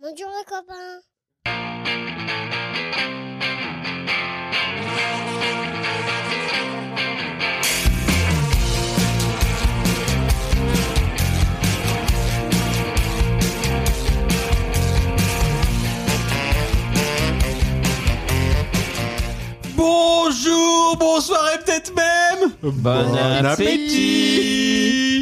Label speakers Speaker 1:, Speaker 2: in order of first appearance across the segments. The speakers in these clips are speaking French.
Speaker 1: Bonjour les copains.
Speaker 2: Bonjour, bonsoir et peut-être même
Speaker 3: Bon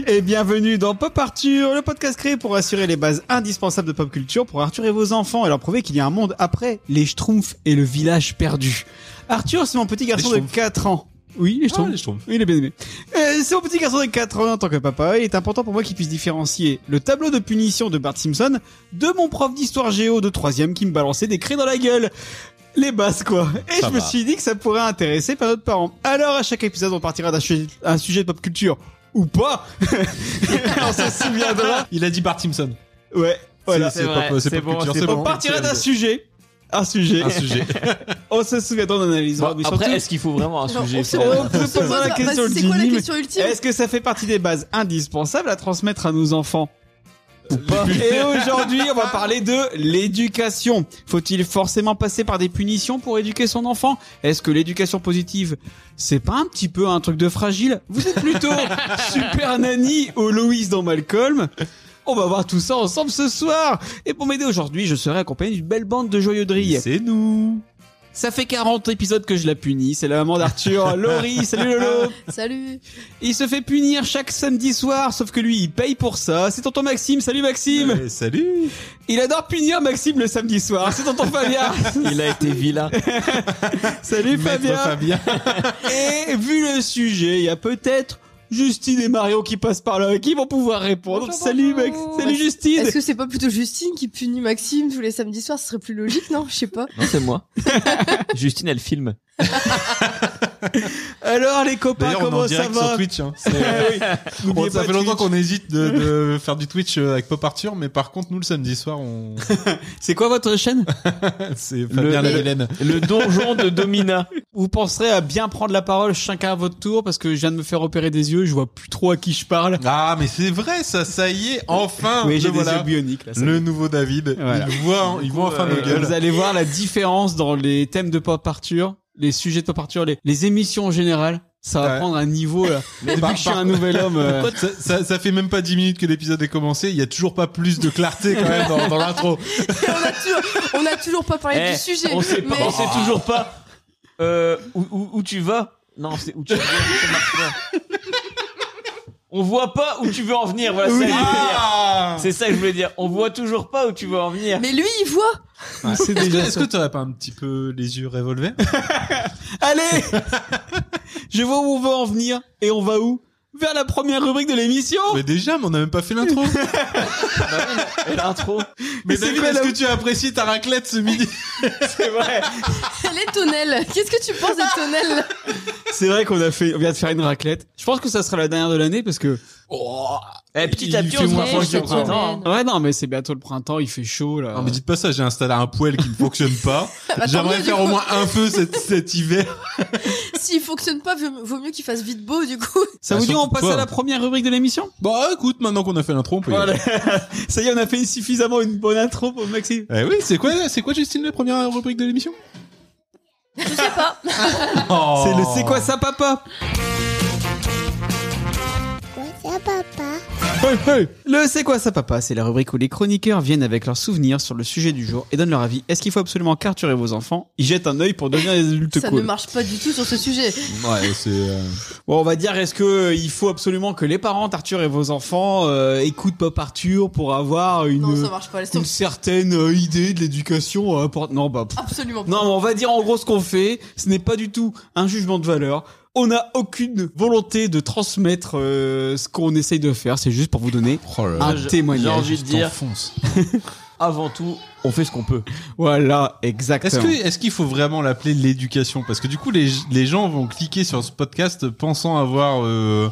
Speaker 2: et bienvenue dans Pop Arthur, le podcast créé pour assurer les bases indispensables de pop culture pour Arthur et vos enfants et leur prouver qu'il y a un monde après les Schtroumpfs et le village perdu. Arthur, c'est mon petit garçon de
Speaker 3: Schtroumpfs.
Speaker 2: 4 ans. Oui, les
Speaker 3: Ah,
Speaker 2: Schtroumpfs.
Speaker 3: les Schtroumpfs.
Speaker 2: Oui, il est bien aimé. Euh, c'est mon petit garçon de 4 ans en tant que papa. Il est important pour moi qu'il puisse différencier le tableau de punition de Bart Simpson de mon prof d'histoire géo de 3ème qui me balançait des craies dans la gueule. Les bases, quoi. Et
Speaker 3: Ça
Speaker 2: je me
Speaker 3: va.
Speaker 2: suis dit que ça pourrait intéresser pas d'autres parents. Alors, à chaque épisode, on partira d'un sujet, un sujet de pop culture. Ou pas On se souviendra.
Speaker 3: Il a dit Bart Simpson.
Speaker 2: Ouais, voilà.
Speaker 3: C'est-
Speaker 4: C'est
Speaker 3: c'est
Speaker 4: vrai,
Speaker 3: pas- c'est pas
Speaker 4: c'est bon,
Speaker 3: culture,
Speaker 4: c'est
Speaker 3: c'est
Speaker 4: bon.
Speaker 2: On partira d'un sujet. Un sujet.
Speaker 3: Un sujet.
Speaker 2: On se souviendra, on analysera. mais
Speaker 4: Après,
Speaker 2: surtout-
Speaker 4: est-ce qu'il faut vraiment un
Speaker 5: Non,
Speaker 4: sujet
Speaker 5: on se-
Speaker 4: ça
Speaker 2: on te
Speaker 5: C'est
Speaker 2: posera la question,
Speaker 5: c'est quoi la
Speaker 2: Jimmy,
Speaker 5: question ultime
Speaker 2: Est-ce que ça fait partie des bases indispensables à transmettre à nos enfants Ou pas Et aujourd'hui, on va parler de l'éducation. Faut-il forcément passer par des punitions pour éduquer son enfant Est-ce que l'éducation positive, c'est pas un petit peu un truc de fragile Vous êtes plutôt Super Nanny ou Louise dans Malcolm on va voir tout ça ensemble ce soir Et pour m'aider aujourd'hui, je serai accompagné d'une belle bande de joyeux drilles.
Speaker 3: C'est nous.
Speaker 2: Ça fait 40 épisodes que je la punis, c'est la maman d'Arthur, Laurie, salut Lolo
Speaker 5: Salut.
Speaker 2: il se fait punir chaque samedi soir, sauf que lui, il paye pour ça. C'est tonton Maxime, salut Maxime
Speaker 3: Eh, salut.
Speaker 2: Il adore punir Maxime le samedi soir, c'est tonton Fabien
Speaker 4: Il a été vilain.
Speaker 2: Salut
Speaker 3: Maître
Speaker 2: Fabien
Speaker 3: Fabien.
Speaker 2: Et vu le sujet, il y a peut-être Justine et Mario qui passent par là, qui vont pouvoir répondre.
Speaker 5: Bonjour,
Speaker 2: salut Max,
Speaker 5: bonjour.
Speaker 2: salut Justine
Speaker 5: Est-ce que c'est pas plutôt Justine qui punit Maxime tous les samedis soirs Ce serait plus logique, non Je sais pas.
Speaker 4: Non, c'est moi. Justine, elle filme.
Speaker 2: Alors les copains,
Speaker 3: D'ailleurs, on est
Speaker 2: comment
Speaker 3: en
Speaker 2: ça
Speaker 3: direct
Speaker 2: va
Speaker 3: sur Twitch. hein.
Speaker 2: Eh oui.
Speaker 3: On-
Speaker 2: N'oubliez
Speaker 3: ça
Speaker 2: pas
Speaker 3: fait longtemps
Speaker 2: Twitch.
Speaker 3: qu'on hésite de, de faire du Twitch euh, avec Pop Arthur, mais par contre, nous, le samedi soir, on...
Speaker 2: C'est quoi votre chaîne
Speaker 3: c'est Fabien la
Speaker 4: Le-
Speaker 3: Hélène.
Speaker 4: Le donjon de Domina.
Speaker 2: Vous penserez à bien prendre la parole chacun à votre tour parce que je viens de me faire opérer des yeux, je vois plus trop à qui je parle.
Speaker 3: Ah, mais c'est vrai, ça, ça y est, enfin.
Speaker 2: oui,
Speaker 3: le
Speaker 2: j'ai des
Speaker 3: voilà.
Speaker 2: yeux bioniques là. ça y est.
Speaker 3: Le nouveau David.
Speaker 2: Voilà.
Speaker 3: Il voit, hein, il voit enfin
Speaker 2: Euh,
Speaker 3: nos gueules.
Speaker 2: Vous allez voir la différence dans les thèmes de Pop Arthur, les sujets de Pop Arthur, les, les émissions en général. Ça va
Speaker 3: Ouais.
Speaker 2: prendre un niveau là. Depuis
Speaker 3: par-
Speaker 2: que je suis
Speaker 3: par-
Speaker 2: un nouvel homme. euh,
Speaker 3: Ça, ça, ça fait même pas 10 minutes que l'épisode est commencé, il y a toujours pas plus de clarté quand même dans, dans l'intro.
Speaker 5: Et on, a toujours, on a toujours pas parlé
Speaker 4: Eh,
Speaker 5: du sujet.
Speaker 4: On sait, pas,
Speaker 5: mais-
Speaker 4: on sait toujours pas euh, où, où- où tu vas. Non, c'est où tu vas. Ça marche pas. On voit pas où tu veux en venir. Voilà, c'est ça que je voulais dire.
Speaker 3: Ah
Speaker 4: c'est ça que je voulais dire. On voit toujours pas où tu veux en venir.
Speaker 5: Mais lui, il voit.
Speaker 2: c'est
Speaker 3: Est-ce que-
Speaker 2: déjà
Speaker 3: Est-ce
Speaker 2: ça.
Speaker 3: que t'aurais pas un petit peu les yeux revolvés
Speaker 2: Allez Je vois où on va en venir et on va où Vers la première rubrique de l'émission Bah
Speaker 3: Mais déjà, mais on a même pas fait l'intro.
Speaker 4: Et l'intro,
Speaker 3: Mais
Speaker 2: c'est
Speaker 3: David,
Speaker 2: quoi,
Speaker 3: est-ce
Speaker 2: là
Speaker 3: que tu as apprécié ta raclette ce midi
Speaker 4: c'est vrai.
Speaker 5: Les tonnelles. Qu'est-ce que tu penses des tonnelles
Speaker 2: C'est vrai qu'on a fait, on vient de faire une raclette. Je pense que ça sera la dernière de l'année parce que
Speaker 4: Eh, petit
Speaker 3: Il
Speaker 4: à petit,
Speaker 3: fait
Speaker 4: on se
Speaker 3: moins
Speaker 4: rapproche
Speaker 3: froid
Speaker 4: du
Speaker 3: que
Speaker 4: printemps.
Speaker 2: ouais non mais c'est bientôt le printemps, il fait chaud là.
Speaker 3: Non, mais dites pas ça, j'ai installé un poêle qui ne fonctionne pas.
Speaker 5: Bah, tant
Speaker 3: J'aimerais
Speaker 5: mieux,
Speaker 3: faire
Speaker 5: du
Speaker 3: au
Speaker 5: coup.
Speaker 3: moins un feu cet, cet hiver.
Speaker 5: S'il fonctionne pas, vaut vaut mieux qu'il fasse vite beau, du coup.
Speaker 2: Ça vous
Speaker 3: Ah,
Speaker 2: dit on
Speaker 3: surtout
Speaker 2: passe
Speaker 3: toi.
Speaker 2: à la première rubrique de l'émission
Speaker 3: Bon, Bah, écoute, maintenant qu'on a fait l'intro, on peut y
Speaker 2: Voilà.
Speaker 3: aller.
Speaker 2: Ça y est, on a fait suffisamment une bonne intro pour Maxime.
Speaker 3: Eh oui, c'est quoi, c'est quoi, Justine, la première rubrique de l'émission
Speaker 5: Je sais pas.
Speaker 2: Ah, C'est le c'est quoi ça papa
Speaker 1: Quoi ça, papa
Speaker 2: Le C'est quoi ça papa C'est la rubrique où les chroniqueurs viennent avec leurs souvenirs sur le sujet du jour et donnent leur avis. Est-ce qu'il faut absolument carturer vos enfants Ils jettent un œil pour devenir des adultes
Speaker 5: Ça ne
Speaker 2: cool.
Speaker 5: marche pas du tout sur ce sujet.
Speaker 3: Ouais, c'est. euh,
Speaker 2: Bon, on va dire est-ce que euh, il faut absolument que les parents d'Arthur et vos enfants euh, écoutent Pop Arthur pour avoir une,
Speaker 5: Non, ça marche pas. laisse
Speaker 2: une
Speaker 5: tomber.
Speaker 2: certaine euh, idée de l'éducation à apporter Non, bah pff.
Speaker 5: Absolument pas.
Speaker 2: Non, mais on va dire en gros ce qu'on fait, ce n'est pas du tout un jugement de valeur. On n'a aucune volonté de transmettre euh, ce qu'on essaye de faire, c'est juste pour vous donner
Speaker 3: Oh là là.
Speaker 2: un
Speaker 4: j'ai-
Speaker 2: témoignage.
Speaker 4: j'ai envie de dire-
Speaker 3: T'enfonces.
Speaker 4: Avant tout, on fait ce qu'on peut.
Speaker 2: Voilà,
Speaker 3: Est-ce
Speaker 2: exactement.
Speaker 3: que est-ce qu'il faut vraiment l'appeler l'éducation Parce que du coup, les, les gens vont cliquer sur ce podcast pensant avoir euh,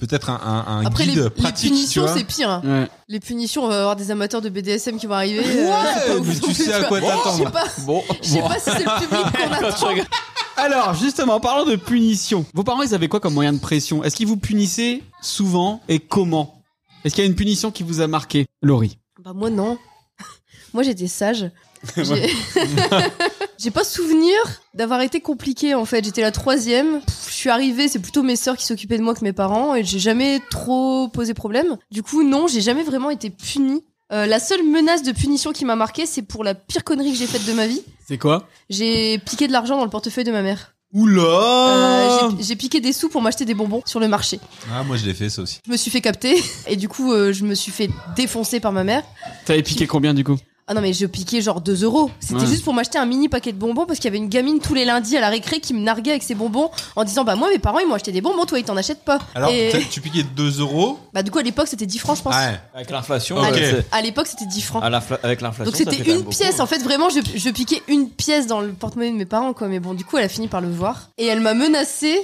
Speaker 3: peut-être un, un, un
Speaker 5: Après, les,
Speaker 3: guide
Speaker 5: les
Speaker 3: pratique.
Speaker 5: punitions,
Speaker 3: tu vois.
Speaker 5: c'est pire. hein.
Speaker 2: Ouais.
Speaker 5: Les punitions, on va avoir des amateurs de BDSM qui vont arriver. euh,
Speaker 3: Ouais,
Speaker 5: c'est pas ouf
Speaker 3: mais
Speaker 5: non
Speaker 3: tu
Speaker 5: plus,
Speaker 3: sais à
Speaker 5: vois.
Speaker 3: quoi t'attendre.
Speaker 5: Je sais pas,
Speaker 4: Bon,
Speaker 5: je sais
Speaker 4: bon.
Speaker 5: pas si c'est le public qu'on
Speaker 4: Quand tu
Speaker 5: attend.
Speaker 4: regardes-
Speaker 2: Alors, justement, en parlant de punition, vos parents, ils avaient quoi comme moyen de pression Est-ce qu'ils vous punissaient souvent et comment Est-ce qu'il y a une punition qui vous a marqué Laurie
Speaker 5: Bah moi non. Moi, j'étais sage. J'ai j'ai pas souvenir d'avoir été compliquée en fait. J'étais la troisième. Pff, Je suis arrivée, c'est plutôt mes sœurs qui s'occupaient de moi que mes parents et j'ai jamais trop posé problème. Du coup, non, j'ai jamais vraiment été punie. Euh, la seule menace de punition qui m'a marquée, c'est pour la pire connerie que j'ai faite de ma vie.
Speaker 2: C'est quoi
Speaker 5: J'ai piqué de l'argent dans le portefeuille de ma mère.
Speaker 2: Oula
Speaker 5: Euh, j'ai- j'ai piqué des sous pour m'acheter des bonbons sur le marché.
Speaker 3: Ah, moi, je l'ai fait, ça aussi.
Speaker 5: Je me suis fait capter et du coup, euh, je me suis fait défoncer par ma mère.
Speaker 2: T'avais piqué combien du coup
Speaker 5: Ah non mais je piquais genre 2 euros. C'était
Speaker 2: Ouais.
Speaker 5: juste pour m'acheter un mini paquet de bonbons parce qu'il y avait une gamine tous les lundis à la récré qui me narguait avec ses bonbons en disant bah moi mes parents ils m'ont acheté des bonbons toi ils t'en achètent pas.
Speaker 3: Alors,
Speaker 5: et
Speaker 3: peut-être tu piquais 2 euros.
Speaker 5: bah du coup à l'époque c'était 10 francs je pense.
Speaker 3: Ouais.
Speaker 4: Avec l'inflation,
Speaker 5: Ah,
Speaker 3: Ok.
Speaker 4: ouais,
Speaker 2: euh,
Speaker 4: c'est-
Speaker 5: À l'époque c'était 10 francs.
Speaker 4: à la fla- avec l'inflation.
Speaker 5: Donc
Speaker 4: ça fait
Speaker 5: c'était
Speaker 4: quand
Speaker 5: une
Speaker 4: même
Speaker 5: pièce
Speaker 4: beaucoup.
Speaker 5: en fait vraiment je, je piquais une pièce dans le porte-monnaie de mes parents quoi mais bon du coup elle a fini par le voir et elle m'a menacé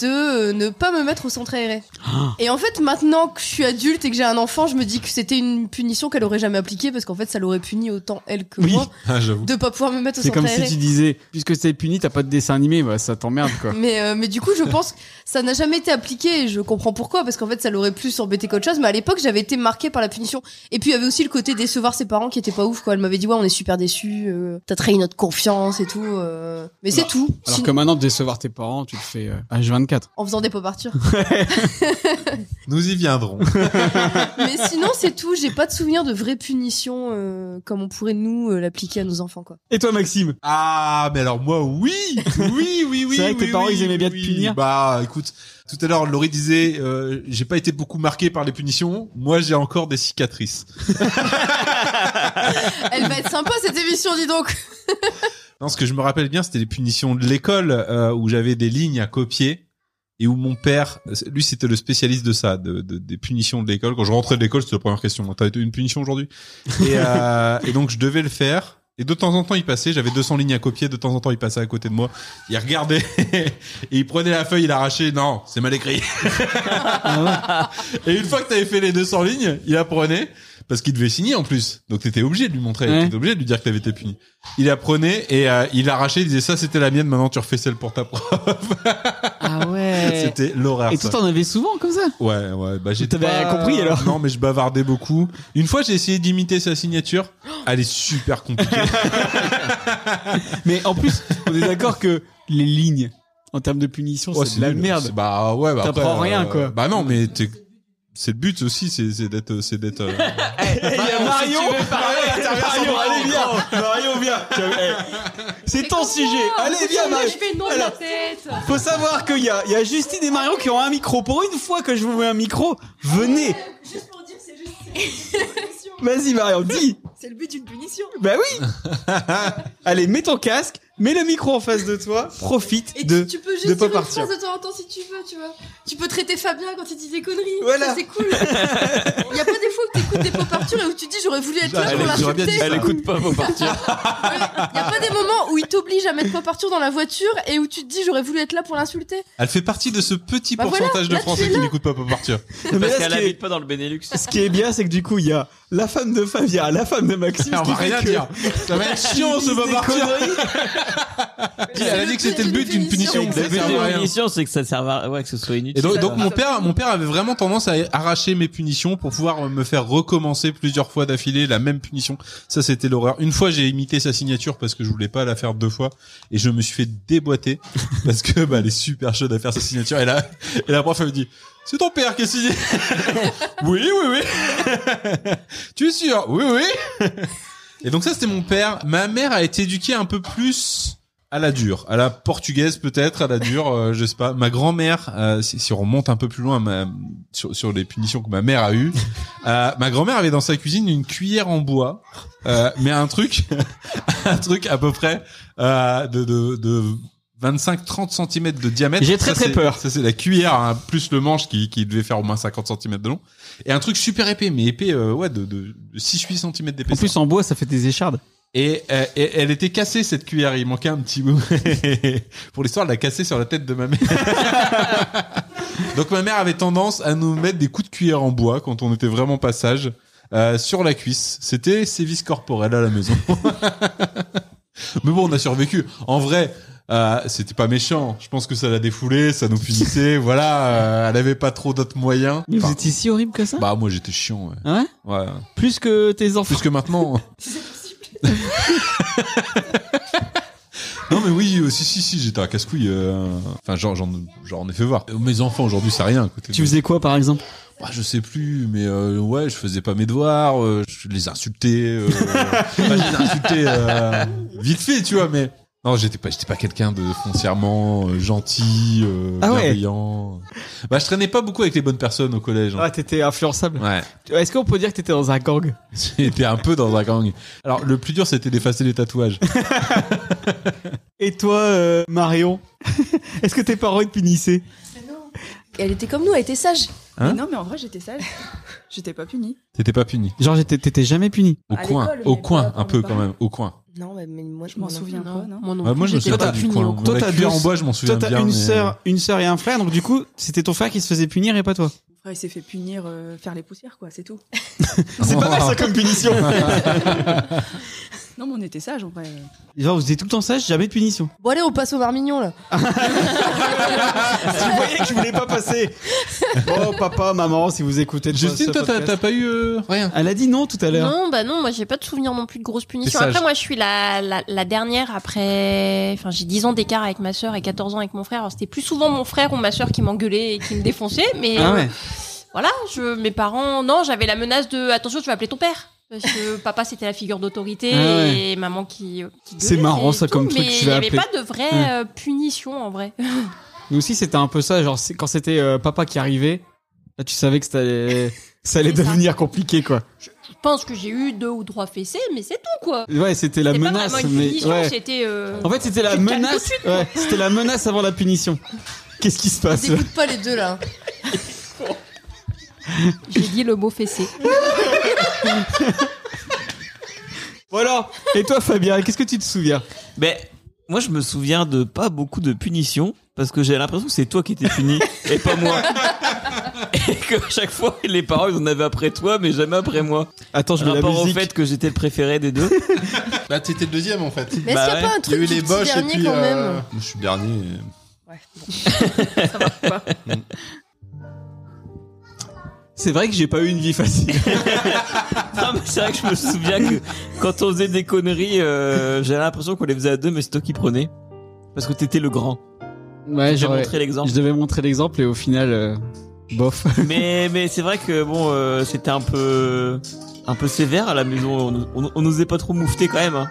Speaker 5: de euh, ne pas me mettre au centre aéré.
Speaker 4: Ah.
Speaker 5: Et en fait maintenant que je suis adulte et que j'ai un enfant je me dis que c'était une punition qu'elle aurait jamais appliquée parce qu'en fait ça l'aurait puni autant elle que
Speaker 2: Oui.
Speaker 5: moi
Speaker 3: Ah, j'avoue.
Speaker 5: de pas pouvoir me mettre au
Speaker 2: C'est
Speaker 5: centre
Speaker 2: comme
Speaker 5: aéré.
Speaker 2: si tu disais, puisque c'est puni, t'as pas de dessin animé, bah ça t'emmerde quoi.
Speaker 5: Mais, euh, mais du coup, je pense que ça n'a jamais été appliqué et je comprends pourquoi, parce qu'en fait, ça l'aurait plus embêté qu'autre chose. Mais à l'époque, j'avais été marquée par la punition. Et puis, il y avait aussi le côté décevoir ses parents qui était pas ouf, quoi. Elle m'avait dit, ouais, on est super déçus, euh, t'as trahi notre confiance et tout. euh. Mais c'est
Speaker 2: Bah,
Speaker 5: tout.
Speaker 2: Alors
Speaker 5: Sinon-
Speaker 2: que maintenant, de décevoir tes parents, tu le fais euh, H24.
Speaker 5: En faisant des pop partures.
Speaker 3: Nous y viendrons.
Speaker 5: mais sinon, c'est tout. J'ai pas de souvenir de vraie punition euh, comme on pourrait nous euh, l'appliquer à nos enfants, quoi.
Speaker 2: Et toi, Maxime
Speaker 3: Ah, mais alors moi, oui, oui, oui, oui.
Speaker 2: C'est vrai que
Speaker 3: oui,
Speaker 2: tes parents,
Speaker 3: oui,
Speaker 2: ils aimaient bien te
Speaker 3: oui.
Speaker 2: punir.
Speaker 3: Bah, écoute, tout à l'heure, Laurie disait, euh, j'ai pas été beaucoup marqué par les punitions. Moi, j'ai encore des cicatrices.
Speaker 5: Elle va être sympa, cette émission, dis donc.
Speaker 3: Non, ce que je me rappelle bien, c'était les punitions de l'école euh, où j'avais des lignes à copier et où mon père, euh, lui, c'était le spécialiste de ça, de, de- des punitions de l'école. Quand je rentrais de l'école, c'était la première question. T'as été une punition aujourd'hui et, euh, et donc, je devais le faire. Et de temps en temps, il passait. J'avais 200 lignes à copier. De temps en temps, il passait à côté de moi. Il regardait et il prenait la feuille, il l'arrachait. Non, c'est mal écrit. et une fois que t'avais fait les 200 lignes, il apprenait parce qu'il devait signer en plus. Donc, t'étais obligé de lui montrer.
Speaker 2: Ouais.
Speaker 3: T'étais obligé de lui dire que t'avais été puni. Il apprenait et euh, il arrachait. Il disait ça, c'était la mienne. Maintenant, tu refais celle pour ta prof.
Speaker 2: Ah ouais
Speaker 3: C'était l'horreur.
Speaker 2: Et
Speaker 3: ça.
Speaker 2: toi, t'en avais souvent comme ça
Speaker 3: Ouais, ouais, bah j'ai
Speaker 2: T'avais
Speaker 3: pas-
Speaker 2: compris, alors
Speaker 3: Non, mais je bavardais beaucoup. Une fois, j'ai essayé d'imiter sa signature. Elle est super compliquée.
Speaker 2: Mais en plus, on est d'accord que les lignes, en termes de punition,
Speaker 3: Oh,
Speaker 2: c'est de la
Speaker 3: nul. C'est-
Speaker 2: merde.
Speaker 3: Bah ouais, bah
Speaker 2: T'apprends
Speaker 3: après,
Speaker 2: rien,
Speaker 3: euh,
Speaker 2: quoi.
Speaker 3: Bah non, mais t'es- c'est le but aussi, c'est c'est d'être, c'est d'être. euh,
Speaker 2: Eh, Il y a Mario Mario, allez, viens Mario, viens Tu vois, eh, C'est ton sujet
Speaker 6: Oh,
Speaker 2: Allez, viens, Mario Alors, Faut savoir qu'il y a, il y a Justine et Marion qui ont un micro. Pour une fois que je vous mets un micro, venez
Speaker 7: Juste pour dire, c'est juste.
Speaker 2: Vas-y, Marion, dis
Speaker 7: C'est le but d'une punition.
Speaker 2: Bah oui Allez, mets ton casque, mets le micro en face de toi, profite
Speaker 7: Et
Speaker 2: de...
Speaker 7: tu, tu peux juste de
Speaker 2: de
Speaker 7: dire
Speaker 2: pas
Speaker 7: une
Speaker 2: partir.
Speaker 7: phrase de temps en temps si tu veux, tu vois. Tu peux traiter Fabien quand il dit des conneries.
Speaker 2: Voilà.
Speaker 7: Ça, C'est cool. Il y a pas des fois où t'écoutes des pop partures et où tu te dis j'aurais voulu être là
Speaker 3: Elle
Speaker 7: pour
Speaker 3: est- j'aurais bien dit
Speaker 7: l'insulter.
Speaker 3: ça.
Speaker 4: Elle écoute pas vos parties.
Speaker 5: Y a pas des moments où ils t'obligent à mettre pop parture dans la voiture et où tu te dis j'aurais voulu être là pour l'insulter.
Speaker 3: Elle fait partie de ce petit
Speaker 5: Bah voilà,
Speaker 3: pourcentage
Speaker 5: là,
Speaker 3: de
Speaker 5: tu
Speaker 3: Français
Speaker 5: es
Speaker 3: qui n'écoutent pas pour partir.
Speaker 2: Non, mais
Speaker 4: Parce qu'elle
Speaker 2: là, ce, qui est,
Speaker 4: habite pas dans le Benelux.
Speaker 2: ce qui est bien, c'est que du coup, il y a la femme de Fabien, la femme de Maxime.
Speaker 3: On
Speaker 2: ce qui
Speaker 3: va
Speaker 2: fait
Speaker 3: rien
Speaker 2: que-
Speaker 3: dire. Ça va être chiant ce
Speaker 2: Ils disent
Speaker 3: pas
Speaker 2: des
Speaker 3: partir.
Speaker 2: conneries.
Speaker 3: Elle a dit que c'était le but d'une punition.
Speaker 4: Le but
Speaker 3: Ça sert à
Speaker 4: des
Speaker 3: rien.
Speaker 4: punitions, c'est que ça serve à... ouais, que ce soit inutile.
Speaker 3: Et donc,
Speaker 7: Ça
Speaker 3: donc
Speaker 7: va.
Speaker 3: mon père, mon père avait vraiment tendance à arracher mes punitions pour pouvoir euh, me faire recommencer plusieurs fois d'affilée la même punition. Ça, c'était l'horreur. Une fois, j'ai imité sa signature parce que je voulais pas la faire deux fois et je me suis fait déboîter parce que bah, elle est super chaude à faire sa signature. Et là, et la prof elle me dit. C'est ton père qui a signé. oui, oui, oui. tu es sûr Oui, oui. Et donc ça, c'était mon père. Ma mère a été éduquée un peu plus à la dure, à la portugaise peut-être, à la dure, euh, je sais pas. Ma grand-mère, euh, si, si on remonte un peu plus loin ma- sur, sur les punitions que ma mère a eues, euh, ma grand-mère avait dans sa cuisine une cuillère en bois, euh, mais un truc, un truc à peu près euh, de, de, de 25-30 cm de diamètre.
Speaker 2: J'ai très,
Speaker 3: Ça,
Speaker 2: très
Speaker 3: c'est-
Speaker 2: peur.
Speaker 3: Ça c'est la cuillère, hein, plus le manche qui, qui devait faire au moins 50 cm de long, et un truc super épais, mais épais, euh, ouais, de, de 6-8 cm
Speaker 2: En
Speaker 3: d'épaisseur.
Speaker 2: plus, en bois, ça fait des échardes.
Speaker 3: Et, euh, et elle était cassée cette cuillère, il manquait un petit bout. Pour l'histoire, elle l'a cassée sur la tête de ma mère. Donc ma mère avait tendance à nous mettre des coups de cuillère en bois quand on était vraiment pas sage euh, sur la cuisse. C'était sévice corporel à la maison. Mais bon, on a survécu. En vrai, euh, c'était pas méchant. Je pense que ça l'a défoulé, ça nous punissait. voilà, euh, elle avait pas trop d'autres moyens.
Speaker 2: Mais vous
Speaker 3: Enfin,
Speaker 2: étiez si horrible que ça
Speaker 3: bah moi j'étais chiant. Ouais.
Speaker 2: Hein
Speaker 3: Ouais.
Speaker 2: Plus que tes enfants.
Speaker 3: Plus que maintenant.
Speaker 7: C'est possible.
Speaker 3: Non mais oui, euh, si si si, j'étais un casse-couille. euh, Enfin genre j'en j'en ai fait voir. Euh, Mes enfants aujourd'hui c'est rien. à côté
Speaker 2: Tu
Speaker 3: de-
Speaker 2: faisais quoi par exemple
Speaker 3: Bah, je sais plus, mais euh, ouais, je faisais pas mes devoirs, euh, je les insultais, euh, bah, je les insultais euh, vite fait, tu vois, mais non, j'étais pas, j'étais pas quelqu'un de foncièrement euh, gentil, euh,
Speaker 2: Ah ouais.
Speaker 3: bienveillant. Bah, je traînais pas beaucoup avec les bonnes personnes au collège. hein.
Speaker 2: Ah, t'étais influençable.
Speaker 3: Ouais,
Speaker 2: Est-ce qu'on peut dire que t'étais dans un gang
Speaker 3: j'étais un peu dans un gang. Alors, le plus dur, c'était d'effacer les tatouages.
Speaker 2: Et toi, euh, Marion Est-ce que tes parents ils te punissaient
Speaker 7: Elle était comme nous, elle était sage.
Speaker 3: Hein
Speaker 8: Mais non, mais en vrai, j'étais sage. j'étais pas punie.
Speaker 3: T'étais pas puni.
Speaker 2: Genre, j'étais- t'étais jamais puni.
Speaker 3: Au
Speaker 8: À
Speaker 3: coin,
Speaker 8: l'école,
Speaker 3: au
Speaker 8: mais
Speaker 3: coin,
Speaker 8: pas
Speaker 3: un peu
Speaker 8: par
Speaker 3: quand
Speaker 8: les
Speaker 3: même, au coin.
Speaker 5: Non, mais, mais moi,
Speaker 8: Je m'en
Speaker 5: non
Speaker 8: souviens
Speaker 5: plus,
Speaker 8: pas, non
Speaker 5: Moi non
Speaker 3: Ouais,
Speaker 5: plus,
Speaker 3: moi, je me
Speaker 5: j'étais
Speaker 3: souviens
Speaker 5: pas
Speaker 3: pas du
Speaker 5: punie,
Speaker 3: coin.
Speaker 5: au
Speaker 2: Toi,
Speaker 3: La
Speaker 2: t'as
Speaker 3: cuillère
Speaker 2: deux-
Speaker 3: en bois, je m'en
Speaker 2: Toi,
Speaker 3: souviens
Speaker 2: t'as
Speaker 3: bien.
Speaker 2: une
Speaker 3: mais-
Speaker 2: sœur, une sœur et un frère, donc du coup, c'était ton frère qui se faisait punir et pas toi.
Speaker 8: Mon frère, il s'est fait punir, euh, faire les poussières, quoi, c'est tout.
Speaker 2: C'est pas mal ça comme punition.
Speaker 8: Non, mais on était sage en vrai.
Speaker 2: Genre, vous étiez tout le temps sage, jamais de punition.
Speaker 5: Bon allez, on passe au Marmignon là.
Speaker 2: tu voyais que je voulais pas passer. Oh, papa, maman, si vous écoutez. le
Speaker 3: Justine,
Speaker 2: ce
Speaker 3: toi, t'as
Speaker 2: podcast-
Speaker 3: t'as pas eu euh, rien.
Speaker 2: Elle a dit non tout à l'heure.
Speaker 9: Non, bah non, moi j'ai pas de souvenir non plus de grosses punitions.
Speaker 3: sage.
Speaker 9: Après, moi je suis la, la, la dernière après. Enfin, j'ai 10 ans d'écart avec ma sœur et 14 ans avec mon frère. Alors, C'était plus souvent mon frère ou ma sœur qui m'engueulait et qui me défonçait. Mais
Speaker 2: Ah ouais.
Speaker 9: voilà, je, mes parents, non, j'avais la menace de attention, tu vas appeler ton père. Parce que papa c'était la figure d'autorité
Speaker 2: Ah ouais.
Speaker 9: et maman qui. qui gueulait,
Speaker 2: C'est marrant,
Speaker 9: c'est
Speaker 2: ça, comme
Speaker 9: tout.
Speaker 2: truc,
Speaker 9: Mais il
Speaker 2: je
Speaker 9: n'y
Speaker 2: vais
Speaker 9: avait
Speaker 2: appeler.
Speaker 9: pas de vraie
Speaker 2: Ouais.
Speaker 9: euh, punition en vrai.
Speaker 2: Nous aussi, c'était un peu ça. Genre, c'est- quand c'était euh, papa qui arrivait, là, tu savais que ça allait, ça allait
Speaker 9: C'est ça.
Speaker 2: devenir compliqué, quoi.
Speaker 9: Je pense que j'ai eu deux ou trois fessées, mais c'est tout quoi.
Speaker 2: Ouais, c'était la
Speaker 9: C'était pas
Speaker 2: menace.
Speaker 9: vraiment une
Speaker 2: mais-
Speaker 9: punition,
Speaker 2: ouais.
Speaker 9: c'était. euh,
Speaker 2: En fait, c'était la
Speaker 9: Tu te calmes
Speaker 2: menace. ouais, c'était la menace avant la punition. Qu'est-ce qui se passe
Speaker 5: Ils
Speaker 2: là
Speaker 5: écoutent pas les deux là.
Speaker 9: J'ai dit le mot fessé.
Speaker 2: Voilà. Et toi, Fabien, qu'est-ce que tu te souviens
Speaker 4: Mais Ben, moi, je me souviens de pas beaucoup de punitions parce que j'ai l'impression que c'est toi qui étais puni et pas moi. Et que à chaque fois, les parents, ils en avaient après toi, mais jamais après moi.
Speaker 2: Attends, je mets la
Speaker 4: Rapport au
Speaker 2: musique.
Speaker 4: fait que j'étais le préféré des deux.
Speaker 3: Bah, t'étais le deuxième, en fait.
Speaker 5: Mais
Speaker 4: Bah
Speaker 5: est-ce qu'il y a
Speaker 4: ouais,
Speaker 5: pas un
Speaker 3: Il y a
Speaker 5: truc
Speaker 3: eu
Speaker 5: du
Speaker 3: les
Speaker 5: petit
Speaker 3: boches et
Speaker 5: dernier
Speaker 3: puis.
Speaker 5: quand
Speaker 3: euh,
Speaker 5: même
Speaker 3: Je suis le dernier.
Speaker 8: Ouais, bon. ça marche pas.
Speaker 2: Mm. C'est vrai que j'ai pas eu une vie facile.
Speaker 4: Non, mais c'est vrai que je me souviens que quand on faisait des conneries, euh, j'avais l'impression qu'on les faisait à deux, mais c'est toi qui prenais. Parce que t'étais le grand.
Speaker 2: ouais,
Speaker 4: J'ai
Speaker 2: j'aurais-
Speaker 4: montré l'exemple.
Speaker 2: je devais montrer l'exemple et au final, euh, bof.
Speaker 4: Mais, mais c'est vrai que bon, euh, c'était un peu, un peu sévère à la maison. On, on, on n'osait pas trop moufter quand même. hein.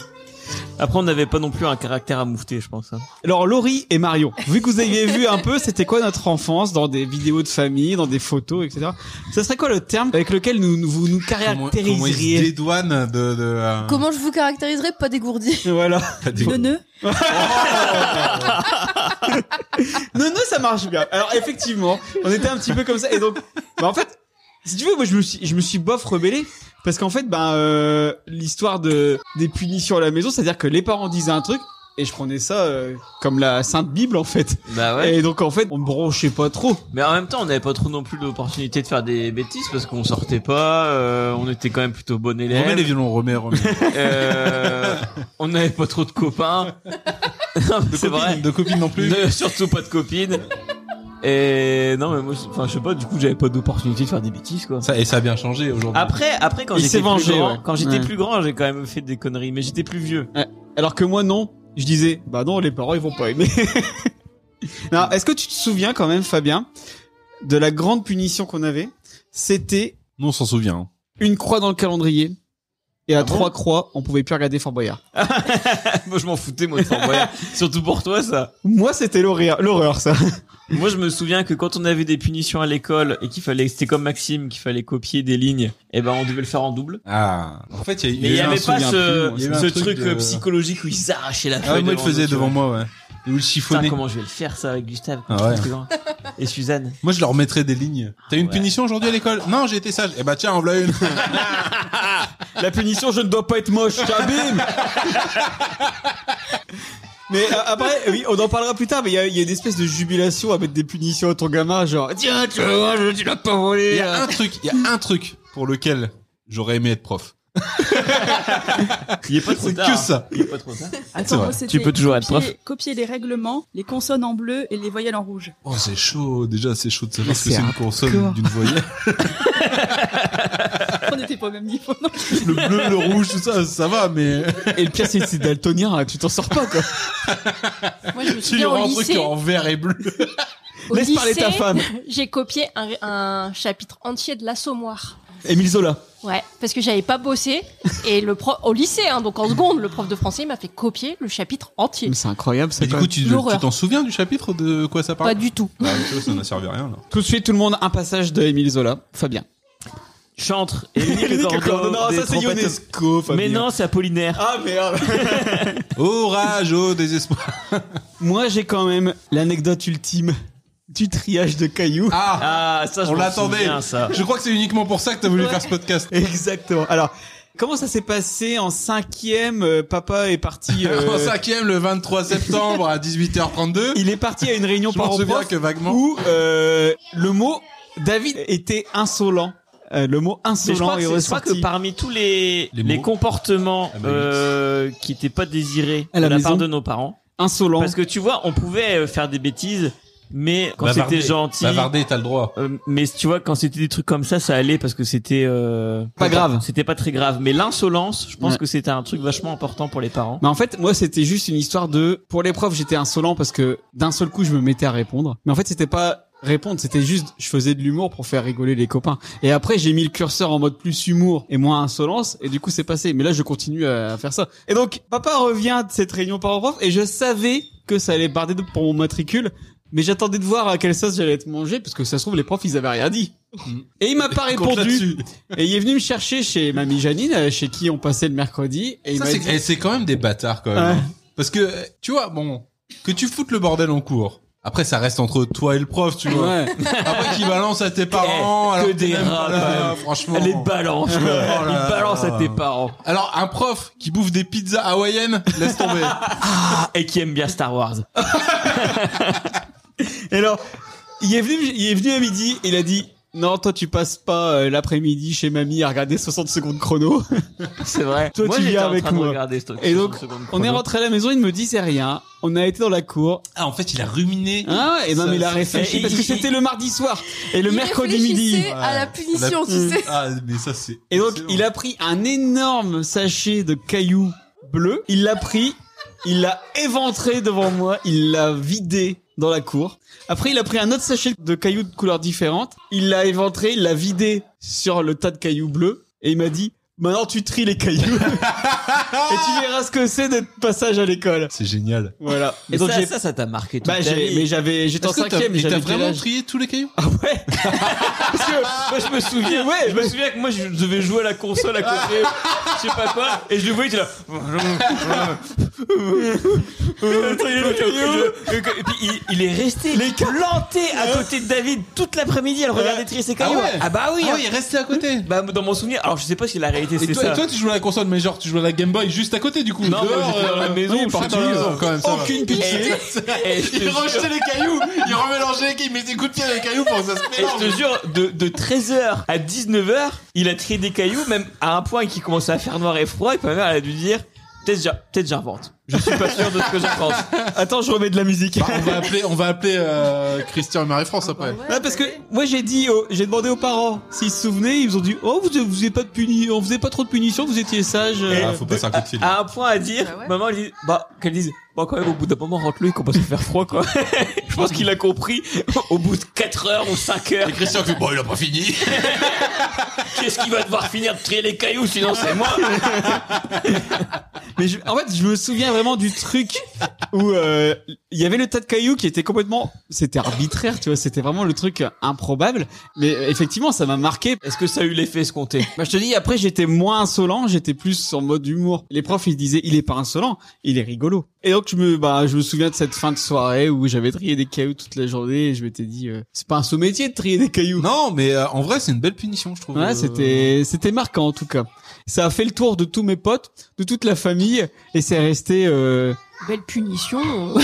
Speaker 4: Après, on n'avait pas non plus un caractère à moufter, je pense. hein.
Speaker 2: Alors Laurie et Marion, vu que vous aviez vu un peu, c'était quoi notre enfance dans des vidéos de famille, dans des photos, etc. Ça serait quoi le terme avec lequel nous nous- vous nous
Speaker 3: Comment, comment il se
Speaker 2: caractériseriez
Speaker 3: dédouane de. de euh,
Speaker 5: Comment je vous caractériserais Pas dégourdi.
Speaker 2: Voilà.
Speaker 3: t'as des-
Speaker 8: Neuneu,
Speaker 2: Non non, ça marche bien. Alors effectivement, on était un petit peu comme ça et donc, bah, en fait, si tu veux, moi je me suis je me suis bof rebellé parce qu'en fait, ben euh, l'histoire de des punitions à la maison, c'est-à-dire que les parents disaient un truc. Et je prenais ça euh, comme la Sainte Bible en fait.
Speaker 4: Bah ouais.
Speaker 2: Et donc en fait, on me bronchait pas trop.
Speaker 4: Mais en même temps, on n'avait pas trop non plus l'opportunité de faire des bêtises parce qu'on sortait pas. euh, on était quand même plutôt bon élève.
Speaker 3: Remets les violons, remets, remets.
Speaker 4: Euh, on n'avait pas trop de copains. Non, mais
Speaker 3: De
Speaker 4: c'est
Speaker 3: copines,
Speaker 4: vrai.
Speaker 3: de copines non plus.
Speaker 4: Ne- surtout pas de copines. Et non, mais moi, je- enfin, je sais pas, du coup, j'avais pas d'opportunité de faire des bêtises, quoi.
Speaker 3: Ça, et ça a bien changé aujourd'hui.
Speaker 4: Après, après, quand
Speaker 2: Il
Speaker 4: j'étais
Speaker 2: s'est
Speaker 4: plus,
Speaker 2: vengé,
Speaker 4: grand,
Speaker 2: ouais.
Speaker 4: quand j'étais
Speaker 2: Ouais.
Speaker 4: plus grand, j'ai quand même fait des conneries, mais j'étais plus vieux.
Speaker 2: Alors que moi, non. Je disais, bah non, les parents, ils vont pas aimer. non, est-ce que tu te souviens quand même, Fabien, de la grande punition qu'on avait C'était
Speaker 3: Nous, on s'en souvient. hein.
Speaker 2: une croix dans le calendrier. Et
Speaker 4: Ah
Speaker 2: à trois croix, on pouvait plus regarder Fort Boyard.
Speaker 4: moi, je m'en foutais, moi, de Fort Boyard. Surtout pour toi, ça.
Speaker 2: Moi, c'était l'horreur, l'horreur, ça.
Speaker 4: Moi, je me souviens que quand on avait des punitions à l'école et qu'il fallait, c'était comme Maxime, qu'il fallait copier des lignes, et ben, on devait le faire en double.
Speaker 3: Ah. En fait, il y, a- il y
Speaker 4: Mais il y
Speaker 3: a eu un
Speaker 4: avait pas
Speaker 3: souvenir
Speaker 4: ce,
Speaker 3: plus, il y a eu un
Speaker 4: ce truc,
Speaker 3: de-
Speaker 4: euh, psychologique où il s'arrachait la
Speaker 3: Ah,
Speaker 4: feuille.
Speaker 3: ouais, moi, il le faisait
Speaker 4: nous, tu vois.
Speaker 3: devant moi, ouais. Et où le
Speaker 4: Putain,
Speaker 3: chiffonner.
Speaker 4: comment je vais le faire ça avec Gustave hein.
Speaker 3: Ah ouais.
Speaker 4: et Suzanne
Speaker 3: Moi, je leur mettrais des lignes.
Speaker 2: Ah
Speaker 3: T'as eu une
Speaker 4: Ouais.
Speaker 3: punition aujourd'hui à l'école Non, j'ai été sage. Eh bah, tiens, en voilà une.
Speaker 2: La punition, je ne dois pas être moche, t'abîme Mais euh, après, oui, on en parlera plus tard, mais il y a, il y a une espèce de jubilation à mettre des punitions à ton gamin, genre, tiens, tu vois, je- tu l'as pas
Speaker 3: Il
Speaker 2: volé.
Speaker 3: y
Speaker 2: euh.
Speaker 3: a un truc, il y a un truc pour lequel j'aurais aimé être prof.
Speaker 4: Il est pas trop
Speaker 3: C'est
Speaker 4: tard. hein.
Speaker 3: que ça.
Speaker 4: Il est pas trop tard.
Speaker 3: C'est
Speaker 8: Attends,
Speaker 3: vrai.
Speaker 8: moi, c'était
Speaker 4: Tu peux toujours être
Speaker 8: copier, copier les règlements, les consonnes en bleu et les voyelles en rouge.
Speaker 3: Oh, c'est chaud. Déjà, c'est chaud de savoir
Speaker 2: Mais
Speaker 3: ce que
Speaker 2: c'est
Speaker 3: c'est une
Speaker 2: hardcore.
Speaker 3: consonne d'une voyelle.
Speaker 8: On n'était pas au même niveau. non.
Speaker 3: Le bleu, le rouge, tout ça, ça va, mais
Speaker 2: Et le pire, c'est que c'est daltonien, hein, tu t'en sors pas, quoi.
Speaker 9: Moi, je me
Speaker 3: tu lui
Speaker 9: souviens
Speaker 3: rends
Speaker 9: au
Speaker 3: un truc
Speaker 9: lycée,
Speaker 3: en vert et bleu.
Speaker 9: au
Speaker 2: Laisse parler
Speaker 9: lycée,
Speaker 2: ta femme.
Speaker 9: j'ai copié un, un chapitre entier de l'assommoir.
Speaker 2: Émile Zola.
Speaker 9: Ouais, parce que j'avais pas bossé et le prof au lycée, hein, donc en seconde, le prof de français m'a fait copier le chapitre entier.
Speaker 2: Mais c'est incroyable, ça.
Speaker 3: Mais du
Speaker 2: quand
Speaker 3: coup,
Speaker 2: même.
Speaker 3: tu tu
Speaker 9: L'horreur.
Speaker 3: t'en souviens du chapitre de quoi ça parle
Speaker 9: Pas du tout.
Speaker 3: Bah, tu vois, ça n'a servi à rien, là.
Speaker 2: Tout de suite, tout le monde, un passage de Émile Zola. Fabien.
Speaker 4: Chantre et unique cordeau des trompettes. Mais non, c'est Apollinaire.
Speaker 2: Ah, merde.
Speaker 3: Orage au désespoir.
Speaker 2: Moi, j'ai quand même l'anecdote ultime du triage de cailloux.
Speaker 3: Ah,
Speaker 4: Ah, ça, je
Speaker 3: On
Speaker 4: m'en
Speaker 3: l'attendait.
Speaker 4: souviens, ça.
Speaker 3: Je crois que c'est uniquement pour ça que t'as voulu faire ce podcast.
Speaker 2: Exactement. Alors, comment ça s'est passé en cinquième euh, Papa est parti. euh,
Speaker 3: En cinquième, le 23 septembre à 18h32.
Speaker 2: il est parti à une réunion
Speaker 3: Je m'en
Speaker 2: par
Speaker 3: souviens que vaguement.
Speaker 2: où euh, le mot David était insolent. Euh, le mot
Speaker 4: Mais je crois,
Speaker 2: insolent
Speaker 4: que,
Speaker 2: est
Speaker 4: c'est- je crois que
Speaker 2: ressorti.
Speaker 4: parmi tous les,
Speaker 3: Les
Speaker 4: les,
Speaker 3: mots.
Speaker 4: comportements
Speaker 3: Ah bah oui.
Speaker 4: euh, qui n'étaient pas désirés
Speaker 2: À
Speaker 4: de
Speaker 2: la
Speaker 4: la part
Speaker 2: maison.
Speaker 4: de nos parents,
Speaker 2: Insolent.
Speaker 4: parce que tu vois, on pouvait euh, faire des bêtises, mais quand
Speaker 3: Bavarder.
Speaker 4: c'était gentil,
Speaker 3: Bavarder, t'as le droit.
Speaker 4: euh, mais tu vois, quand c'était des trucs comme ça, ça allait parce que c'était euh,
Speaker 2: Pas grave.
Speaker 4: C'était pas très grave, mais l'insolence, je pense
Speaker 2: Ouais.
Speaker 4: que c'était un truc vachement important pour les parents.
Speaker 2: Mais en fait, moi, c'était juste une histoire de. Pour l'épreuve, j'étais insolent parce que d'un seul coup, je me mettais à répondre. Mais en fait, c'était pas répondre, c'était juste, je faisais de l'humour pour faire rigoler les copains. Et après, j'ai mis le curseur en mode plus humour et moins insolence, et du coup, c'est passé. Mais là, je continue à faire ça. Et donc, papa revient de cette réunion par prof, et je savais que ça allait barder de- pour mon matricule. Mais j'attendais de voir à quelle sauce j'allais être mangé, parce que ça se trouve, les profs, ils avaient rien dit. Et il m'a pas
Speaker 3: Compte
Speaker 2: répondu.
Speaker 3: là-dessus.
Speaker 2: Et il est venu me chercher chez mamie Janine, euh, chez qui on passait le mercredi, et il
Speaker 3: Ça,
Speaker 2: m'a
Speaker 3: c'est-
Speaker 2: dit,
Speaker 3: eh, c'est quand même des bâtards quand même.
Speaker 2: Ouais.
Speaker 3: hein. Parce que euh, tu vois, bon, que tu foutes le bordel en cours. Après, ça reste entre toi et le prof, tu vois.
Speaker 2: ouais.
Speaker 3: Après, qui balance à tes parents.
Speaker 4: Eh,
Speaker 3: alors
Speaker 4: que
Speaker 3: t'es
Speaker 4: des
Speaker 3: même pas
Speaker 4: rats,
Speaker 3: là,
Speaker 4: quand même.
Speaker 3: franchement.
Speaker 4: Elle les balance,
Speaker 2: Oh
Speaker 4: quoi.
Speaker 3: là là.
Speaker 4: Ils balancent à tes parents.
Speaker 3: Alors, un prof qui bouffe des pizzas hawaïennes, laisse tomber.
Speaker 4: Ah, et qui aiment bien Star Wars.
Speaker 2: Et alors, il est venu, il est venu à midi, il a dit, non, toi, tu passes pas euh, l'après-midi chez mamie à regarder 60 secondes chrono.
Speaker 4: C'est vrai.
Speaker 2: Toi,
Speaker 4: moi,
Speaker 2: tu
Speaker 4: j'étais
Speaker 2: viens
Speaker 4: en
Speaker 2: avec
Speaker 4: train de
Speaker 2: moi.
Speaker 4: regarder ce-
Speaker 2: Et donc,
Speaker 4: 60 secondes
Speaker 2: On est
Speaker 4: chrono.
Speaker 2: rentré à la maison, il me disait rien. On a été dans la cour.
Speaker 3: Ah, en fait, il a ruminé.
Speaker 2: Hein et non,
Speaker 3: Ça,
Speaker 2: mais il a
Speaker 3: ça-
Speaker 2: réfléchi
Speaker 4: Et
Speaker 2: parce
Speaker 4: il-
Speaker 2: que
Speaker 4: il-
Speaker 2: c'était le mardi soir et le
Speaker 7: Il
Speaker 2: mercredi
Speaker 7: réfléchissait
Speaker 2: midi.
Speaker 7: à la
Speaker 3: Ouais.
Speaker 7: punition,
Speaker 2: La- Mm.
Speaker 7: tu sais.
Speaker 3: Ah, mais ça, c'est.
Speaker 2: Et donc,
Speaker 3: excellent.
Speaker 2: il a pris un énorme sachet de cailloux bleus. Il l'a pris, il l'a éventré devant moi, il l'a vidé dans la cour. Après, il a pris un autre sachet de cailloux de couleurs différentes. Il l'a éventré, il l'a vidé sur le tas de cailloux bleus. Et il m'a dit, maintenant tu tries les cailloux. et tu verras ce que c'est d'être passage à l'école.
Speaker 3: C'est génial.
Speaker 2: Voilà.
Speaker 4: Et
Speaker 2: Et donc,
Speaker 4: ça,
Speaker 2: j'ai,
Speaker 4: ça, ça t'a marqué toute
Speaker 2: bah,
Speaker 4: ta
Speaker 2: j'ai,
Speaker 4: vie.
Speaker 2: mais j'avais, j'étais en
Speaker 3: Est-ce que t'as-
Speaker 2: cinquième.
Speaker 3: et t'as
Speaker 2: j'avais quel
Speaker 3: vraiment
Speaker 2: âge
Speaker 3: trié tous les cailloux
Speaker 2: Ah ouais. Parce que,
Speaker 4: Moi, je me souviens.
Speaker 2: Ouais,
Speaker 4: je me souviens que moi, je devais jouer à la console à côté, je sais pas quoi, et je le voyais, j'étais là. Euh, Et puis, il, il est resté planté à côté de David toute l'après-midi à le regarder trier ses cailloux.
Speaker 3: ouais.
Speaker 4: Ah bah oui.
Speaker 3: Euh. Ah
Speaker 4: hein.
Speaker 3: oui, il est resté à côté.
Speaker 4: Bah, dans mon souvenir, alors je sais pas si la réalité
Speaker 3: Et
Speaker 4: c'est
Speaker 3: toi,
Speaker 4: ça.
Speaker 3: et toi, tu joues à la console, mais genre, tu joues à la Game Boy juste à côté, du coup.
Speaker 4: Non, moi,
Speaker 3: Dehors,
Speaker 4: j'étais dans la
Speaker 3: euh,
Speaker 4: maison,
Speaker 3: oui,
Speaker 4: je
Speaker 3: par-
Speaker 4: suis
Speaker 3: dans la
Speaker 4: dehors.
Speaker 3: maison, quand même. ça va.
Speaker 2: aucune pitié.
Speaker 4: Et je te
Speaker 3: Il
Speaker 4: jure-
Speaker 3: rejetait les cailloux, il remélangeait les cailloux, il mettait des coups de pied dans les cailloux pour que ça se
Speaker 4: Et je
Speaker 3: mélange.
Speaker 4: te jure, de, de 13h à 19h, il a trié des cailloux, même à un point qu'il commençait à faire noir et froid, et que ma mère, elle a dû dire, peut-être j'a- peut-être j'invente. Je suis pas sûr de ce que j'en pense.
Speaker 2: Attends, je remets de la musique.
Speaker 3: Bah, on va appeler, on va appeler euh, Christian et Marie-France après.
Speaker 8: Ouais,
Speaker 2: Ah, parce que
Speaker 8: bah oui.
Speaker 2: moi j'ai dit, aux- j'ai demandé aux parents s'ils se souvenaient, ils ont dit oh vous vous avez pas de puni, on faisait pas trop de punitions, vous étiez sages. euh.
Speaker 3: Ah, faut passer un coup de fil.
Speaker 4: À un point à dire,
Speaker 8: Bah ouais.
Speaker 4: maman, elle dit, bah, qu'elle dise, bon, quand même, au bout d'un moment, rentre-le, il commence à faire froid, quoi. Je pense qu'il a compris, au bout de 4h ou 5h,
Speaker 3: Et Christian fait, bon, il a pas fini.
Speaker 4: qu'est-ce qu'il va devoir finir de trier les cailloux, sinon c'est moi.
Speaker 2: Mais je- en fait, je me souviens vraiment du truc où euh, il y avait le tas de cailloux qui était complètement, c'était arbitraire, tu vois, c'était vraiment le truc improbable. Mais euh, effectivement, ça m'a marqué.
Speaker 4: Est-ce que ça a eu l'effet escompté?
Speaker 2: Bah, je te dis, après j'étais moins insolent, j'étais plus en mode humour. Les profs ils disaient, il est pas insolent, il est rigolo. Et donc je me, bah, je me souviens de cette fin de soirée où j'avais trié des cailloux toute la journée et je m'étais dit, euh, c'est pas un sous métier de trier des cailloux.
Speaker 3: Non, mais euh, en vrai, c'est une belle punition, je trouve.
Speaker 2: Ouais,
Speaker 3: Euh,
Speaker 2: c'était c'était marquant en tout cas. Ça a fait le tour de tous mes potes, de toute la famille, et c'est resté. Euh...
Speaker 9: Belle punition. euh,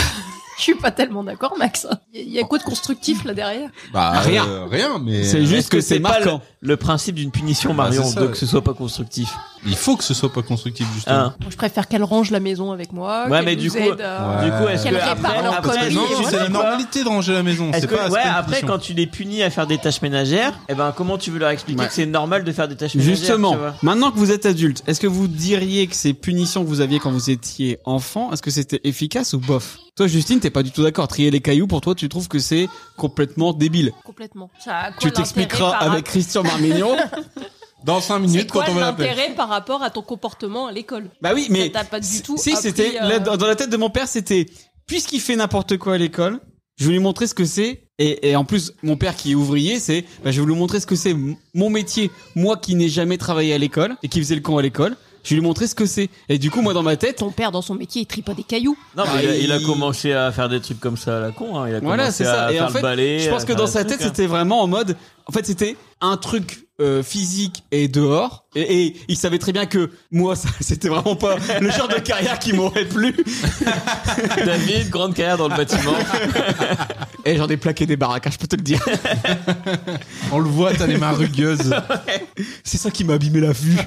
Speaker 9: Je suis pas tellement d'accord, Max. Il y a quoi de constructif là derrière
Speaker 3: Bah,
Speaker 2: Rien.
Speaker 3: euh, rien, mais.
Speaker 2: C'est
Speaker 3: euh,
Speaker 2: juste
Speaker 4: est-ce
Speaker 2: que,
Speaker 4: que
Speaker 2: c'est
Speaker 4: c'est pas
Speaker 2: marquant.
Speaker 4: Le principe d'une punition,
Speaker 3: Bah,
Speaker 4: Marion,
Speaker 3: c'est ça,
Speaker 4: de
Speaker 3: ouais.
Speaker 4: que ce soit pas constructif.
Speaker 3: Il faut que ce soit pas constructif, justement.
Speaker 4: Hein.
Speaker 9: Moi, je préfère qu'elle range la maison avec moi.
Speaker 4: Ouais,
Speaker 9: qu'elle
Speaker 4: mais
Speaker 9: nous
Speaker 4: du coup-
Speaker 9: aide à-
Speaker 3: Ouais.
Speaker 4: Du coup, est-ce
Speaker 9: Qu'elle
Speaker 4: que
Speaker 9: répare
Speaker 4: après,
Speaker 9: leurs
Speaker 4: après-
Speaker 9: conneries,
Speaker 4: non,
Speaker 9: et
Speaker 4: tu
Speaker 3: c'est
Speaker 4: sais
Speaker 3: la
Speaker 4: quoi
Speaker 3: normalité de ranger la maison.
Speaker 4: Est-ce
Speaker 3: C'est
Speaker 4: que-
Speaker 3: pas c'est
Speaker 4: ouais,
Speaker 3: pas une
Speaker 4: après,
Speaker 3: punition.
Speaker 4: quand tu les punis à faire des tâches ménagères, eh ben, comment tu veux leur expliquer
Speaker 2: Ouais.
Speaker 4: que c'est normal de faire des tâches ménagères
Speaker 2: Justement,
Speaker 4: tu vois
Speaker 2: maintenant que vous êtes adulte, est-ce que vous diriez que ces punitions que vous aviez quand vous étiez enfant, est-ce que c'était efficace ou bof Toi, Justine, t'es pas du tout d'accord. Trier les cailloux, pour toi, tu trouves que c'est complètement débile.
Speaker 9: Complètement. Ça a quoi
Speaker 2: tu
Speaker 9: l'intérêt
Speaker 2: t'expliqueras
Speaker 9: par
Speaker 2: avec Christian Marmignon.
Speaker 3: Dans 5
Speaker 9: C'est
Speaker 3: minutes,
Speaker 9: quoi
Speaker 3: quand on va l'appeler.
Speaker 9: l'intérêt par rapport à ton comportement à l'école
Speaker 2: bah oui,
Speaker 9: Ça
Speaker 2: mais
Speaker 9: t'a pas du tout
Speaker 2: si
Speaker 9: appris,
Speaker 2: c'était
Speaker 9: euh,
Speaker 2: là, dans dans la tête de mon père, c'était puisqu'il fait n'importe quoi à l'école, je vais lui montrer ce que c'est. Et, et en plus, mon père qui est ouvrier, c'est bah, je vais lui montrer ce que c'est m- mon métier, moi qui n'ai jamais travaillé à l'école et qui faisait le con à l'école. Je vais lui montrer ce que c'est. Et du coup, moi dans ma tête,
Speaker 9: Ton père, dans son métier, il trie pas des cailloux.
Speaker 4: Non, mais
Speaker 2: Ah,
Speaker 4: il, a- il a
Speaker 2: il-
Speaker 4: commencé à faire des trucs comme ça à la con. hein. Il a
Speaker 2: Voilà,
Speaker 4: commencé
Speaker 2: c'est ça.
Speaker 4: à
Speaker 2: Et en
Speaker 4: faire
Speaker 2: fait,
Speaker 4: le balai.
Speaker 2: Je
Speaker 4: à
Speaker 2: pense que
Speaker 4: faire
Speaker 2: dans
Speaker 4: des
Speaker 2: sa
Speaker 4: trucs,
Speaker 2: tête,
Speaker 4: hein.
Speaker 2: c'était vraiment en mode. En fait, c'était un truc euh, physique et dehors. Et, et il savait très bien que moi, ça, c'était vraiment pas le genre de carrière qui m'aurait plu.
Speaker 4: David, grande carrière dans le bâtiment.
Speaker 2: Et j'en ai plaqué des baraques, hein, je peux te le dire.
Speaker 3: On le voit, t'as les mains rugueuses.
Speaker 2: C'est ça qui m'a abîmé la vue.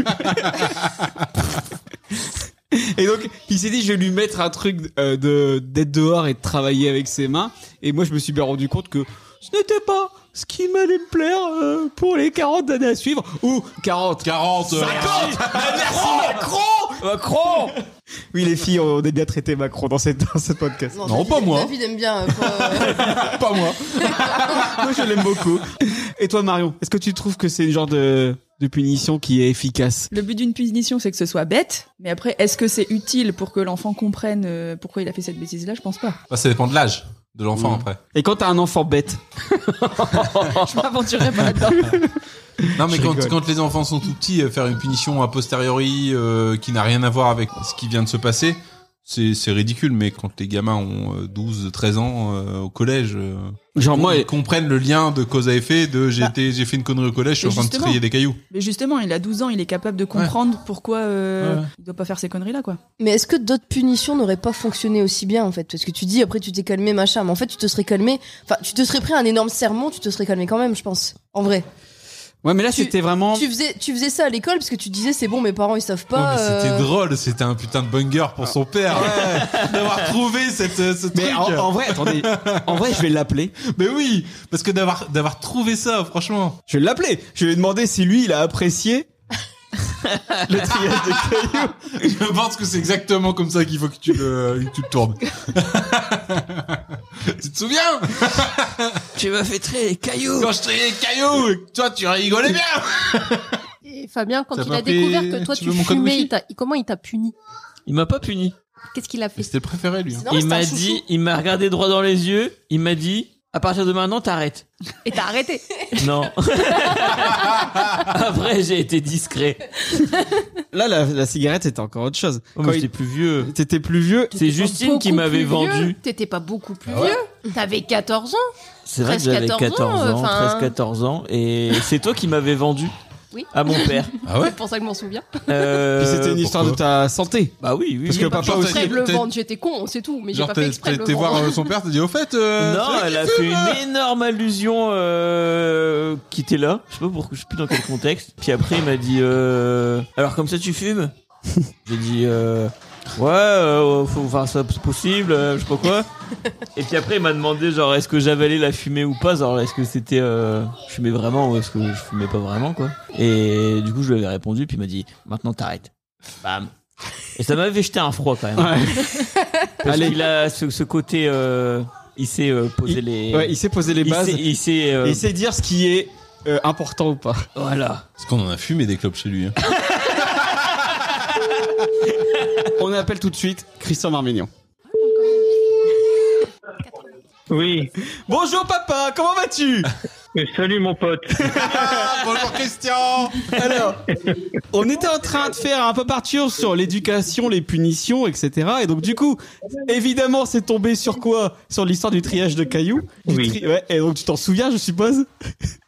Speaker 2: Et donc, il s'est dit, je vais lui mettre un truc euh, de d'être dehors et de travailler avec ses mains. Et moi, je me suis bien rendu compte que ce n'était pas ce qui m'allait me plaire euh, pour les 40 années à suivre. Ou 40,
Speaker 3: 40. euh,
Speaker 2: Macron Macron Oui, les filles, on est bien traité Macron dans, cette, dans ce podcast.
Speaker 3: Non,
Speaker 5: David-
Speaker 3: pas moi.
Speaker 5: David aime bien. euh, quand, euh,
Speaker 3: Pas moi.
Speaker 2: Moi, je l'aime beaucoup. Et toi, Marion, est-ce que tu trouves que c'est le genre de, de punition qui est efficace
Speaker 8: Le but d'une punition, c'est que ce soit bête. Mais après, est-ce que c'est utile pour que l'enfant comprenne euh, pourquoi il a fait cette bêtise-là Je pense pas.
Speaker 3: Bah, ça dépend de l'âge de l'enfant
Speaker 2: Mm.
Speaker 3: après.
Speaker 2: Et quand t'as un enfant bête
Speaker 8: Je m'aventurerai pas là-dedans.
Speaker 3: Non, mais
Speaker 2: Je
Speaker 3: quand,
Speaker 2: rigole.
Speaker 3: quand les enfants sont tout petits, euh, faire une punition a posteriori euh, qui n'a rien à voir avec ce qui vient de se passer, c'est c'est ridicule. Mais quand les gamins ont euh, 12, 13 ans euh, au collège, euh,
Speaker 2: Genre, moi,
Speaker 3: ils comprennent le lien de cause à effet de j'ai
Speaker 8: Bah.
Speaker 3: été- j'ai fait une connerie au collège, je suis
Speaker 8: Mais
Speaker 3: en train de
Speaker 8: justement.
Speaker 3: trier des cailloux.
Speaker 8: Mais justement, il a 12 ans, il est capable de comprendre pourquoi euh,
Speaker 3: Ouais.
Speaker 8: il doit pas faire ces conneries-là, quoi.
Speaker 5: Mais est-ce que d'autres punitions n'auraient pas fonctionné aussi bien en fait Parce que tu dis après tu t'es calmé machin, mais en fait tu te serais calmé. Enfin, tu te serais pris un énorme sermon, tu te serais calmé quand même, je pense. En vrai.
Speaker 2: ouais, mais là,
Speaker 5: tu-
Speaker 2: c'était vraiment.
Speaker 5: Tu faisais, tu faisais ça à l'école parce que tu disais c'est bon, mes parents ils savent
Speaker 3: Ouais,
Speaker 5: pas.
Speaker 3: mais c'était
Speaker 5: euh,
Speaker 3: drôle, c'était un putain de bunger pour son père d'avoir trouvé cette, euh, ce
Speaker 2: Mais
Speaker 3: truc.
Speaker 2: en, en vrai, attendez, en vrai, je vais l'appeler.
Speaker 3: Mais oui, parce que d'avoir d'avoir trouvé ça, franchement.
Speaker 2: Je vais l'appeler. Je vais lui demander si lui, il a apprécié le triage de cailloux.
Speaker 3: Je pense que c'est exactement comme ça qu'il faut que tu le, que tu le tournes. tu te souviens
Speaker 4: tu m'as fait très caillou.
Speaker 3: Quand je triais les cailloux, toi tu rigolais bien
Speaker 9: Et Fabien, quand
Speaker 3: T'as
Speaker 9: il
Speaker 3: pas
Speaker 9: a
Speaker 3: pris-
Speaker 9: découvert que toi
Speaker 3: tu
Speaker 9: tu,
Speaker 3: veux mon code
Speaker 9: fumais,
Speaker 3: wifi
Speaker 9: il t'a- il- comment il t'a puni
Speaker 4: Il m'a pas puni.
Speaker 9: Qu'est-ce qu'il a fait
Speaker 3: C'était le préféré lui. hein.
Speaker 5: Non, mais
Speaker 4: il
Speaker 5: c'était un
Speaker 4: m'a
Speaker 5: chouchou.
Speaker 4: dit, il m'a regardé droit dans les yeux. Il m'a dit, à partir de maintenant, t'arrêtes.
Speaker 9: Et t'as arrêté.
Speaker 4: Non. Après, j'ai été discret.
Speaker 2: Là, la, la cigarette, c'était encore autre chose.
Speaker 4: Oh,
Speaker 2: Quand
Speaker 4: mais
Speaker 2: il-
Speaker 4: j'étais plus vieux.
Speaker 2: T'étais plus vieux.
Speaker 4: C'est Justine qui m'avait vendu.
Speaker 9: T'étais pas beaucoup plus
Speaker 3: Ah ouais
Speaker 9: vieux. T'avais 14 ans.
Speaker 4: C'est vrai que
Speaker 9: 13,
Speaker 4: j'avais
Speaker 9: 14
Speaker 4: 14
Speaker 9: ans,
Speaker 4: ans,
Speaker 9: enfin. hein.
Speaker 4: 13-14 ans, et c'est toi qui m'avais vendu
Speaker 9: Oui.
Speaker 4: à mon père.
Speaker 3: Ah ouais
Speaker 9: C'est pour ça que je m'en souviens.
Speaker 4: Euh,
Speaker 2: Puis c'était une histoire de ta santé.
Speaker 4: Bah oui, oui. oui.
Speaker 2: Parce que
Speaker 9: J'ai pas
Speaker 2: papa
Speaker 9: fait
Speaker 3: aussi,
Speaker 9: exprès de le
Speaker 3: peut-être-
Speaker 9: vendre. J'étais con, c'est tout. Mais j'ai
Speaker 3: Genre
Speaker 9: pas fait
Speaker 3: t'es
Speaker 9: exprès
Speaker 3: t'es-
Speaker 9: de le
Speaker 3: t'es voir
Speaker 9: vendre.
Speaker 3: euh, son père, t'as dit au fait. euh,
Speaker 4: non,
Speaker 3: c'est
Speaker 4: elle
Speaker 3: vrai
Speaker 4: a
Speaker 3: qu'il
Speaker 4: fait
Speaker 3: fume, hein.
Speaker 4: une énorme allusion euh, qui était là. Je sais pas pourquoi, je sais plus dans quel contexte. Puis après, il m'a dit euh, Alors, comme ça, tu fumes J'ai dit euh, Ouais, euh, faut faire ça c'est possible, euh, je sais pas quoi. Et puis après, il m'a demandé Genre, est-ce que j'avalais la fumée ou pas Genre, est-ce que c'était. euh, je fumais vraiment ou est-ce que je fumais pas vraiment, quoi Et du coup, je lui avais répondu, puis il m'a dit Maintenant, t'arrêtes. Bam. Et ça m'avait jeté un froid quand même. Parce
Speaker 2: Allez.
Speaker 4: qu'il a ce, ce côté. euh, il sait euh, poser les.
Speaker 2: Ouais, il s'est posé les
Speaker 4: Il
Speaker 2: bases.
Speaker 4: sait- Il sait. euh,
Speaker 2: Et c'est dire ce qui est euh, important ou pas.
Speaker 4: Voilà.
Speaker 3: Parce qu'on en a fumé des clopes chez lui. hein.
Speaker 2: On appelle tout de suite Christian Marmignon.
Speaker 6: Oui.
Speaker 2: Bonjour papa, comment vas-tu
Speaker 6: Euh, Salut mon pote.
Speaker 3: Ah, bonjour Christian.
Speaker 2: Alors, on était en train de faire un peu partir sur l'éducation, les punitions, etc. Et donc du coup, évidemment, c'est tombé sur quoi Sur l'histoire du triage de cailloux. Du
Speaker 6: Oui.
Speaker 2: tri- ouais, et donc tu t'en souviens, je suppose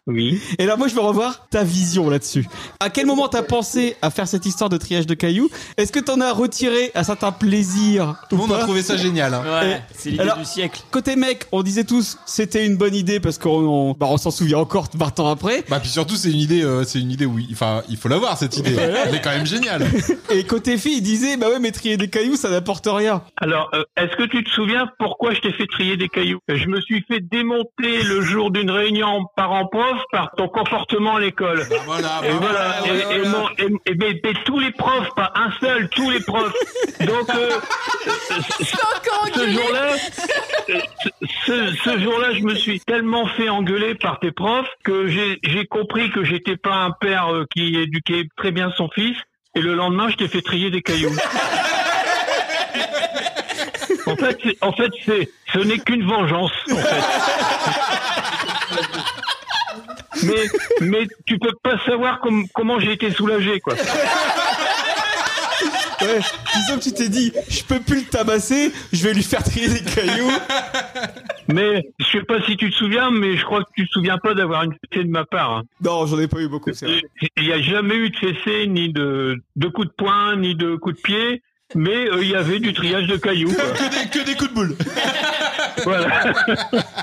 Speaker 6: oui.
Speaker 2: Et là, moi, je veux revoir ta vision là-dessus. À quel moment t'as pensé à faire cette histoire de triage de cailloux Est-ce que t'en as retiré un certain plaisir
Speaker 3: Tout le
Speaker 2: ou
Speaker 3: monde a
Speaker 2: pas
Speaker 3: trouvé ça génial. hein.
Speaker 4: Ouais, c'est l'idée
Speaker 2: alors-
Speaker 4: du siècle.
Speaker 2: Côté mec, on disait tous c'était une bonne idée parce qu'on on- bah, on s'en souvient encore 20 ans après.
Speaker 3: Bah puis surtout c'est une idée, euh, c'est une idée où il, enfin il faut l'avoir cette idée. Elle est quand même géniale.
Speaker 2: Et côté fille, ils disaient bah ouais, mais trier des cailloux, ça n'apporte rien.
Speaker 6: Alors, euh, est-ce que tu te souviens pourquoi je t'ai fait trier des cailloux Euh, Je me suis fait démonter le jour d'une réunion par en prof par ton comportement à l'école.
Speaker 2: Ah,
Speaker 3: Bah, voilà.
Speaker 6: Et
Speaker 3: bah,
Speaker 6: voilà,
Speaker 3: voilà,
Speaker 6: et, et
Speaker 3: voilà.
Speaker 6: mon- et- et- mais- mais tous les profs, pas un seul, tous les profs. Donc, euh,
Speaker 7: Encore
Speaker 6: ce
Speaker 7: engueulé.
Speaker 6: jour-là, euh, ce, ce jour-là, je me suis tellement fait engueuler par tes profs que j'ai j'ai compris que j'étais pas un père euh, qui éduquait très bien son fils. Et le lendemain, je t'ai fait trier des cailloux. En fait, c'est- en fait, c'est, ce n'est qu'une vengeance. en fait. Mais, mais tu peux pas savoir com- comment j'ai été soulagé, quoi.
Speaker 2: Ouais, disons que tu t'es dit je peux plus le tabasser, je vais lui faire trier des cailloux.
Speaker 6: Mais je sais pas si tu te souviens, mais je crois que tu te souviens pas d'avoir une fessée de ma part. hein.
Speaker 2: Non, j'en ai pas eu beaucoup, c'est vrai.
Speaker 6: Il n'y a jamais eu de fessée, ni de, de coup de poing, ni de coup de pied, mais euh, il y avait du triage de cailloux. quoi.
Speaker 3: que, des, que des coups de boule.
Speaker 6: voilà.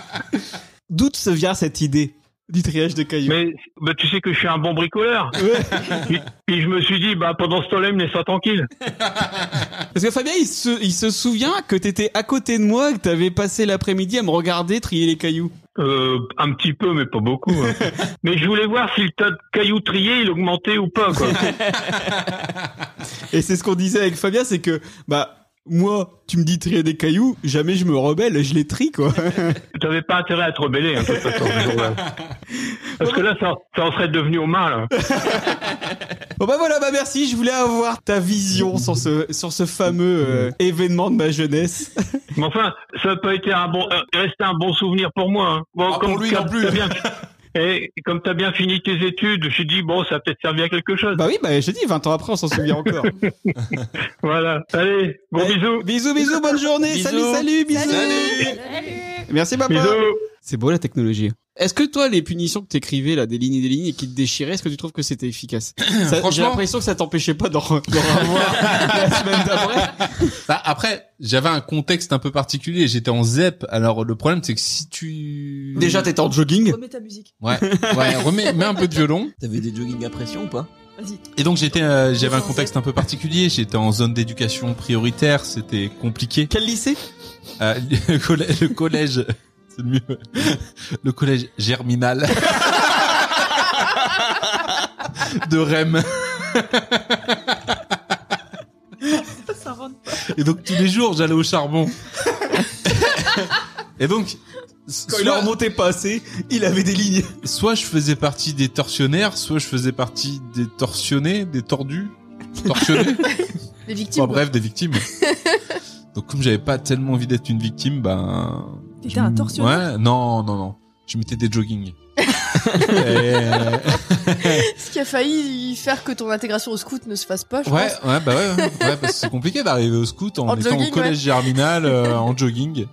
Speaker 2: D'où se vient cette idée du triage de cailloux
Speaker 6: Mais bah, tu sais que je suis un bon bricoleur.
Speaker 2: Ouais.
Speaker 6: Puis, puis je me suis dit, bah, pendant ce temps-là, il me laissera tranquille.
Speaker 2: Parce que Fabien, il se, il se souvient que t'étais à côté de moi, que t'avais passé l'après-midi à me regarder trier les cailloux.
Speaker 6: Euh, un petit peu, mais pas beaucoup. hein. mais je voulais voir si le tas de cailloux triés, il augmentait ou pas. Quoi.
Speaker 2: Et c'est ce qu'on disait avec Fabien, c'est que, bah, moi, tu me dis trier des cailloux, jamais je me rebelle, je les trie, quoi.
Speaker 6: T'avais pas intérêt à te rebeller, hein, de toute façon. ce jour-là. Parce que là, ça, Oh, ça en serait devenu au mal. hein.
Speaker 2: Bon bah voilà, bah merci, je voulais avoir ta vision sur ce, sur ce fameux euh, événement de ma jeunesse.
Speaker 6: Mais enfin, ça n'a pas été un bon, euh, resté un bon souvenir pour moi. hein. Bon,
Speaker 3: Ah, pour lui non plus.
Speaker 6: t'as bien- et comme t'as bien fini tes études, j'ai dit bon, ça a peut-être servi à quelque chose.
Speaker 2: Bah oui, bah je dis, 20 ans après, on s'en souvient encore.
Speaker 6: Voilà. Allez, bon
Speaker 2: Allez,
Speaker 6: bisous.
Speaker 2: Bisous, bisous, bonne journée,
Speaker 4: Bisous.
Speaker 2: salut, salut, bisous. Merci papa.
Speaker 6: Bisous.
Speaker 2: C'est beau la technologie. Est-ce que toi, les punitions que t'écrivais là, des lignes et des lignes et qui te déchiraient, est-ce que tu trouves que c'était efficace Ça- J'ai
Speaker 3: Franchement-
Speaker 2: l'impression que ça t'empêchait pas d'en d'en avoir la semaine d'après.
Speaker 3: Bah, après j'avais un contexte un peu particulier. J'étais en ZEP. Alors le problème c'est que si tu
Speaker 2: Déjà, t'étais en jogging.
Speaker 8: Remets ta musique.
Speaker 3: ouais ouais remets mets un peu de violon.
Speaker 4: T'avais des jogging à pression ou pas
Speaker 8: Vas-y.
Speaker 3: Et donc j'étais euh, j'avais un contexte un peu particulier. J'étais en zone d'éducation prioritaire. C'était compliqué.
Speaker 2: Quel lycée
Speaker 3: Euh, le collège, le collège c'est le mieux. Le collège germinal de Rennes.
Speaker 8: Ça rentre.
Speaker 3: Et donc tous les jours, j'allais au charbon. Et donc,
Speaker 2: Quand il en
Speaker 3: soit,
Speaker 2: remontait pas assez, il avait des lignes.
Speaker 3: soit je faisais partie des tortionnaires, soit je faisais partie des torsionnés, des tordus, torsionnés.
Speaker 5: Les victimes.
Speaker 3: Enfin, bref, des victimes. Donc comme j'avais pas tellement envie d'être une victime, ben.
Speaker 8: T'étais
Speaker 3: je
Speaker 8: un
Speaker 3: m-
Speaker 8: tortionnaire
Speaker 3: Ouais, non, non, non. Je mettais des joggings. Et, euh,
Speaker 5: Ce qui a failli faire que ton intégration au scout ne se fasse pas, je
Speaker 3: Ouais,
Speaker 5: pense.
Speaker 3: ouais, bah ouais, ouais, ouais, parce que c'est compliqué d'arriver au scout en,
Speaker 5: En
Speaker 3: étant
Speaker 5: jogging,
Speaker 3: au collège
Speaker 5: ouais.
Speaker 3: germinal euh, en jogging.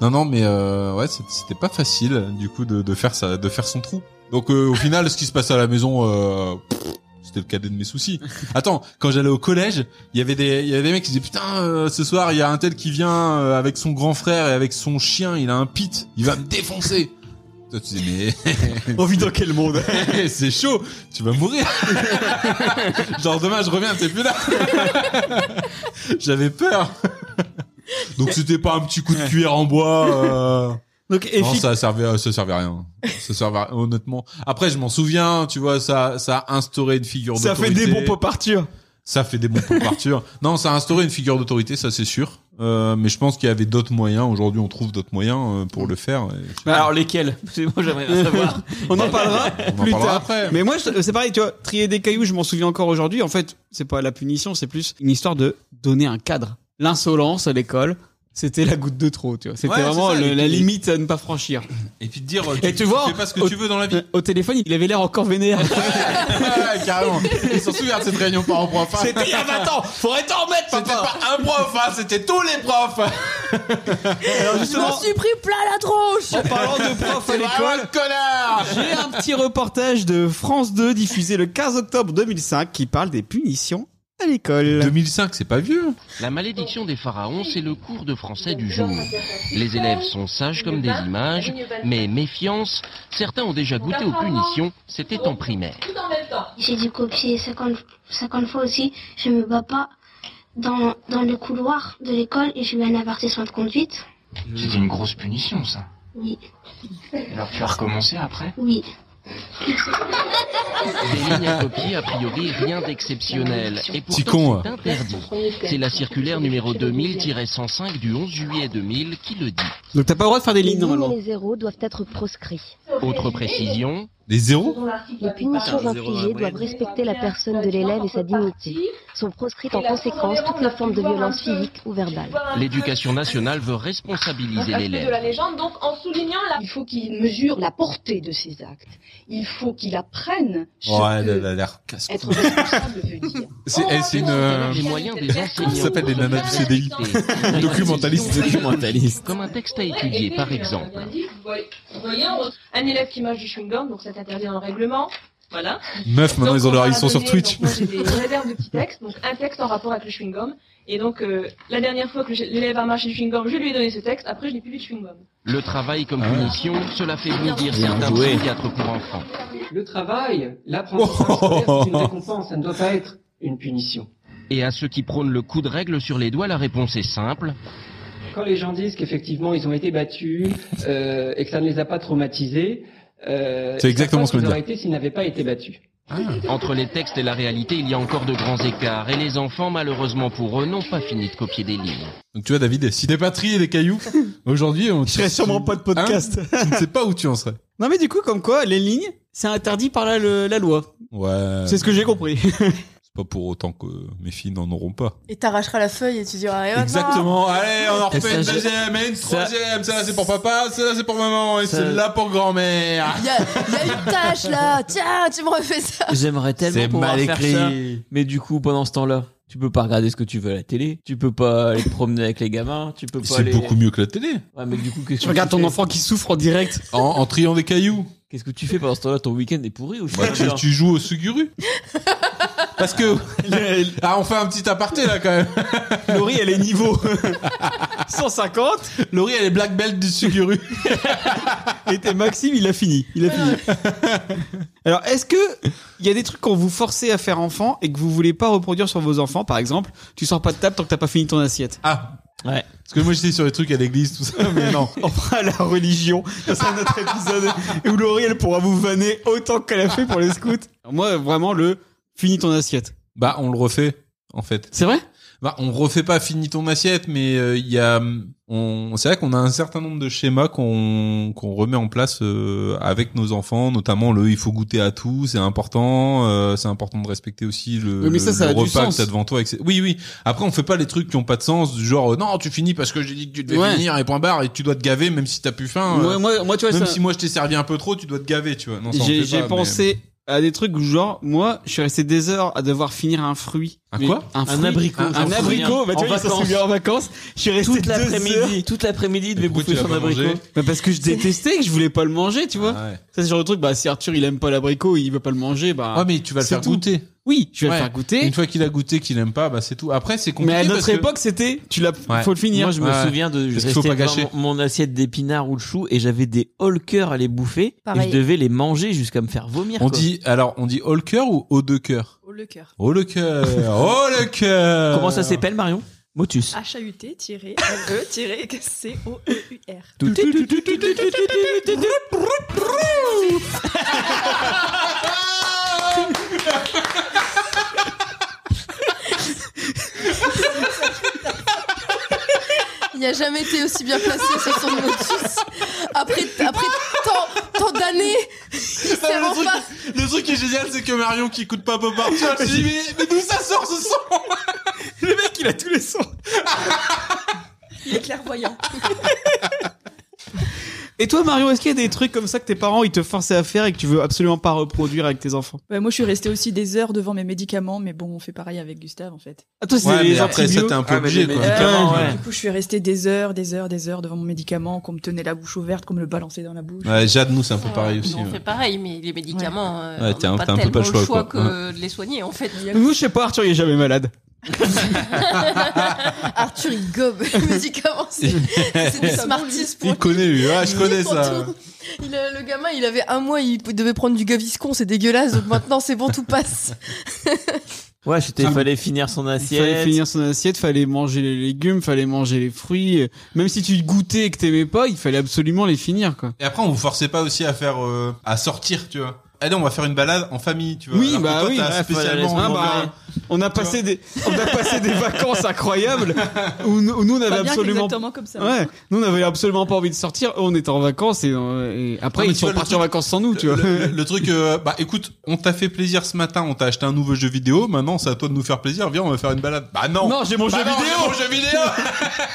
Speaker 3: Non, non, mais euh, ouais, c'est- c'était pas facile du coup de, de faire ça, de faire son trou. Donc euh, au final, ce qui se passe à la maison, euh, pff, c'était le cadet de mes soucis. Attends, quand j'allais au collège, il y avait des, il y avait des mecs qui disaient putain, euh, ce soir il y a un tel qui vient euh, avec son grand frère et avec son chien, il a un pit, il va me défoncer. Toi tu dis mais
Speaker 2: On vit dans quel monde
Speaker 3: Hey, c'est chaud, tu vas mourir. Genre demain je reviens, t'es plus là. J'avais peur. Donc c'était pas un petit coup de cuillère en bois. euh,
Speaker 2: Donc
Speaker 3: Non,
Speaker 2: efficace.
Speaker 3: ça servait, à- ça servait à rien. Ça servait à- honnêtement. Après je m'en souviens, tu vois, ça, ça a instauré une figure
Speaker 2: Ça fait
Speaker 3: d'autorité.
Speaker 2: des bons pop Arthur.
Speaker 3: Ça fait des bons pop Arthur. Non, ça a instauré une figure d'autorité, ça c'est sûr. Euh, mais je pense qu'il y avait d'autres moyens. Aujourd'hui, on trouve d'autres moyens euh, pour le faire. Et-
Speaker 4: Alors lesquels C'est moi j'aimerais bien savoir.
Speaker 2: On en parlera
Speaker 3: On en
Speaker 2: plus
Speaker 3: parlera
Speaker 2: tard.
Speaker 3: après.
Speaker 2: Mais moi, je- c'est pareil, tu vois, trier des cailloux, je m'en souviens encore aujourd'hui. En fait, c'est pas la punition, c'est plus une histoire de donner un cadre. L'insolence à l'école, C'était la goutte de trop, tu vois. C'était
Speaker 3: Ouais,
Speaker 2: vraiment
Speaker 3: c'est ça,
Speaker 2: le-
Speaker 3: et
Speaker 2: la
Speaker 3: puis-
Speaker 2: limite à ne pas franchir.
Speaker 3: Et puis te dire, euh,
Speaker 2: Et tu vois,
Speaker 3: fais pas ce que
Speaker 2: au-
Speaker 3: tu veux dans la vie.
Speaker 2: Au téléphone, il avait l'air encore vénère.
Speaker 3: Ah, carrément. Ils sont souviens de cette réunion par en prof. hein.
Speaker 2: C'était il y a 20 ans. Faudrait t'en remettre,
Speaker 3: C'était
Speaker 2: papa.
Speaker 3: pas un prof, hein, c'était tous les profs.
Speaker 2: Alors
Speaker 5: Je m'en
Speaker 2: justement,
Speaker 5: suis pris plein la tronche
Speaker 2: en parlant de prof à
Speaker 3: C'est vraiment
Speaker 2: l'école,
Speaker 3: un connard.
Speaker 2: J'ai un petit reportage de France 2 diffusé le 15 octobre 2005 qui parle des punitions à l'école.
Speaker 3: 2005, c'est pas vieux.
Speaker 10: La malédiction des pharaons, c'est le cours de français du jour. Les élèves sont sages comme des images, mais méfiance, certains ont déjà goûté aux punitions, c'était en primaire.
Speaker 1: J'ai dû copier 50, 50 fois aussi. Je me bats pas dans, dans le couloir de l'école et j'ai eu un avertissement de conduite.
Speaker 10: C'était une grosse punition, ça.
Speaker 1: Oui,
Speaker 10: Alors tu as recommencé après
Speaker 1: oui.
Speaker 10: Des lignes à copier, a priori, rien d'exceptionnel. Et
Speaker 3: Petit con,
Speaker 10: pourtant,
Speaker 4: hein.
Speaker 10: c'est interdit. C'est la circulaire numéro 2000-105 du 11 juillet 2000 qui le dit.
Speaker 2: Donc t'as pas le droit de faire des lignes normalement.
Speaker 1: zéros doivent être proscrits.
Speaker 10: Autre précision,
Speaker 3: Les zéros
Speaker 1: Les punitions infligées doivent respecter la personne de l'élève et sa dignité. Sont proscrites en conséquence toutes les formes de violence physique ou verbale.
Speaker 10: l'éducation nationale veut responsabiliser l'élève.
Speaker 7: légende, donc en soulignant la.
Speaker 11: Il faut qu'il mesure la portée de ses actes. Il faut qu'il apprenne ce
Speaker 3: Ouais,
Speaker 11: que
Speaker 3: elle a l'air casse
Speaker 11: être responsable veut dire.
Speaker 3: C'est elle, c'est une. euh,
Speaker 10: Les moyens des enseignants.
Speaker 3: Ça s'appelle les nanas du CDI.
Speaker 10: Documentaliste.
Speaker 2: Documentaliste.
Speaker 10: Comme un texte à étudier,
Speaker 7: euh,
Speaker 10: par exemple.
Speaker 7: Un élève qui mange du chewing-gum, donc c'est interdit dans le règlement. Voilà.
Speaker 3: Meuf, maintenant
Speaker 7: Donc,
Speaker 3: ils ont
Speaker 7: on
Speaker 3: leur
Speaker 7: m'a
Speaker 3: ils sont sur
Speaker 7: donné-
Speaker 3: Twitch.
Speaker 7: donc, moi, j'ai des réserves de petits textes, donc un texte en rapport avec le chewing-gum. Et donc, euh, la dernière fois que j'ai- l'élève a marché le chewing-gum, je lui ai donné ce texte. Après, je n'ai plus vu de chewing-gum.
Speaker 10: Le travail comme
Speaker 3: Ah ouais.
Speaker 10: punition, cela fait bondir
Speaker 2: Bien
Speaker 10: certains
Speaker 2: joué.
Speaker 10: psychiatres pour enfants.
Speaker 6: Le travail,
Speaker 3: l'apprentissage scolaire, c'est une
Speaker 6: récompense, ça ne doit pas être une punition.
Speaker 10: Et à ceux qui prônent le coup de règle sur les doigts, la réponse est simple.
Speaker 6: Quand les gens disent qu'effectivement ils ont été battus euh, et que ça ne les a pas traumatisés, euh,
Speaker 3: C'est exactement ce que je veux
Speaker 6: aurait été s'ils n'avaient pas été battus.
Speaker 10: Entre les textes et la réalité, il y a encore de grands écarts. Et les enfants, malheureusement pour eux, n'ont pas fini de copier des lignes.
Speaker 3: Donc tu vois, David, si t'es pas trié des cailloux, aujourd'hui, on
Speaker 2: Je serais sûrement pas de podcast.
Speaker 3: Hein tu ne sais pas où tu en serais.
Speaker 2: Non mais du coup, comme quoi, les lignes, c'est interdit par la, le- la loi.
Speaker 3: Ouais.
Speaker 2: C'est ce que j'ai compris.
Speaker 3: C'est pas pour autant que mes filles n'en auront pas.
Speaker 5: Et t'arracheras la feuille et tu diras eh, oh, non.
Speaker 3: Exactement. Allez, on en
Speaker 4: Et
Speaker 3: refait
Speaker 4: ça,
Speaker 3: une
Speaker 4: je-
Speaker 3: deuxième et une
Speaker 4: ça-
Speaker 3: troisième. Celle-là, c'est pour papa. Celle-là, c'est pour maman. Et
Speaker 4: Ça-
Speaker 3: celle-là, pour grand-mère.
Speaker 5: Il y, a, il y a une tâche là Tiens, tu me refais ça
Speaker 4: J'aimerais tellement pouvoir faire ça. Mais du coup, pendant ce temps-là, tu peux pas regarder ce que tu veux à la télé. Tu peux pas aller te promener avec les gamins. Tu peux pas
Speaker 3: C'est
Speaker 4: aller.
Speaker 3: beaucoup mieux que la télé.
Speaker 4: Ouais, mais du coup, qu'est-ce
Speaker 2: Tu
Speaker 4: que
Speaker 2: regardes ton
Speaker 4: fais
Speaker 2: enfant qui souffre en direct.
Speaker 3: En, en triant des cailloux.
Speaker 4: Qu'est-ce que tu fais pendant ce temps-là Ton week-end est pourri ou
Speaker 3: Bah, tu, tu joues au Suguru. Parce que,
Speaker 2: Le-
Speaker 3: ah, on fait un petit aparté, là, quand même.
Speaker 2: Laurie, elle est niveau 150
Speaker 3: Laurie, elle est black belt du Suguru.
Speaker 2: et t'es Maxime, il a fini. Il a fini. Alors, est-ce que il y a des trucs qu'on vous forçait à faire enfant et que vous voulez pas reproduire sur vos enfants Par exemple, tu sors pas de table tant que t'as pas fini ton assiette.
Speaker 3: Ah.
Speaker 4: Ouais.
Speaker 3: Parce que moi, j'étais sur les trucs à l'église, tout ça, mais non.
Speaker 2: On fera la religion dans un autre épisode où Laurie elle pourra vous vanner autant qu'elle a fait pour les scouts. Alors moi vraiment le finis ton assiette.
Speaker 3: Bah, on le refait, en fait.
Speaker 2: C'est vrai
Speaker 3: Bah, on refait pas fini ton assiette, mais euh, il y a, hum, on, c'est vrai qu'on a un certain nombre de schémas qu'on qu'on remet en place euh, avec nos enfants, notamment le il faut goûter à tout, c'est important, euh, c'est important de respecter aussi le,
Speaker 2: Oui, mais ça,
Speaker 3: le-
Speaker 2: ça
Speaker 3: le
Speaker 2: a du
Speaker 3: repas
Speaker 2: sens.
Speaker 3: que t'as devant toi. etc. Oui, oui. Après, on fait pas les trucs qui ont pas de sens, du genre euh, non, tu finis parce que j'ai dit que tu devais
Speaker 2: Ouais.
Speaker 3: finir et point barre et tu dois te gaver même si t'as plus faim. euh,
Speaker 2: Ouais, moi, moi tu vois
Speaker 3: même
Speaker 2: ça.
Speaker 3: si moi je t'ai servi un peu trop, tu dois te gaver, tu vois. Non, ça, on fait
Speaker 2: J'ai
Speaker 3: pas,
Speaker 2: j'ai
Speaker 3: mais-
Speaker 2: pensé à des trucs où, genre moi je suis resté des heures à devoir finir un fruit.
Speaker 3: Un
Speaker 2: Mais-
Speaker 3: quoi
Speaker 2: Un,
Speaker 4: Un
Speaker 2: fruit.
Speaker 4: abricot.
Speaker 2: Un,
Speaker 4: j'en sais
Speaker 2: abricot,
Speaker 4: rien.
Speaker 2: bah tu
Speaker 4: En
Speaker 2: vois, il s'est
Speaker 4: vacances.
Speaker 2: souvient en vacances. Je suis resté
Speaker 4: Toute
Speaker 2: deux heures.
Speaker 4: l'après-midi, toute l'après-midi, il devait
Speaker 3: Pourquoi
Speaker 4: bouffer
Speaker 3: tu l'as
Speaker 4: son
Speaker 3: pas mangé
Speaker 4: abricot.
Speaker 2: Bah, parce que je détestais que je voulais pas le manger, tu vois.
Speaker 3: Ah ouais.
Speaker 2: Ça c'est le genre de truc. Bah si Arthur il aime pas l'abricot, il veut pas le manger, bah
Speaker 3: Ouais, Ah, mais tu vas le
Speaker 2: C'est
Speaker 3: faire
Speaker 2: tout.
Speaker 3: goûter.
Speaker 2: oui, je vais
Speaker 3: Ouais.
Speaker 2: le faire goûter.
Speaker 3: Une fois qu'il a goûté, qu'il aime pas, bah c'est tout. Après, c'est
Speaker 2: Mais
Speaker 3: compliqué.
Speaker 2: à
Speaker 3: parce
Speaker 2: notre
Speaker 3: que-
Speaker 2: époque, c'était tu l'as
Speaker 3: Ouais.
Speaker 2: faut le finir.
Speaker 4: Moi, je me
Speaker 3: Ouais.
Speaker 4: souviens de je
Speaker 3: Parce qu'il faut
Speaker 4: restais
Speaker 3: pas
Speaker 4: devant
Speaker 3: gâcher.
Speaker 4: mon, mon assiette d'épinards ou de choux et j'avais des haut-le-cœur à les bouffer.
Speaker 5: Pareil.
Speaker 4: Et je devais les manger jusqu'à me faire vomir.
Speaker 3: On
Speaker 4: quoi.
Speaker 3: dit alors on dit all cœur ou au deux cœur
Speaker 8: Oh, le cœur.
Speaker 3: Au le cœur, au le cœur.
Speaker 4: Comment ça s'appelle, Marion Motus.
Speaker 8: H-A-U-T, tiré, L-E, tiré, E. C-O-E-U-R.
Speaker 5: Il n'a jamais été aussi bien placé sur son motus. Après, après tant, tant d'années, il
Speaker 3: Ah,
Speaker 5: s'est
Speaker 3: le, truc,
Speaker 5: enfin...
Speaker 3: le truc qui est génial, c'est que Marion qui écoute pas Pop Art, je me suis dit, mais, mais d'où ça sort ce son
Speaker 2: Le mec il a tous les sons.
Speaker 8: Il est clairvoyant.
Speaker 2: Et toi, Marion, est-ce qu'il y a des trucs comme ça que tes parents ils te forçaient à faire et que tu veux absolument pas reproduire avec tes enfants
Speaker 8: Ouais, Bah, moi, je suis restée aussi des heures devant mes médicaments, mais bon, on fait pareil avec Gustave, en fait.
Speaker 2: Ah, toi, c'est
Speaker 3: Ouais,
Speaker 2: les
Speaker 3: mais après, ça,
Speaker 2: antibiotiques.
Speaker 3: t'es un peu
Speaker 2: Ah, mais
Speaker 3: obligé,
Speaker 2: les
Speaker 3: quoi.
Speaker 2: médicaments,
Speaker 8: Ouais,
Speaker 2: ouais.
Speaker 8: Du coup, je suis restée des heures, des heures, des heures devant mon médicament, qu'on me tenait la bouche ouverte, qu'on me le balançait dans la bouche.
Speaker 3: Ouais, Jade, nous, c'est un peu pareil aussi.
Speaker 9: On fait
Speaker 3: ouais.
Speaker 9: pareil, mais les médicaments, euh,
Speaker 3: Ouais,
Speaker 9: on
Speaker 3: t'as
Speaker 9: n'a
Speaker 3: un-
Speaker 9: pas
Speaker 3: t'as un peu
Speaker 9: tellement
Speaker 3: pas le
Speaker 9: le
Speaker 3: choix,
Speaker 9: choix,
Speaker 3: quoi.
Speaker 9: que
Speaker 3: Ouais.
Speaker 9: de les soigner en fait.
Speaker 2: Vous, je sais pas, Arthur, il est jamais malade.
Speaker 5: Arthur, il gobe les médicaments. C'est c'est des Smarties pour
Speaker 3: Ah Il connaît, lui. Ouais, je connais
Speaker 5: pour
Speaker 3: ça.
Speaker 5: tout. Il a- le gamin, il avait un mois, il p- devait prendre du gaviscon, c'est dégueulasse. Donc maintenant, c'est bon, tout passe.
Speaker 4: Ouais, c'était, il fallait finir son
Speaker 2: Il Ah. fallait
Speaker 4: assiette.
Speaker 2: finir son assiette, fallait manger les légumes, fallait manger les fruits. Même si tu goûtais et que t'aimais pas, il fallait absolument les finir, quoi.
Speaker 3: Et après, on vous forçait pas aussi à faire, euh, à sortir, tu vois. Allez, on va faire une balade en famille, tu vois.
Speaker 2: Oui,
Speaker 3: Alors que
Speaker 2: bah
Speaker 3: toi,
Speaker 2: oui,
Speaker 3: t'as
Speaker 2: ouais,
Speaker 3: spécialement.
Speaker 2: fallait- Ah, bah, on a passé des, on a passé des vacances incroyables où, nous- où nous on avait
Speaker 8: Pas bien
Speaker 2: absolument,
Speaker 8: exactement comme ça. hein.
Speaker 2: ouais, nous on avait absolument pas envie de sortir. Eux, On était en vacances et, euh, et après
Speaker 3: Non, mais
Speaker 2: ils
Speaker 3: tu
Speaker 2: sont
Speaker 3: vois, le
Speaker 2: partis en vacances sans nous, tu vois.
Speaker 3: Le, le truc, euh, bah écoute, on t'a fait plaisir ce matin, on t'a acheté un nouveau jeu vidéo, maintenant c'est à toi de nous faire plaisir, viens on va faire une balade. Bah non
Speaker 2: Non, j'ai mon
Speaker 3: Bah
Speaker 2: jeu
Speaker 3: non,
Speaker 2: vidéo.
Speaker 3: j'ai mon jeu vidéo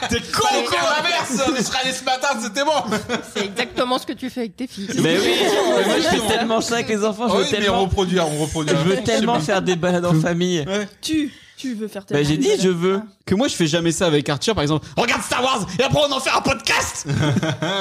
Speaker 3: T'es con
Speaker 9: con.
Speaker 3: l'inverse On y sera allé ce matin, c'était bon
Speaker 9: C'est exactement ce que tu fais avec tes filles.
Speaker 4: Mais oui,
Speaker 3: Ouais,
Speaker 4: moi, je
Speaker 3: ouais.
Speaker 4: fais tellement ça avec les enfants, je
Speaker 3: Ah
Speaker 4: veux
Speaker 3: oui, mais on
Speaker 4: tellement,
Speaker 3: reproduira, on reproduira.
Speaker 4: je veux tellement faire des balades en famille.
Speaker 8: Tu, tu veux faire tes
Speaker 4: Bah, j'ai dit, je veux.
Speaker 2: Que moi je fais jamais ça avec Arthur, par exemple. Regarde Star Wars et après on en fait un podcast.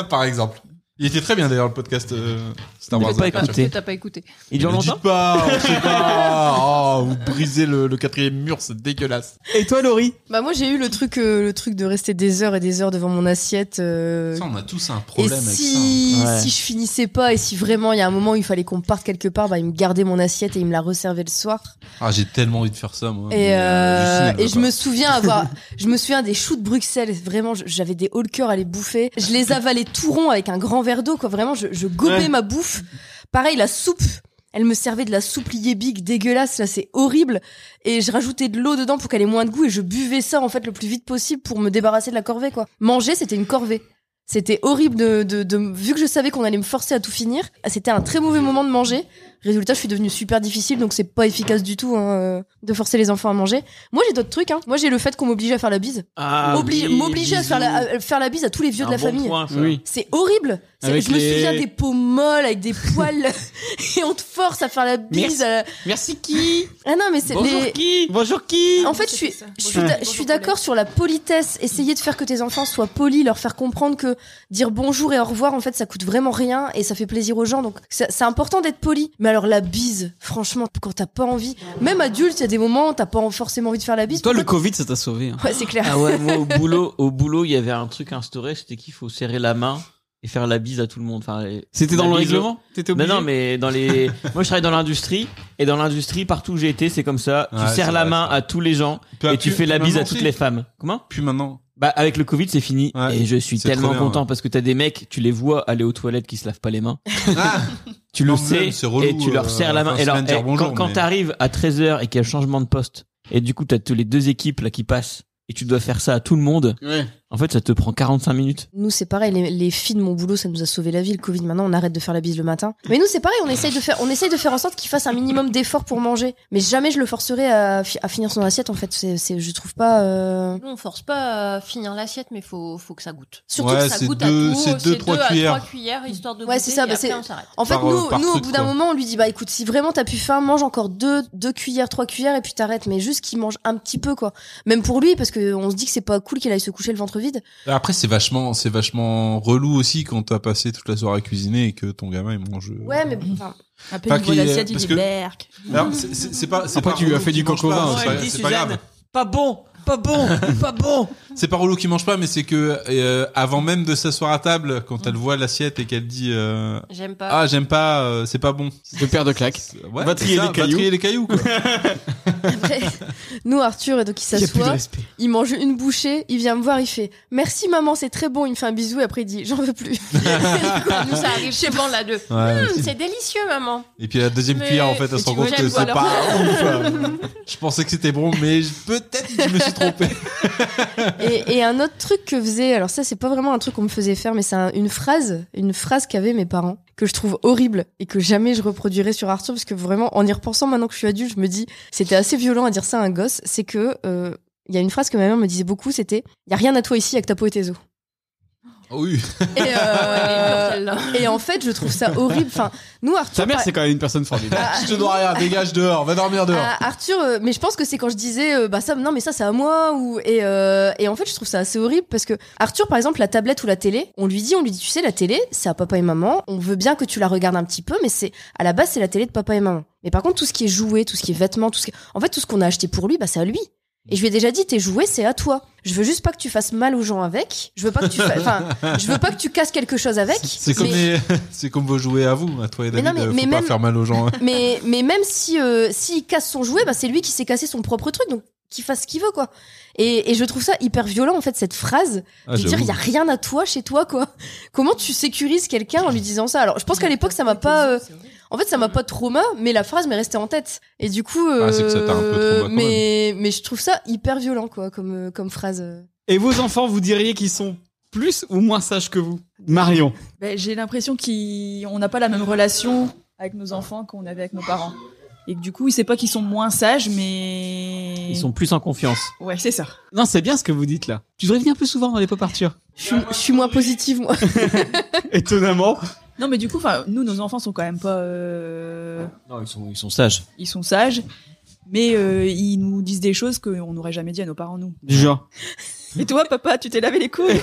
Speaker 3: Par exemple. Il était très bien d'ailleurs le podcast euh, Star
Speaker 4: Il
Speaker 3: Wars.
Speaker 4: l'a pas
Speaker 3: avec Arthur.
Speaker 4: écouté.
Speaker 9: que t'as pas écouté.
Speaker 4: Il dure
Speaker 3: Ne dites
Speaker 4: longtemps?
Speaker 3: pas, je sais pas. Oh, vous brisez le, le quatrième mur, c'est dégueulasse.
Speaker 2: Et toi, Laurie
Speaker 5: Bah moi, j'ai eu le truc, euh, le truc de rester des heures et des heures devant mon assiette. euh,
Speaker 3: on a tous un
Speaker 5: Et
Speaker 3: problème avec
Speaker 5: si,
Speaker 4: ça, hein. Ouais.
Speaker 5: si je finissais pas et si vraiment il y a un moment où il fallait qu'on parte quelque part, bah, il me gardait mon assiette et il me la reservait le soir.
Speaker 3: ça. Ah, j'ai tellement envie de faire ça, moi.
Speaker 5: Et,
Speaker 3: mais, euh,
Speaker 5: euh,
Speaker 3: Justine, elle
Speaker 5: et
Speaker 3: veut
Speaker 5: je me
Speaker 3: pas.
Speaker 5: souviens avoir, je me souviens des choux de Bruxelles. Vraiment, je- j'avais des hauts le cœur à les bouffer. Je les avalais tout rond avec un grand verre d'eau, quoi. Vraiment, je, je gobais
Speaker 2: Ouais.
Speaker 5: ma bouffe. Pareil, la soupe. Elle me servait de la soupe liébig dégueulasse, là, c'est horrible. Et je rajoutais de l'eau dedans pour qu'elle ait moins de goût et je buvais ça, en fait, le plus vite possible pour me débarrasser de la corvée, quoi. Manger, c'était une corvée. C'était horrible de, de, de- vu que je savais qu'on allait me forcer à tout finir. C'était un très mauvais moment de manger. Résultat, je suis devenue super difficile, donc c'est pas efficace du tout hein, euh, de forcer les enfants à manger. Moi, j'ai d'autres trucs. Hein. Moi, j'ai le fait qu'on m'oblige à faire la bise.
Speaker 4: Ah,
Speaker 5: Obli-
Speaker 4: oui,
Speaker 5: M'obliger à faire la,
Speaker 4: bisous.
Speaker 5: à faire la bise à tous les vieux de
Speaker 4: Un
Speaker 5: la
Speaker 4: bon
Speaker 5: famille.
Speaker 4: point, ça.
Speaker 5: C'est horrible. C'est-
Speaker 2: Avec
Speaker 5: Je me
Speaker 2: les-
Speaker 5: souviens des peaux molles avec des poils et on te force à faire la bise.
Speaker 2: Merci.
Speaker 5: à la-
Speaker 2: Merci qui
Speaker 5: Ah non, mais c'est les-
Speaker 2: qui Bonjour qui
Speaker 5: en fait, je suis, je suis, d'a- je suis d'accord sur la politesse. Essayer de faire que tes enfants soient polis, leur faire comprendre que dire bonjour et au revoir, en fait, ça coûte vraiment rien et ça fait plaisir aux gens. Donc, c'est c'est important d'être poli. Mais alors, la bise, franchement, quand t'as pas envie, même adulte, il y a des moments où t'as pas forcément envie de faire la bise.
Speaker 2: Toi, le Covid, ça t'a sauvé. hein.
Speaker 5: Ouais, c'est clair.
Speaker 4: Ah ouais, moi au boulot, au boulot, il y avait un truc instauré, c'était qu'il faut serrer la main et faire la bise à tout le monde. Enfin, les-
Speaker 2: C'était
Speaker 4: la
Speaker 2: dans le
Speaker 4: bise au-
Speaker 2: règlement T'étais
Speaker 4: Non,
Speaker 2: obligé
Speaker 4: non, mais dans les. Moi, je travaille dans l'industrie, et dans l'industrie, partout où j'ai été, c'est comme ça.
Speaker 3: Ouais,
Speaker 4: tu
Speaker 3: c'est
Speaker 4: serres la
Speaker 3: vrai,
Speaker 4: main
Speaker 3: ça.
Speaker 4: à tous les gens,
Speaker 3: Puis
Speaker 4: et tu
Speaker 3: plus-
Speaker 4: fais la
Speaker 3: plus
Speaker 4: bise à
Speaker 3: maintenant,
Speaker 4: toutes
Speaker 3: si.
Speaker 4: les femmes. Comment
Speaker 3: Puis maintenant.
Speaker 4: Bah, avec le Covid, c'est fini,
Speaker 3: Ouais,
Speaker 4: et je suis
Speaker 3: c'est trop
Speaker 4: tellement
Speaker 3: bien,
Speaker 4: content
Speaker 3: ouais.
Speaker 4: parce que t'as des mecs, tu les vois aller aux toilettes qui se lavent pas les mains.
Speaker 3: Ah,
Speaker 4: Tu le
Speaker 3: Non,
Speaker 4: sais,
Speaker 3: même, c'est relou,
Speaker 4: et tu
Speaker 3: euh,
Speaker 4: leur serres la main.
Speaker 3: enfin,
Speaker 4: Et alors,
Speaker 3: semaine, dire
Speaker 4: eh,
Speaker 3: bonjour,
Speaker 4: quand, quand
Speaker 3: mais-
Speaker 4: t'arrives à 13h et qu'il y a le changement de poste, et du coup, t'as tous les deux équipes là qui passent, et tu dois faire ça à tout le monde,
Speaker 2: Ouais.
Speaker 4: en fait, ça te prend 45 minutes.
Speaker 5: Nous, c'est pareil, les, les filles de mon boulot, ça nous a sauvé la vie, le Covid. Maintenant, on arrête de faire la bise le matin. Mais nous, c'est pareil, on essaye de faire, on essaye de faire en sorte qu'ils fassent un minimum d'efforts pour manger. Mais jamais je le forcerai à, fi- à finir son assiette, en fait. C'est, c'est, je trouve pas, euh,
Speaker 9: Nous, on force pas à finir l'assiette, mais faut, faut que ça goûte. Surtout
Speaker 3: Ouais,
Speaker 9: que ça
Speaker 3: c'est
Speaker 9: goûte
Speaker 3: deux-
Speaker 9: à tout.
Speaker 3: c'est deux, trois
Speaker 9: à
Speaker 3: cuillères.
Speaker 9: trois cuillères, histoire de
Speaker 5: Ouais,
Speaker 9: goûter,
Speaker 5: c'est ça,
Speaker 9: et
Speaker 5: bah,
Speaker 9: après,
Speaker 5: c'est-
Speaker 9: on s'arrête.
Speaker 5: En fait,
Speaker 3: Par,
Speaker 5: nous,
Speaker 3: euh, par
Speaker 5: nous au
Speaker 3: truc,
Speaker 5: bout d'un
Speaker 3: quoi.
Speaker 5: moment, on lui dit bah écoute, si vraiment t'as plus faim, mange encore deux, deux cuillères, trois cuillères, et puis t'arrêtes. Mais juste qu'il mange un petit peu, quoi. Même pour lui, parce que on se dit que c'est pas cool qu'il aille se coucher le ventre vide.
Speaker 3: Après, c'est vachement, c'est vachement relou aussi quand t'as passé toute la soirée à cuisiner et que ton gamin il mange. euh,
Speaker 5: Ouais, mais bon, enfin,
Speaker 8: Après,
Speaker 3: Pas
Speaker 8: il voit
Speaker 3: qu'il-
Speaker 8: l'assiette, il
Speaker 3: parce
Speaker 8: dit
Speaker 3: que-
Speaker 8: berk.
Speaker 3: Alors, c'est- c'est c'est pas, c'est
Speaker 2: Après,
Speaker 3: pas
Speaker 2: tu lui as
Speaker 3: relou
Speaker 2: fait du
Speaker 3: qu'il mange
Speaker 2: coco
Speaker 3: pas,
Speaker 2: vin,
Speaker 3: c'est
Speaker 2: ouais,
Speaker 3: pas-
Speaker 2: il dit,
Speaker 3: c'est pas grave.
Speaker 4: Pas bon, pas bon, pas bon.
Speaker 3: C'est pas relou qui mange pas, mais c'est que euh, avant même de s'asseoir à table, quand elle voit l'assiette et qu'elle dit euh,
Speaker 9: J'aime pas.
Speaker 3: ah j'aime pas, euh, c'est pas bon.
Speaker 2: Deux paires de claques.
Speaker 3: Ouais,
Speaker 2: Va
Speaker 3: c'est
Speaker 2: trier
Speaker 3: ça,
Speaker 2: les cailloux.
Speaker 3: Va trier les cailloux. Quoi.
Speaker 5: après, nous, Arthur, et donc il
Speaker 2: Il y a plus de
Speaker 5: s'assoit,
Speaker 2: respect.
Speaker 5: il mange une bouchée, il vient me voir, il fait merci maman, c'est très bon, il me fait un bisou, et après il dit j'en veux plus.
Speaker 9: Nous, ça arrive souvent là deux.
Speaker 3: Ouais,
Speaker 9: Hum,
Speaker 3: aussi.
Speaker 9: c'est délicieux, maman.
Speaker 3: et puis la deuxième
Speaker 9: Mais-
Speaker 3: cuillère, en fait,
Speaker 9: et
Speaker 3: elle se
Speaker 9: tu
Speaker 3: rend compte
Speaker 9: vois,
Speaker 3: que
Speaker 9: j'aime
Speaker 3: c'est
Speaker 9: pas
Speaker 3: pas ouf. hein. Je pensais que c'était bon, mais je- peut-être que je me suis trompé.
Speaker 5: Et, et un autre truc que faisait, alors ça c'est pas vraiment un truc qu'on me faisait faire, mais c'est un- une phrase, une phrase qu'avaient mes parents que je trouve horrible et que jamais je reproduirai sur Arthur parce que vraiment en y repensant maintenant que je suis adulte, je me dis c'était assez violent à dire ça à un gosse. C'est que euh, il y a une phrase que ma mère me disait beaucoup, c'était « Il y a rien à toi ici avec ta peau et tes os ».
Speaker 9: Ah
Speaker 3: oui.
Speaker 5: Et, euh, et en fait, je trouve ça horrible. Enfin, nous, Arthur...
Speaker 2: Ta mère,
Speaker 5: par-
Speaker 2: c'est quand même une personne formidable.
Speaker 3: Ah. Je te dois rien, dégage dehors, va dormir dehors.
Speaker 5: Ah, Arthur, euh, mais je pense que c'est quand je disais euh, bah ça, non mais ça c'est à moi ou et, euh, et en fait je trouve ça assez horrible parce que Arthur par exemple la tablette ou la télé, on lui dit on lui dit tu sais la télé c'est à papa et maman, on veut bien que tu la regardes un petit peu mais c'est à la base c'est la télé de papa et maman. Mais par contre tout ce qui est jouet, tout ce qui est vêtements, tout ce qui... en fait tout ce qu'on a acheté pour lui bah c'est à lui. Et je lui ai déjà dit tes jouets c'est à toi. Je veux juste pas que tu fasses mal aux gens avec. Je veux pas que tu fa- enfin je veux pas que tu casses quelque chose avec.
Speaker 3: C'est comme,
Speaker 5: mais-
Speaker 3: les- c'est comme vos jouets à vous, à toi et
Speaker 5: Mais
Speaker 3: David,
Speaker 5: non, mais-
Speaker 3: euh, faut
Speaker 5: mais
Speaker 3: pas
Speaker 5: même-
Speaker 3: faire mal aux gens.
Speaker 5: mais, mais même si euh, s'il casse son jouet, bah, c'est lui qui s'est cassé son propre truc, donc qu'il fasse ce qu'il veut, quoi. Et, et je trouve ça hyper violent, en fait, cette phrase
Speaker 12: Ah,
Speaker 5: de dire il
Speaker 12: j'avoue.
Speaker 5: y a rien à toi chez toi, quoi. Comment tu sécurises quelqu'un en lui disant ça Alors, je pense qu'à l'époque, ça m'a pas. euh, en fait, ça m'a pas de trauma, mais la phrase m'est restée en tête. Et du coup,
Speaker 2: Ah, c'est que ça t'a un peu
Speaker 5: euh,
Speaker 2: trauma quand même.
Speaker 5: mais mais je trouve ça hyper violent, quoi, comme euh, comme phrase.
Speaker 2: Et vos enfants, vous diriez qu'ils sont plus ou moins sages que vous Marion.
Speaker 8: Ben, j'ai l'impression qu'on n'a pas la même relation avec nos enfants qu'on avait avec nos parents. Et que du coup, c'est pas qu'ils sont moins sages, mais.
Speaker 4: Ils sont plus en confiance.
Speaker 8: Ouais, c'est ça.
Speaker 2: Non, c'est bien ce que vous dites là. Tu devrais venir plus souvent dans les pop Arthur.
Speaker 5: Je, suis moins positive, moi.
Speaker 2: Étonnamment.
Speaker 8: Non, mais du coup, 'fin, nous, nos enfants sont quand même pas. euh,
Speaker 4: Non, ils sont, ils sont sages.
Speaker 8: Ils sont sages, mais euh, ils nous disent des choses qu'on n'aurait jamais dit à nos parents, nous.
Speaker 2: Du genre.
Speaker 8: Et toi, papa, tu t'es lavé les couilles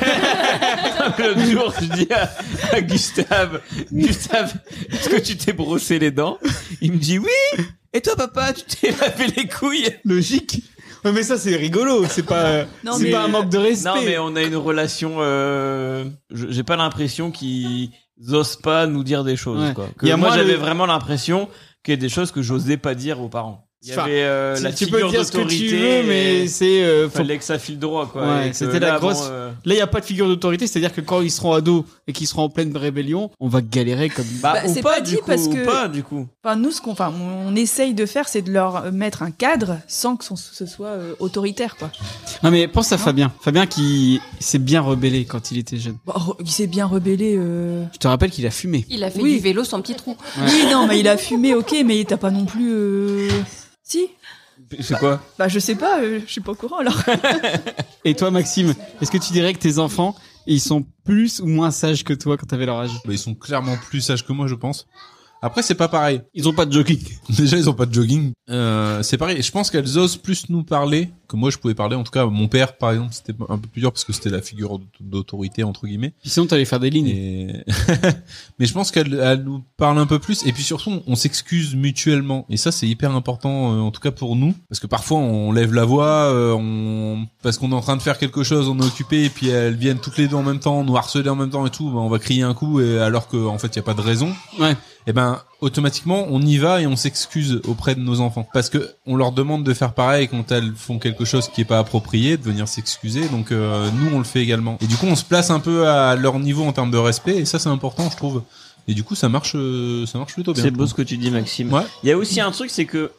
Speaker 4: L'autre jour, je dis à, à Gustave, Gustave, est-ce que tu t'es brossé les dents Il me dit oui. Et toi, papa, tu t'es lavé les couilles
Speaker 2: Logique. Ouais, mais ça, c'est rigolo. C'est pas, euh,
Speaker 4: Non,
Speaker 2: c'est
Speaker 4: mais-
Speaker 2: pas un manque de respect.
Speaker 4: Non, mais on a une relation. euh, je- J'ai pas l'impression qu'ils osent pas nous dire des choses.
Speaker 2: Ouais.
Speaker 4: Quoi. Que
Speaker 2: Il y a
Speaker 4: moi,
Speaker 2: moins
Speaker 4: j'avais
Speaker 2: le-
Speaker 4: vraiment l'impression qu'il y a des choses que j'osais pas dire aux parents. Il y
Speaker 2: Enfin,
Speaker 4: avait euh,
Speaker 2: tu-
Speaker 4: la
Speaker 2: tu peux
Speaker 4: figure
Speaker 2: dire ce que tu
Speaker 4: d'autorité.
Speaker 2: veux, mais c'est, euh, faut-
Speaker 4: fallait que ça file droit, quoi.
Speaker 2: Ouais,
Speaker 4: Et que
Speaker 2: c'était
Speaker 4: là,
Speaker 2: la
Speaker 4: bon,
Speaker 2: grosse.
Speaker 4: euh,
Speaker 2: Là, il n'y a pas de figure d'autorité, c'est-à-dire que quand ils seront ados et qu'ils seront en pleine rébellion, on va galérer comme.
Speaker 8: Bah, c'est pas dit parce que-
Speaker 4: coup.
Speaker 8: Enfin, nous, ce qu'on, enfin, on essaye de faire, c'est de leur mettre un cadre sans que son- ce soit euh, autoritaire, quoi.
Speaker 2: Non, mais pense à Fabien. Fabien qui s'est bien rebellé quand il était jeune.
Speaker 8: Bon, Bah, re- il s'est bien rebellé. euh.
Speaker 2: Je te rappelle qu'il a fumé.
Speaker 9: Il a fait
Speaker 8: Oui.
Speaker 9: du vélo sans petit trou.
Speaker 8: Oui, non, mais il a fumé, ok, mais t'as pas non plus. euh, Si
Speaker 4: C'est quoi
Speaker 8: Bah, je sais pas, euh, je suis pas au courant alors.
Speaker 2: Et toi, Maxime, est-ce que tu dirais que tes enfants, ils sont plus ou moins sages que toi quand t'avais leur âge
Speaker 3: Bah, ils sont clairement plus sages que moi, je pense. Après, c'est pas pareil.
Speaker 2: Ils ont pas de jogging.
Speaker 3: Déjà, ils ont pas de jogging. Euh, c'est pareil. Je pense qu'elles osent plus nous parler que moi, je pouvais parler. En tout cas, mon père, par exemple, c'était un peu plus dur parce que c'était la figure d'aut- d'autorité, entre guillemets.
Speaker 2: Puis sinon, t'allais faire des lignes.
Speaker 3: Mais je pense qu'elles elles nous parlent un peu plus. Et puis surtout, on s'excuse mutuellement. Et ça, c'est hyper important, euh, en tout cas pour nous. Parce que parfois, on lève la voix, euh, on... parce qu'on est en train de faire quelque chose, on est occupé, et puis elles viennent toutes les deux en même temps, nous harceler en même temps et tout. Bah, on va crier un coup, et alors qu'en en fait, il n'y a pas de raison.
Speaker 2: Ouais.
Speaker 3: Et ben, automatiquement, on y va et on s'excuse auprès de nos enfants. Parce que on leur demande de faire pareil quand elles font quelque chose qui est pas approprié, de venir s'excuser. Donc, euh, nous, on le fait également. Et du coup, on se place un peu à leur niveau en termes de respect, et ça, c'est important, je trouve. Et du coup, ça marche, euh, ça marche plutôt bien.
Speaker 4: C'est beau ce que tu dis, Maxime.
Speaker 3: Ouais.
Speaker 4: Il y a aussi un truc, c'est que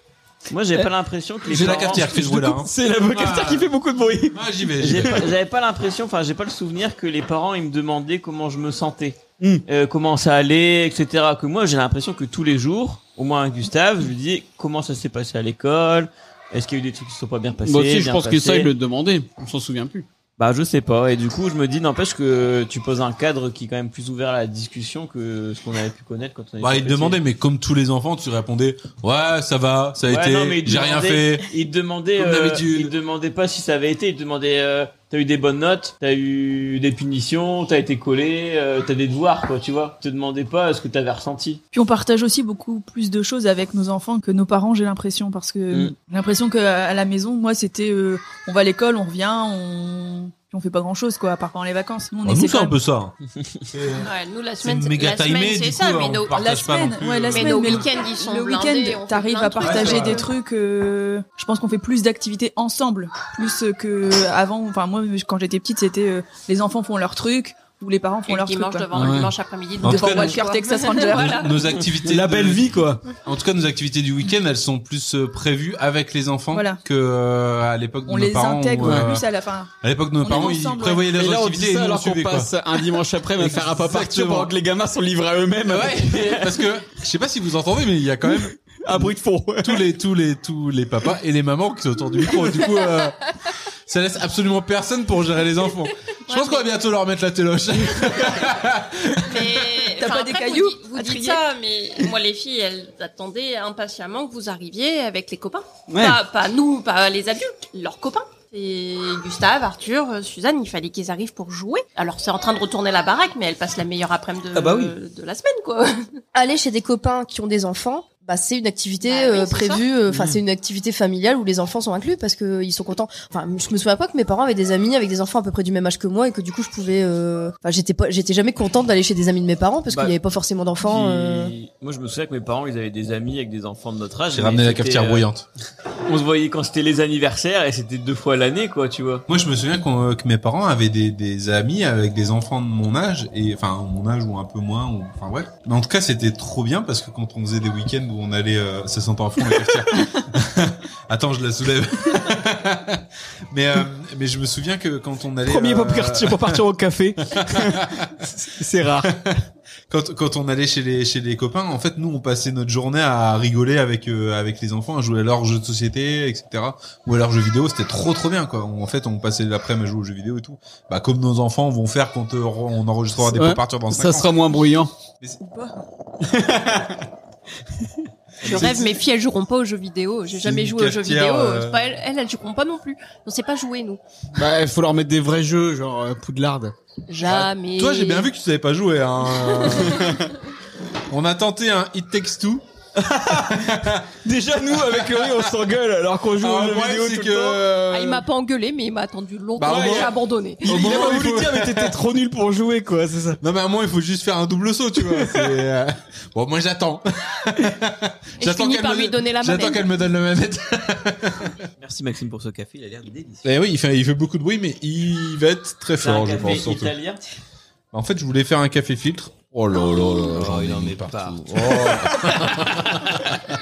Speaker 4: moi, j'avais
Speaker 3: Euh,
Speaker 4: pas l'impression que les
Speaker 3: j'ai la
Speaker 4: parents-
Speaker 3: cafetière qui fait ce bruit-là, hein. C'est la cafetière qui
Speaker 2: fait beaucoup de bruit.
Speaker 3: Ah, j'y vais, j'y
Speaker 4: J'ai
Speaker 3: vais.
Speaker 4: pas- J'avais pas l'impression, enfin, j'ai pas le souvenir que les parents ils me demandaient comment je me sentais,
Speaker 2: Hmm.
Speaker 4: euh, comment ça allait, etc. Que moi, j'ai l'impression que tous les jours, au moins avec Gustave, je lui dis comment ça s'est passé à l'école, est-ce qu'il y a eu des trucs qui se sont pas bien
Speaker 3: Bah,
Speaker 4: passés.
Speaker 2: Moi aussi, je
Speaker 4: bien
Speaker 2: pense que ça,
Speaker 4: passés.
Speaker 2: ils le demandaient. On s'en souvient plus.
Speaker 4: Bah je sais pas et du coup je me dis n'empêche que tu poses un cadre qui est quand même plus ouvert à la discussion que ce qu'on avait pu connaître quand on était
Speaker 3: Bah, ils te
Speaker 4: petit.
Speaker 3: demandaient, mais comme tous les enfants, tu répondais, ouais, ça va, ça a
Speaker 4: Ouais,
Speaker 3: été,
Speaker 4: non, mais ils te
Speaker 3: j'ai rien
Speaker 4: demandaient-
Speaker 3: fait. Ah,
Speaker 4: Ils te demandaient
Speaker 3: Comme
Speaker 4: euh,
Speaker 3: d'habitude.
Speaker 4: ils te demandaient pas si ça avait été, ils te demandaient euh, t'as eu des bonnes notes, t'as eu des punitions, t'as été collé, euh, t'as des devoirs quoi, tu vois. Ils te demandaient pas ce que t'avais ressenti.
Speaker 8: Puis on partage aussi beaucoup plus de choses avec nos enfants que nos parents, j'ai l'impression, parce que
Speaker 4: Mm.
Speaker 8: j'ai l'impression que à la maison, moi, c'était euh, on va à l'école, on revient, on puis on fait pas grand chose quoi, à part pendant les vacances. Nous, on
Speaker 3: Bah,
Speaker 8: essaie
Speaker 3: nous, c'est
Speaker 8: quand
Speaker 3: un
Speaker 8: même-
Speaker 3: peu ça.
Speaker 9: Ouais, nous, la
Speaker 3: C'est
Speaker 9: semaine,
Speaker 3: méga
Speaker 9: la semaine,
Speaker 3: timé,
Speaker 9: c'est
Speaker 3: du
Speaker 9: ça,
Speaker 3: coup,
Speaker 9: mais
Speaker 3: on
Speaker 9: nos,
Speaker 3: partage
Speaker 8: La semaine, ouais, la
Speaker 9: mais
Speaker 8: semaine,
Speaker 9: nos
Speaker 8: mais le-
Speaker 9: week-ends, ils sont
Speaker 8: le
Speaker 9: blindés,
Speaker 8: week-end,
Speaker 9: on fait
Speaker 8: t'arrives
Speaker 9: plein
Speaker 8: à
Speaker 9: de trucs. euh.
Speaker 8: partager
Speaker 3: euh, Ouais, c'est
Speaker 8: des
Speaker 3: vrai.
Speaker 8: trucs. euh, je pense qu'on fait plus d'activités ensemble, plus euh, que avant. Enfin, moi, quand j'étais petite, c'était euh, les enfants font leurs trucs ou les parents font
Speaker 9: Et le
Speaker 8: leurs trucs.
Speaker 9: dimanche
Speaker 8: quoi.
Speaker 9: devant- le
Speaker 3: Ouais.
Speaker 9: dimanche après-midi,
Speaker 3: En
Speaker 9: devant
Speaker 3: tout cas,
Speaker 9: Walker,
Speaker 8: nos-
Speaker 9: Texas
Speaker 8: Nos-
Speaker 9: Ranger. Voilà.
Speaker 3: nos activités
Speaker 2: La
Speaker 3: de-
Speaker 2: belle vie, quoi.
Speaker 3: En tout cas, nos activités du week-end, elles sont plus euh, prévues avec les enfants
Speaker 8: Voilà.
Speaker 3: que euh, à l'époque de
Speaker 8: On
Speaker 3: nos
Speaker 8: les
Speaker 3: parents.
Speaker 8: intègre
Speaker 3: où, euh,
Speaker 8: plus à la fin.
Speaker 3: à l'époque de nos
Speaker 8: On est
Speaker 3: parents, ils
Speaker 8: ensemble, ouais.
Speaker 3: prévoyaient
Speaker 2: Et
Speaker 3: leurs
Speaker 2: là, on dit
Speaker 3: activités et
Speaker 2: ça
Speaker 3: nous, on
Speaker 2: alors qu'on
Speaker 3: suivait, quoi.
Speaker 2: passe un dimanche après, mais faire un papa Arthur
Speaker 3: Exactement.
Speaker 2: pendant que les gamins sont livrés à eux-mêmes.
Speaker 3: Ouais, parce que je sais pas si vous entendez, mais il y a quand même
Speaker 2: un bruit de fond.
Speaker 3: tous les tous les tous les papas et les mamans qui sont autour du micro. Du coup, euh, Ça laisse absolument personne pour gérer les enfants. Je pense qu'on va bientôt leur mettre la téloche.
Speaker 9: T'as
Speaker 5: pas des cailloux
Speaker 9: Vous, dites- vous
Speaker 5: à
Speaker 9: dites
Speaker 5: trier
Speaker 9: ça, mais moi les filles, elles attendaient impatiemment que vous arriviez avec les copains.
Speaker 2: Ouais.
Speaker 9: Pas, pas nous, pas les adultes, leurs copains. Et Gustave, Arthur, euh, Suzanne, il fallait qu'ils arrivent pour jouer. Alors c'est en train de retourner la baraque, mais elles passent la meilleure après-midi de,
Speaker 5: Ah bah oui.
Speaker 9: de la semaine, quoi.
Speaker 5: Aller chez des copains qui ont des enfants, bah c'est une activité euh, prévue, euh,
Speaker 2: Mm.
Speaker 5: enfin
Speaker 9: Mhm.
Speaker 5: c'est une activité familiale où les enfants sont inclus parce que ils sont contents. Enfin, je me souviens pas que mes parents avaient des amis avec des enfants à peu près du même âge que moi et que du coup je pouvais, euh, enfin j'étais pas, j'étais jamais contente d'aller chez des amis de mes parents parce
Speaker 4: Bah,
Speaker 5: qu'il y avait pas forcément d'enfants. euh.
Speaker 4: Moi, je me souviens que mes parents, ils avaient des amis avec des enfants de notre âge.
Speaker 3: J'ai
Speaker 4: mais
Speaker 3: ramené la
Speaker 4: c'était,
Speaker 3: cafetière
Speaker 4: euh,
Speaker 3: bruyante.
Speaker 4: On se voyait quand c'était les anniversaires et c'était deux fois l'année, quoi, tu vois.
Speaker 3: Moi, je me souviens qu'on- euh, que mes parents avaient des, des amis avec des enfants de mon âge, et enfin mon âge ou un peu moins, ou enfin bref. Mais en tout cas, c'était trop bien parce que quand on faisait des week-ends où on allait, euh, ça s'entend à fond la cafetière. Attends, je la soulève. mais euh, mais je me souviens que quand on allait
Speaker 2: Premier
Speaker 3: euh,
Speaker 2: pop quartier pour partir au café. C'est rare.
Speaker 3: quand, quand on allait chez les chez les copains, en fait, nous on passait notre journée à rigoler avec euh, avec les enfants, à jouer à leurs jeux de société, etc. Ou à leurs jeux vidéo. C'était trop trop bien quoi. On- en fait, on passait l'après-midi à jouer aux jeux vidéo et tout. Bah comme nos enfants vont faire quand euh, on enregistrera des
Speaker 2: Ouais.
Speaker 3: pop partir dans cinq
Speaker 2: Ça
Speaker 3: ans.
Speaker 2: sera moins bruyant.
Speaker 3: Ah,
Speaker 9: Je rêve, mes filles, elles joueront pas aux jeux vidéo. J'ai
Speaker 2: C'est
Speaker 9: jamais
Speaker 2: une
Speaker 9: joué aux jeux
Speaker 2: cafetière,
Speaker 9: vidéo.
Speaker 2: euh,
Speaker 9: C'est pas elles, elles, elles joueront pas non plus. On sait pas jouer, nous.
Speaker 2: Bah, il faut leur mettre des vrais jeux, genre euh, Poudlard.
Speaker 9: Jamais.
Speaker 3: Ah, Toi, j'ai bien vu que tu savais pas jouer. Hein. on a tenté un It Takes Two.
Speaker 2: Déjà nous avec Laurie on s'engueule alors qu'on joue
Speaker 3: Ah,
Speaker 2: aux
Speaker 3: le
Speaker 2: jeux
Speaker 3: problème,
Speaker 2: vidéo
Speaker 3: c'est
Speaker 2: tout
Speaker 3: que, euh,
Speaker 2: le
Speaker 9: Ah,
Speaker 2: temps.
Speaker 9: il m'a pas engueulé, mais il m'a attendu longtemps.
Speaker 3: Bah, au
Speaker 9: et j'ai
Speaker 3: moins-
Speaker 9: abandonné.
Speaker 2: Il a pas voulu dire ah, mais t'étais trop nul pour jouer quoi, c'est ça.
Speaker 3: Non mais à moi il faut juste faire un double saut, tu vois. c'est, euh, Bon, moi j'attends.
Speaker 9: Et je finis
Speaker 3: qu'elle
Speaker 9: par
Speaker 3: me-
Speaker 9: lui donner la main.
Speaker 3: J'attends qu'elle me donne la manette.
Speaker 4: Merci Maxime pour ce café, il a l'air délicieux.
Speaker 3: Eh oui, il fait, il fait beaucoup de bruit, mais il va être très
Speaker 4: C'est un
Speaker 3: fort, je
Speaker 4: café
Speaker 3: pense. Surtout. Bah,
Speaker 4: italien.
Speaker 3: En fait, je voulais faire un café filtre. Oh là là là, là, j'en ai mis partout. Oh.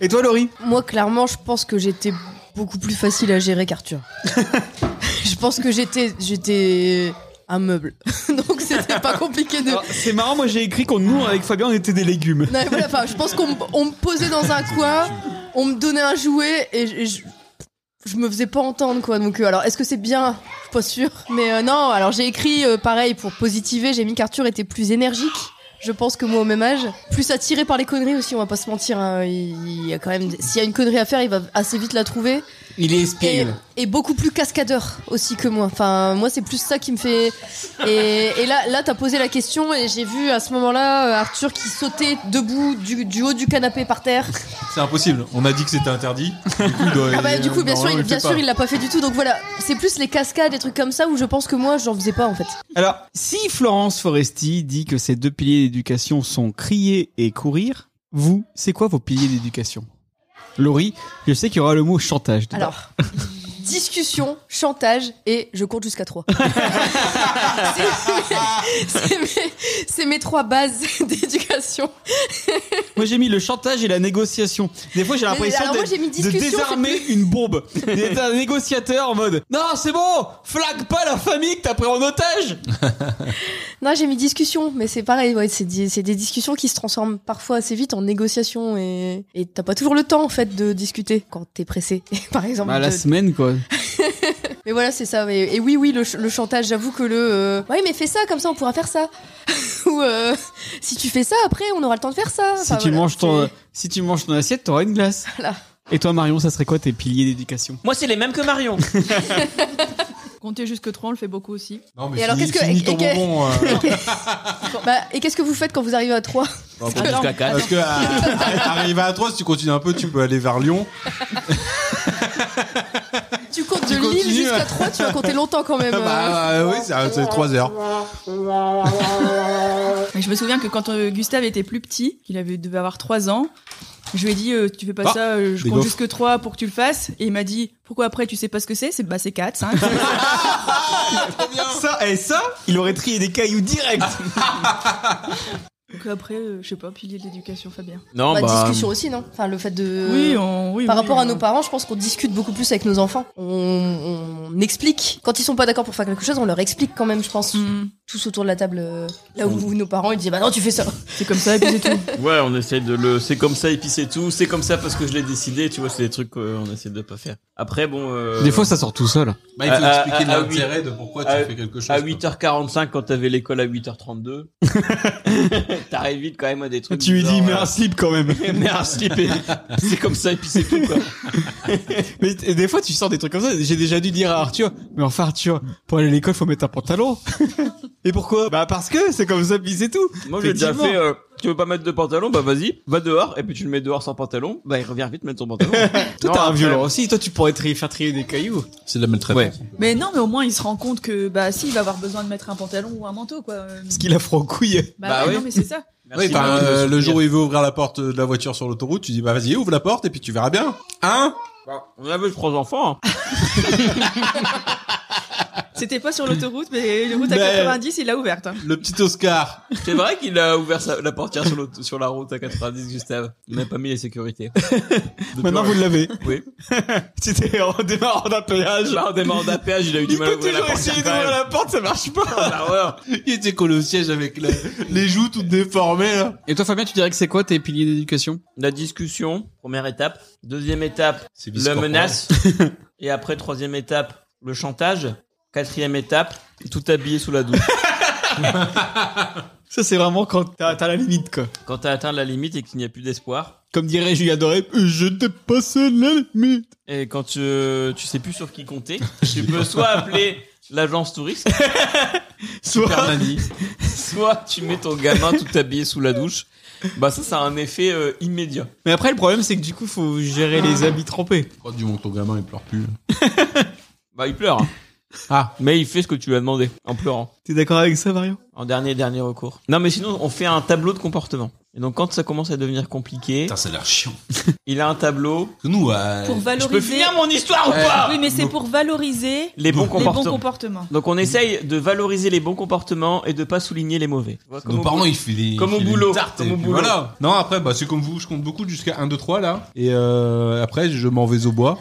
Speaker 2: Et toi, Laurie
Speaker 5: Moi, clairement, je pense que j'étais beaucoup plus facile à gérer qu'Arthur. je pense que j'étais, j'étais un meuble. Donc c'était pas compliqué de.
Speaker 2: Alors, C'est marrant, moi j'ai écrit qu'on nous avec Fabien on était des légumes.
Speaker 5: Non, mais voilà, enfin, je pense qu'on m- on me posait dans un coin, on me donnait un jouet et je, et je- je me faisais pas entendre quoi. Donc euh, alors, est-ce que c'est bien Je suis pas sûre. Mais euh, non, alors j'ai écrit euh, pareil pour positiver. J'ai mis qu'Arthur était plus énergique. Je pense que moi au même âge, plus attiré par les conneries aussi. On va pas se mentir. hein. Il y a quand même, s'il y a une connerie à faire, il va assez vite la trouver.
Speaker 2: Il est
Speaker 5: Et,
Speaker 2: espiègle.
Speaker 5: et beaucoup plus cascadeur aussi que moi. Enfin, moi, c'est plus ça qui me fait. Et, et là, là, t'as posé la question et j'ai vu à ce moment-là euh, Arthur qui sautait debout du, du haut du canapé par terre.
Speaker 3: C'est impossible. On a dit que c'était interdit. Du coup, il doit-
Speaker 5: Ah bah, du coup, bien
Speaker 3: normalement,
Speaker 5: sûr,
Speaker 3: il
Speaker 5: il,
Speaker 3: le
Speaker 5: bien
Speaker 3: fait
Speaker 5: sûr,
Speaker 3: pas.
Speaker 5: il l'a pas fait du tout. Donc voilà, c'est plus les cascades, des trucs comme ça où je pense que moi, j'en faisais pas en fait.
Speaker 2: Alors, si Florence Foresti dit que ses deux piliers d'éducation sont crier et courir, vous, c'est quoi vos piliers d'éducation Laurie, je sais qu'il y aura le mot chantage. dedans.
Speaker 5: Alors, discussion, chantage et je compte jusqu'à 3. c'est mes, c'est mes trois bases d'éducation.
Speaker 2: Moi j'ai mis le chantage et la négociation. Des fois j'ai
Speaker 5: Mais
Speaker 2: l'impression
Speaker 5: alors, moi, j'ai mis
Speaker 2: d'être- de
Speaker 5: discussion,
Speaker 2: désarmer une bombe. D'être un négociateur en mode Non, c'est bon, flague pas la famille que t'as pris en otage
Speaker 5: Non, j'ai mis discussion, mais c'est pareil, ouais, c'est des, c'est des discussions qui se transforment parfois assez vite en négociations et et t'as pas toujours le temps en fait de discuter quand t'es pressé, par exemple.
Speaker 2: Bah, la
Speaker 5: de-
Speaker 2: semaine quoi.
Speaker 5: Ah, mais voilà, c'est ça. mais- Et, oui, oui, le, ch- le chantage, j'avoue que le. euh, Oui, mais fais ça, comme ça on pourra faire ça. Ou euh, si tu fais ça, après on aura le temps de faire ça.
Speaker 2: Si
Speaker 5: Enfin,
Speaker 2: tu
Speaker 5: bah voilà,
Speaker 2: manges ton,
Speaker 5: c'est-
Speaker 2: si tu manges ton assiette, t'auras une glace.
Speaker 5: Voilà.
Speaker 2: Et toi, Marion, ça serait quoi tes piliers d'éducation
Speaker 4: Moi, c'est les mêmes que Marion.
Speaker 8: Compter jusque 3, on le fait beaucoup aussi.
Speaker 2: Oh,
Speaker 3: Non, mais
Speaker 5: Et alors,
Speaker 3: finis-
Speaker 5: qu'est-ce que-
Speaker 3: finis ton
Speaker 5: et que-
Speaker 3: bonbon, euh.
Speaker 5: Bah, et qu'est-ce que vous faites quand vous arrivez à 3
Speaker 3: Bon,
Speaker 8: Attends.
Speaker 3: parce que- Parce que à- à- arrivé à 3, si tu continues un peu, tu peux aller vers Lyon.
Speaker 5: Tu comptes de
Speaker 3: Tu continues,
Speaker 5: Lille jusqu'à
Speaker 3: hein.
Speaker 5: 3, tu vas compter longtemps quand même.
Speaker 3: Ah bah, euh, oui, c'est- c'est 3 heures.
Speaker 8: Mais je me souviens que quand euh, Gustave était plus petit, qu'il avait, devait avoir 3 ans, je lui ai dit euh, tu fais pas
Speaker 3: Ah,
Speaker 8: ça, euh, je
Speaker 3: des
Speaker 8: compte
Speaker 3: gaufres.
Speaker 8: jusque 3 pour que tu le fasses et il m'a dit pourquoi après tu sais pas ce que c'est C'est bah c'est 4, 5.
Speaker 2: Ah, Ça, et ça, il aurait trié des cailloux direct.
Speaker 8: Donc après euh, je sais pas pilier de l'éducation Fabien.
Speaker 4: Non,
Speaker 5: Bah,
Speaker 4: bah.
Speaker 3: euh,
Speaker 5: discussion aussi, non Enfin, le fait de.
Speaker 8: Oui, on, oui,
Speaker 5: euh, Par
Speaker 8: oui,
Speaker 5: rapport à
Speaker 8: on-
Speaker 5: nos parents, je pense qu'on discute beaucoup plus avec nos enfants. On, on explique. Quand ils sont pas d'accord pour faire quelque chose, on leur explique quand même, je pense.
Speaker 8: Hmm.
Speaker 5: tous autour de la table, euh, là où nos parents, ils disaient, bah non, tu fais ça.
Speaker 8: C'est comme ça, et puis c'est tout.
Speaker 4: Ouais, on essaie de le. C'est comme ça et puis c'est tout. C'est comme ça parce que je l'ai décidé. Tu vois, c'est des trucs qu'on essaie de pas faire. Après, bon. euh,
Speaker 2: Des fois, ça sort tout seul.
Speaker 3: Bah, il faut
Speaker 4: à-
Speaker 3: expliquer
Speaker 4: à- à
Speaker 3: l'intérêt
Speaker 4: huit-
Speaker 3: de pourquoi tu
Speaker 4: à-
Speaker 3: fais quelque chose,
Speaker 4: À
Speaker 3: quoi.
Speaker 4: 8h45, quand t'avais l'école à 8h32, t'arrives vite quand même à des trucs.
Speaker 2: Tu lui
Speaker 4: bizarres,
Speaker 2: dis,
Speaker 4: euh,
Speaker 2: mets un slip quand même.
Speaker 4: Mets un slip et- c'est comme ça et puis c'est tout, quoi.
Speaker 2: Mais t- des fois, tu sors des trucs comme ça. J'ai déjà dû dire à Arthur, mais enfin, Arthur, pour aller à l'école, faut mettre un pantalon. Et pourquoi? Bah, parce que c'est comme ça, puis c'est tout.
Speaker 4: Moi, j'ai déjà
Speaker 2: Effectivement.
Speaker 4: fait. euh, tu veux pas mettre de pantalon Bah vas-y, va dehors. Et puis tu le mets dehors sans pantalon. Bah il revient vite mettre son pantalon.
Speaker 2: Toi, t'es un violent aussi. Toi, tu pourrais tri- faire trier des cailloux.
Speaker 3: C'est de la maltraitance.
Speaker 8: Mais non, mais au moins il se rend compte que bah si, il va avoir besoin de mettre un pantalon ou un manteau quoi. Euh,
Speaker 2: Parce qu'il a froid aux couilles.
Speaker 8: Bah, ouais, non mais c'est ça.
Speaker 3: oui, enfin, euh, le jour où il veut ouvrir la porte de la voiture sur l'autoroute, tu dis bah vas-y ouvre la porte et puis tu verras bien, hein
Speaker 4: On avait trois enfants.
Speaker 8: C'était pas sur l'autoroute, mais le route à
Speaker 4: Mais-
Speaker 8: 90, il l'a ouverte.
Speaker 4: Euh,
Speaker 8: hein.
Speaker 3: Le petit Oscar.
Speaker 4: C'est vrai qu'il a ouvert sa- la portière sur, l'auto- sur la route à 90, Gustave. Il n'a pas mis les sécurités.
Speaker 2: Maintenant, vous l'avez.
Speaker 4: Oui.
Speaker 2: C'était en démarrant d'un péage.
Speaker 4: Là, en démarrant d'un péage, il a eu du
Speaker 2: Il
Speaker 4: mal à
Speaker 2: peut
Speaker 4: ouvrir la
Speaker 2: toujours essayer
Speaker 4: portière. quand
Speaker 2: d'ouvrir
Speaker 4: même.
Speaker 2: la porte, ça marche pas.
Speaker 4: Ah, l'horreur.
Speaker 3: Il était collé au siège avec la- les joues toutes déformées là.
Speaker 2: Et toi, Fabien, tu dirais que c'est quoi tes piliers d'éducation?
Speaker 4: La discussion, première étape. Deuxième étape,
Speaker 3: C'est vice
Speaker 4: la
Speaker 3: corporel.
Speaker 4: menace. Et après, troisième étape, le chantage. Quatrième étape, tout habillé sous la douche.
Speaker 2: Ça, c'est vraiment quand t'as t'as la limite, quoi.
Speaker 4: Quand t'as atteint la limite et qu'il n'y a plus d'espoir.
Speaker 2: Comme dirait Julien Doré, je t'ai passé la limite.
Speaker 4: Et quand tu, euh, tu sais plus sur qui compter, tu peux soit appeler l'agence touriste,
Speaker 2: Soit,
Speaker 3: Fernani.
Speaker 4: soit tu mets ton gamin tout habillé sous la douche. Bah ça, ça a un effet euh, immédiat.
Speaker 2: Mais après, le problème, c'est que du coup, faut gérer
Speaker 4: Ah.
Speaker 2: les habits trempés.
Speaker 3: Oh, du moment que ton gamin il pleure plus.
Speaker 4: Bah il pleure. hein.
Speaker 3: Ah.
Speaker 4: Mais il fait ce que tu lui as demandé en pleurant.
Speaker 2: T'es d'accord avec ça, Mario
Speaker 4: En dernier, dernier recours. Non, mais sinon, on fait un tableau de comportement. Et donc, quand ça commence à devenir compliqué,
Speaker 3: Putain, ça a l'air chiant.
Speaker 4: il a un tableau.
Speaker 3: Parce que Nous, euh,
Speaker 8: Pour
Speaker 4: Je peux
Speaker 8: valoriser. Euh,
Speaker 4: finir mon histoire ou
Speaker 3: Eh.
Speaker 4: pas
Speaker 8: Oui, mais c'est pour valoriser
Speaker 4: Les bons
Speaker 8: les bons
Speaker 4: comportements.
Speaker 8: comportements.
Speaker 4: Donc, on essaye de valoriser les bons comportements et de pas souligner les mauvais. Tu vois, comme
Speaker 3: nos
Speaker 4: au
Speaker 3: parents
Speaker 4: bout-
Speaker 3: ils filaient
Speaker 4: comme au
Speaker 3: filaient une
Speaker 4: boulot,
Speaker 3: tarte
Speaker 4: comme
Speaker 3: et
Speaker 4: au
Speaker 3: puis
Speaker 4: boulot.
Speaker 3: voilà. Non après bah c'est comme vous, je compte beaucoup jusqu'à 1 2 3 là et euh, après je m'en vais au bois.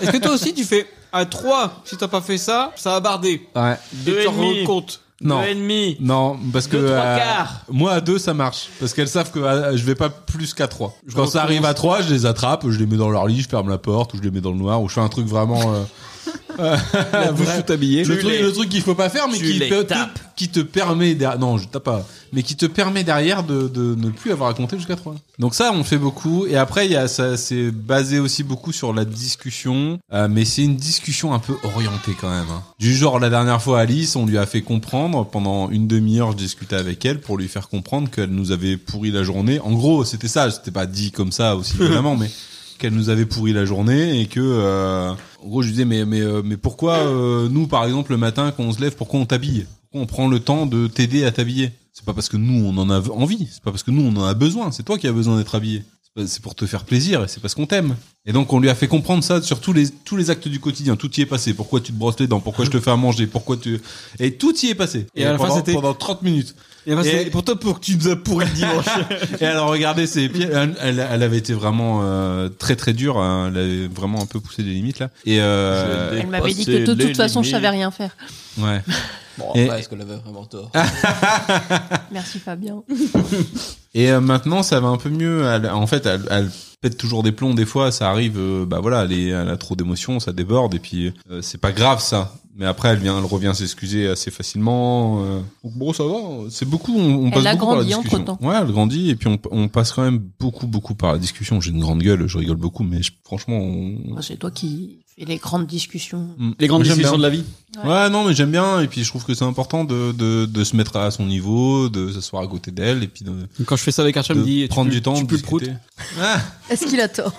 Speaker 2: Est-ce que toi aussi, tu fais à 3, si t'as pas fait ça, ça a bardé.
Speaker 3: Ouais.
Speaker 4: Deux
Speaker 2: tu
Speaker 4: et
Speaker 2: t'en rends
Speaker 4: demi.
Speaker 2: compte.
Speaker 3: Non.
Speaker 4: Deux et demi.
Speaker 3: Non, parce que
Speaker 4: Deux, trois
Speaker 3: euh,
Speaker 4: quarts.
Speaker 3: moi à deux ça marche parce qu'elles savent que euh, je vais pas plus qu'à trois.
Speaker 2: Je
Speaker 3: Quand
Speaker 2: recommence.
Speaker 3: ça arrive à trois, je les attrape, je les mets dans leur lit, je ferme la porte ou je les mets dans le noir ou je fais un truc vraiment euh,
Speaker 2: Vous
Speaker 3: vrai.
Speaker 2: tout habillé.
Speaker 3: le
Speaker 4: Tu
Speaker 3: truc
Speaker 4: les-
Speaker 3: le truc qu'il faut pas faire mais
Speaker 4: tu
Speaker 3: qui
Speaker 4: les
Speaker 3: peut-
Speaker 4: tapes.
Speaker 3: qui te permet derrière non, je tape pas mais qui te permet derrière de, de ne plus avoir à compter jusqu'à trois. Donc ça on le fait beaucoup et après il y a ça c'est basé aussi beaucoup sur la discussion euh, mais c'est une discussion un peu orientée quand même. hein. Du genre la dernière fois Alice, on lui a fait comprendre pendant une demi-heure, je discutais avec elle pour lui faire comprendre qu'elle nous avait pourri la journée. En gros, c'était ça, c'était pas dit comme ça aussi évidemment mais qu'elle nous avait pourri la journée et que euh, en gros je lui disais mais mais euh, mais pourquoi euh, nous par exemple le matin quand on se lève pourquoi on t'habille Pourquoi on prend le temps de t'aider à t'habiller c'est pas parce que nous on en a envie c'est pas parce que nous on en a besoin c'est toi qui as besoin d'être habillé C'est pas- c'est pour te faire plaisir et c'est parce qu'on t'aime et donc on lui a fait comprendre ça sur tous les tous les actes du quotidien tout y est passé pourquoi tu te brosses les dents pourquoi je te fais à manger pourquoi tu et tout y est passé
Speaker 2: Et à la fin,
Speaker 3: pendant,
Speaker 2: c'était-
Speaker 3: pendant 30 minutes
Speaker 2: Et, ben, c'est-
Speaker 3: Et-
Speaker 2: pour toi, pour que tu nous as pourri le dimanche.
Speaker 3: et alors regardez ses pieds, elle, elle- elle avait été vraiment euh, très très dure, hein. elle avait vraiment un peu poussé les limites là. Et euh,
Speaker 4: Je
Speaker 9: Elle m'avait dit que
Speaker 4: Passer
Speaker 9: de
Speaker 4: les
Speaker 9: toute façon, je
Speaker 4: limites.
Speaker 9: savais rien faire.
Speaker 3: ouais.
Speaker 4: Bon,
Speaker 3: Et-
Speaker 4: bah, est-ce qu'elle avait vraiment tort
Speaker 2: Ah.
Speaker 9: Merci Fabien.
Speaker 3: Et euh, maintenant ça va un peu mieux. Elle- en fait, elle, elle pète toujours des plombs des fois. Ça arrive, euh, bah voilà, elle, est- elle a trop d'émotions, ça déborde et puis euh, c'est pas grave ça. Mais après, elle vient, elle revient s'excuser assez facilement. euh. Donc bon, ça va. C'est beaucoup. On, on
Speaker 9: Elle
Speaker 3: passe
Speaker 9: a
Speaker 3: beaucoup par la
Speaker 9: grandi
Speaker 3: discussion.
Speaker 9: entre-temps.
Speaker 3: Ouais, elle grandit et puis on, on passe quand même beaucoup beaucoup par la discussion. J'ai une grande gueule, je rigole beaucoup, mais je- franchement, on...
Speaker 9: Moi, C'est toi qui fais les grandes discussions.
Speaker 2: Les grandes
Speaker 3: Mais j'aime
Speaker 2: discussions
Speaker 3: bien.
Speaker 2: de la vie.
Speaker 9: Ouais.
Speaker 3: Ouais. non, mais j'aime bien. Et puis, je trouve que c'est important de, de, de se mettre à son niveau, de s'asseoir à côté d'elle, et puis de,
Speaker 2: Quand je fais ça avec Arthur, il
Speaker 3: de
Speaker 2: me dit, tu
Speaker 3: prendre
Speaker 2: peux-
Speaker 3: du temps,
Speaker 2: tu
Speaker 3: de
Speaker 2: peux le prout.
Speaker 3: discuter. Ah,
Speaker 5: Est-ce qu'il a tort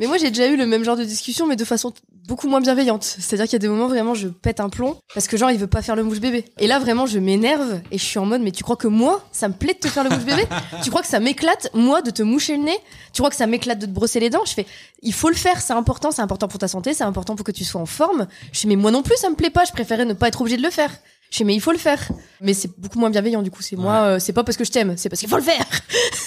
Speaker 5: Mais moi, j'ai déjà eu le même genre de discussion, mais de façon t- beaucoup moins bienveillante. C'est-à-dire qu'il y a des moments vraiment, je pète un plomb parce que genre, il veut pas faire le mouche bébé. Et là, vraiment, je m'énerve et je suis en mode, mais tu crois que moi, ça me plaît de te faire le mouche bébé Tu crois que ça m'éclate, moi, de te moucher le nez Tu crois que ça m'éclate de te brosser les dents Je fais, il faut le faire, c'est important, c'est important pour ta santé, c'est important pour que tu sois en forme. Je fais, mais moi non plus, ça me plaît pas, je préférais ne pas être obligé de le faire. Je fais, mais il faut le faire. Mais c'est beaucoup moins bienveillant, du coup. C'est moi, euh, c'est pas parce que je t'aime, c'est parce qu'il faut le faire.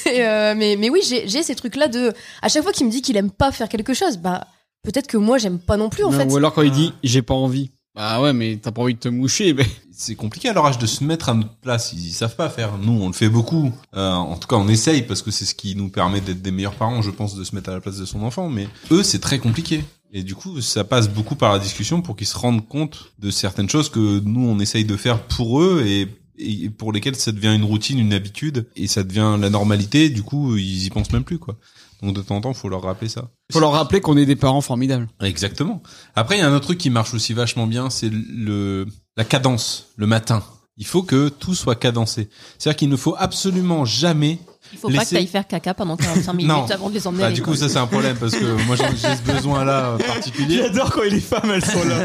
Speaker 5: Et, euh, mais, mais oui, j'ai j'ai ces trucs-là de. À chaque fois qu'il me dit qu'il aime pas faire quelque chose, bah peut-être que moi j'aime pas non plus en
Speaker 2: Non,
Speaker 5: fait.
Speaker 2: Ou alors quand il dit, j'ai pas envie. Bah ouais, mais t'as pas envie de te moucher. Mais...
Speaker 3: C'est compliqué à leur âge de se mettre à notre place. Ils, ils savent pas faire. Nous, on le fait beaucoup. Euh, en tout cas, on essaye parce que c'est ce qui nous permet d'être des meilleurs parents, je pense, de se mettre à la place de son enfant. Mais eux, c'est très compliqué. Et du coup, ça passe beaucoup par la discussion pour qu'ils se rendent compte de certaines choses que nous, on essaye de faire pour eux et et pour lesquels ça devient une routine, une habitude, et ça devient la normalité, du coup, ils y pensent même plus, quoi. Donc, de temps en temps, faut leur rappeler ça.
Speaker 2: Faut leur rappeler qu'on est des parents formidables.
Speaker 3: Exactement. Après, il y a un autre truc qui marche aussi vachement bien, c'est le la cadence le matin. Il faut que tout soit cadencé. C'est-à-dire qu'il ne faut absolument jamais
Speaker 9: Il faut pas que
Speaker 3: laisser-
Speaker 9: t'ailles faire caca pendant 45 minutes
Speaker 3: Non.
Speaker 9: avant de les emmener.
Speaker 3: Bah,
Speaker 9: à
Speaker 3: du coup,
Speaker 9: l'école.
Speaker 3: ça c'est un problème parce que moi j'ai j'ai ce besoin là particulier.
Speaker 2: J'adore quand les femmes elles sont là.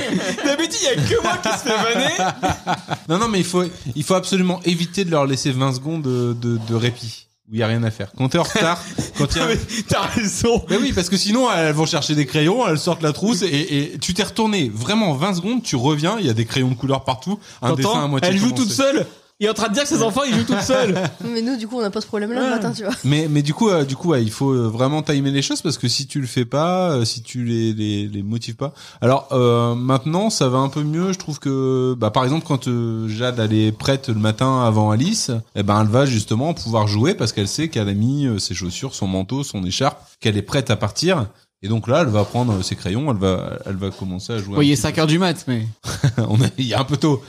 Speaker 2: D'habitude, il y a que moi qui se fait vanner.
Speaker 3: Non, non, mais il faut, il faut absolument éviter de leur laisser 20 secondes de, de, de répit où il y a rien à faire. Quand t'es en retard, quand il y a...
Speaker 2: T'as raison.
Speaker 3: Mais oui, parce que sinon elles vont chercher des crayons, elles sortent la trousse et, et tu t'es retourné vraiment 20 secondes, tu reviens, il y a des crayons de couleur partout, un dessin à
Speaker 2: T'entends
Speaker 3: moitié.
Speaker 2: Elle joue
Speaker 3: commencé.
Speaker 2: toute seule. Il est en train de dire que ses enfants ils jouent toute seule.
Speaker 5: Mais nous, du coup, on n'a pas ce problème-là le matin, tu vois.
Speaker 3: Mais mais du coup euh, du coup ouais, il faut euh, vraiment timer les choses parce que si tu le fais pas, euh, si tu les les, les motives pas. Alors euh, maintenant ça va un peu mieux, je trouve que bah par exemple quand euh, Jade elle est prête le matin avant Alice, eh ben elle va justement pouvoir jouer parce qu'elle sait qu'elle a mis euh, ses chaussures, son manteau, son écharpe, qu'elle est prête à partir. Et donc là, elle va prendre euh, ses crayons, elle va, elle va commencer à jouer.
Speaker 2: Oui, il est
Speaker 3: ça
Speaker 2: 5 heures du mat, mais.
Speaker 3: On est- il y a un peu tôt.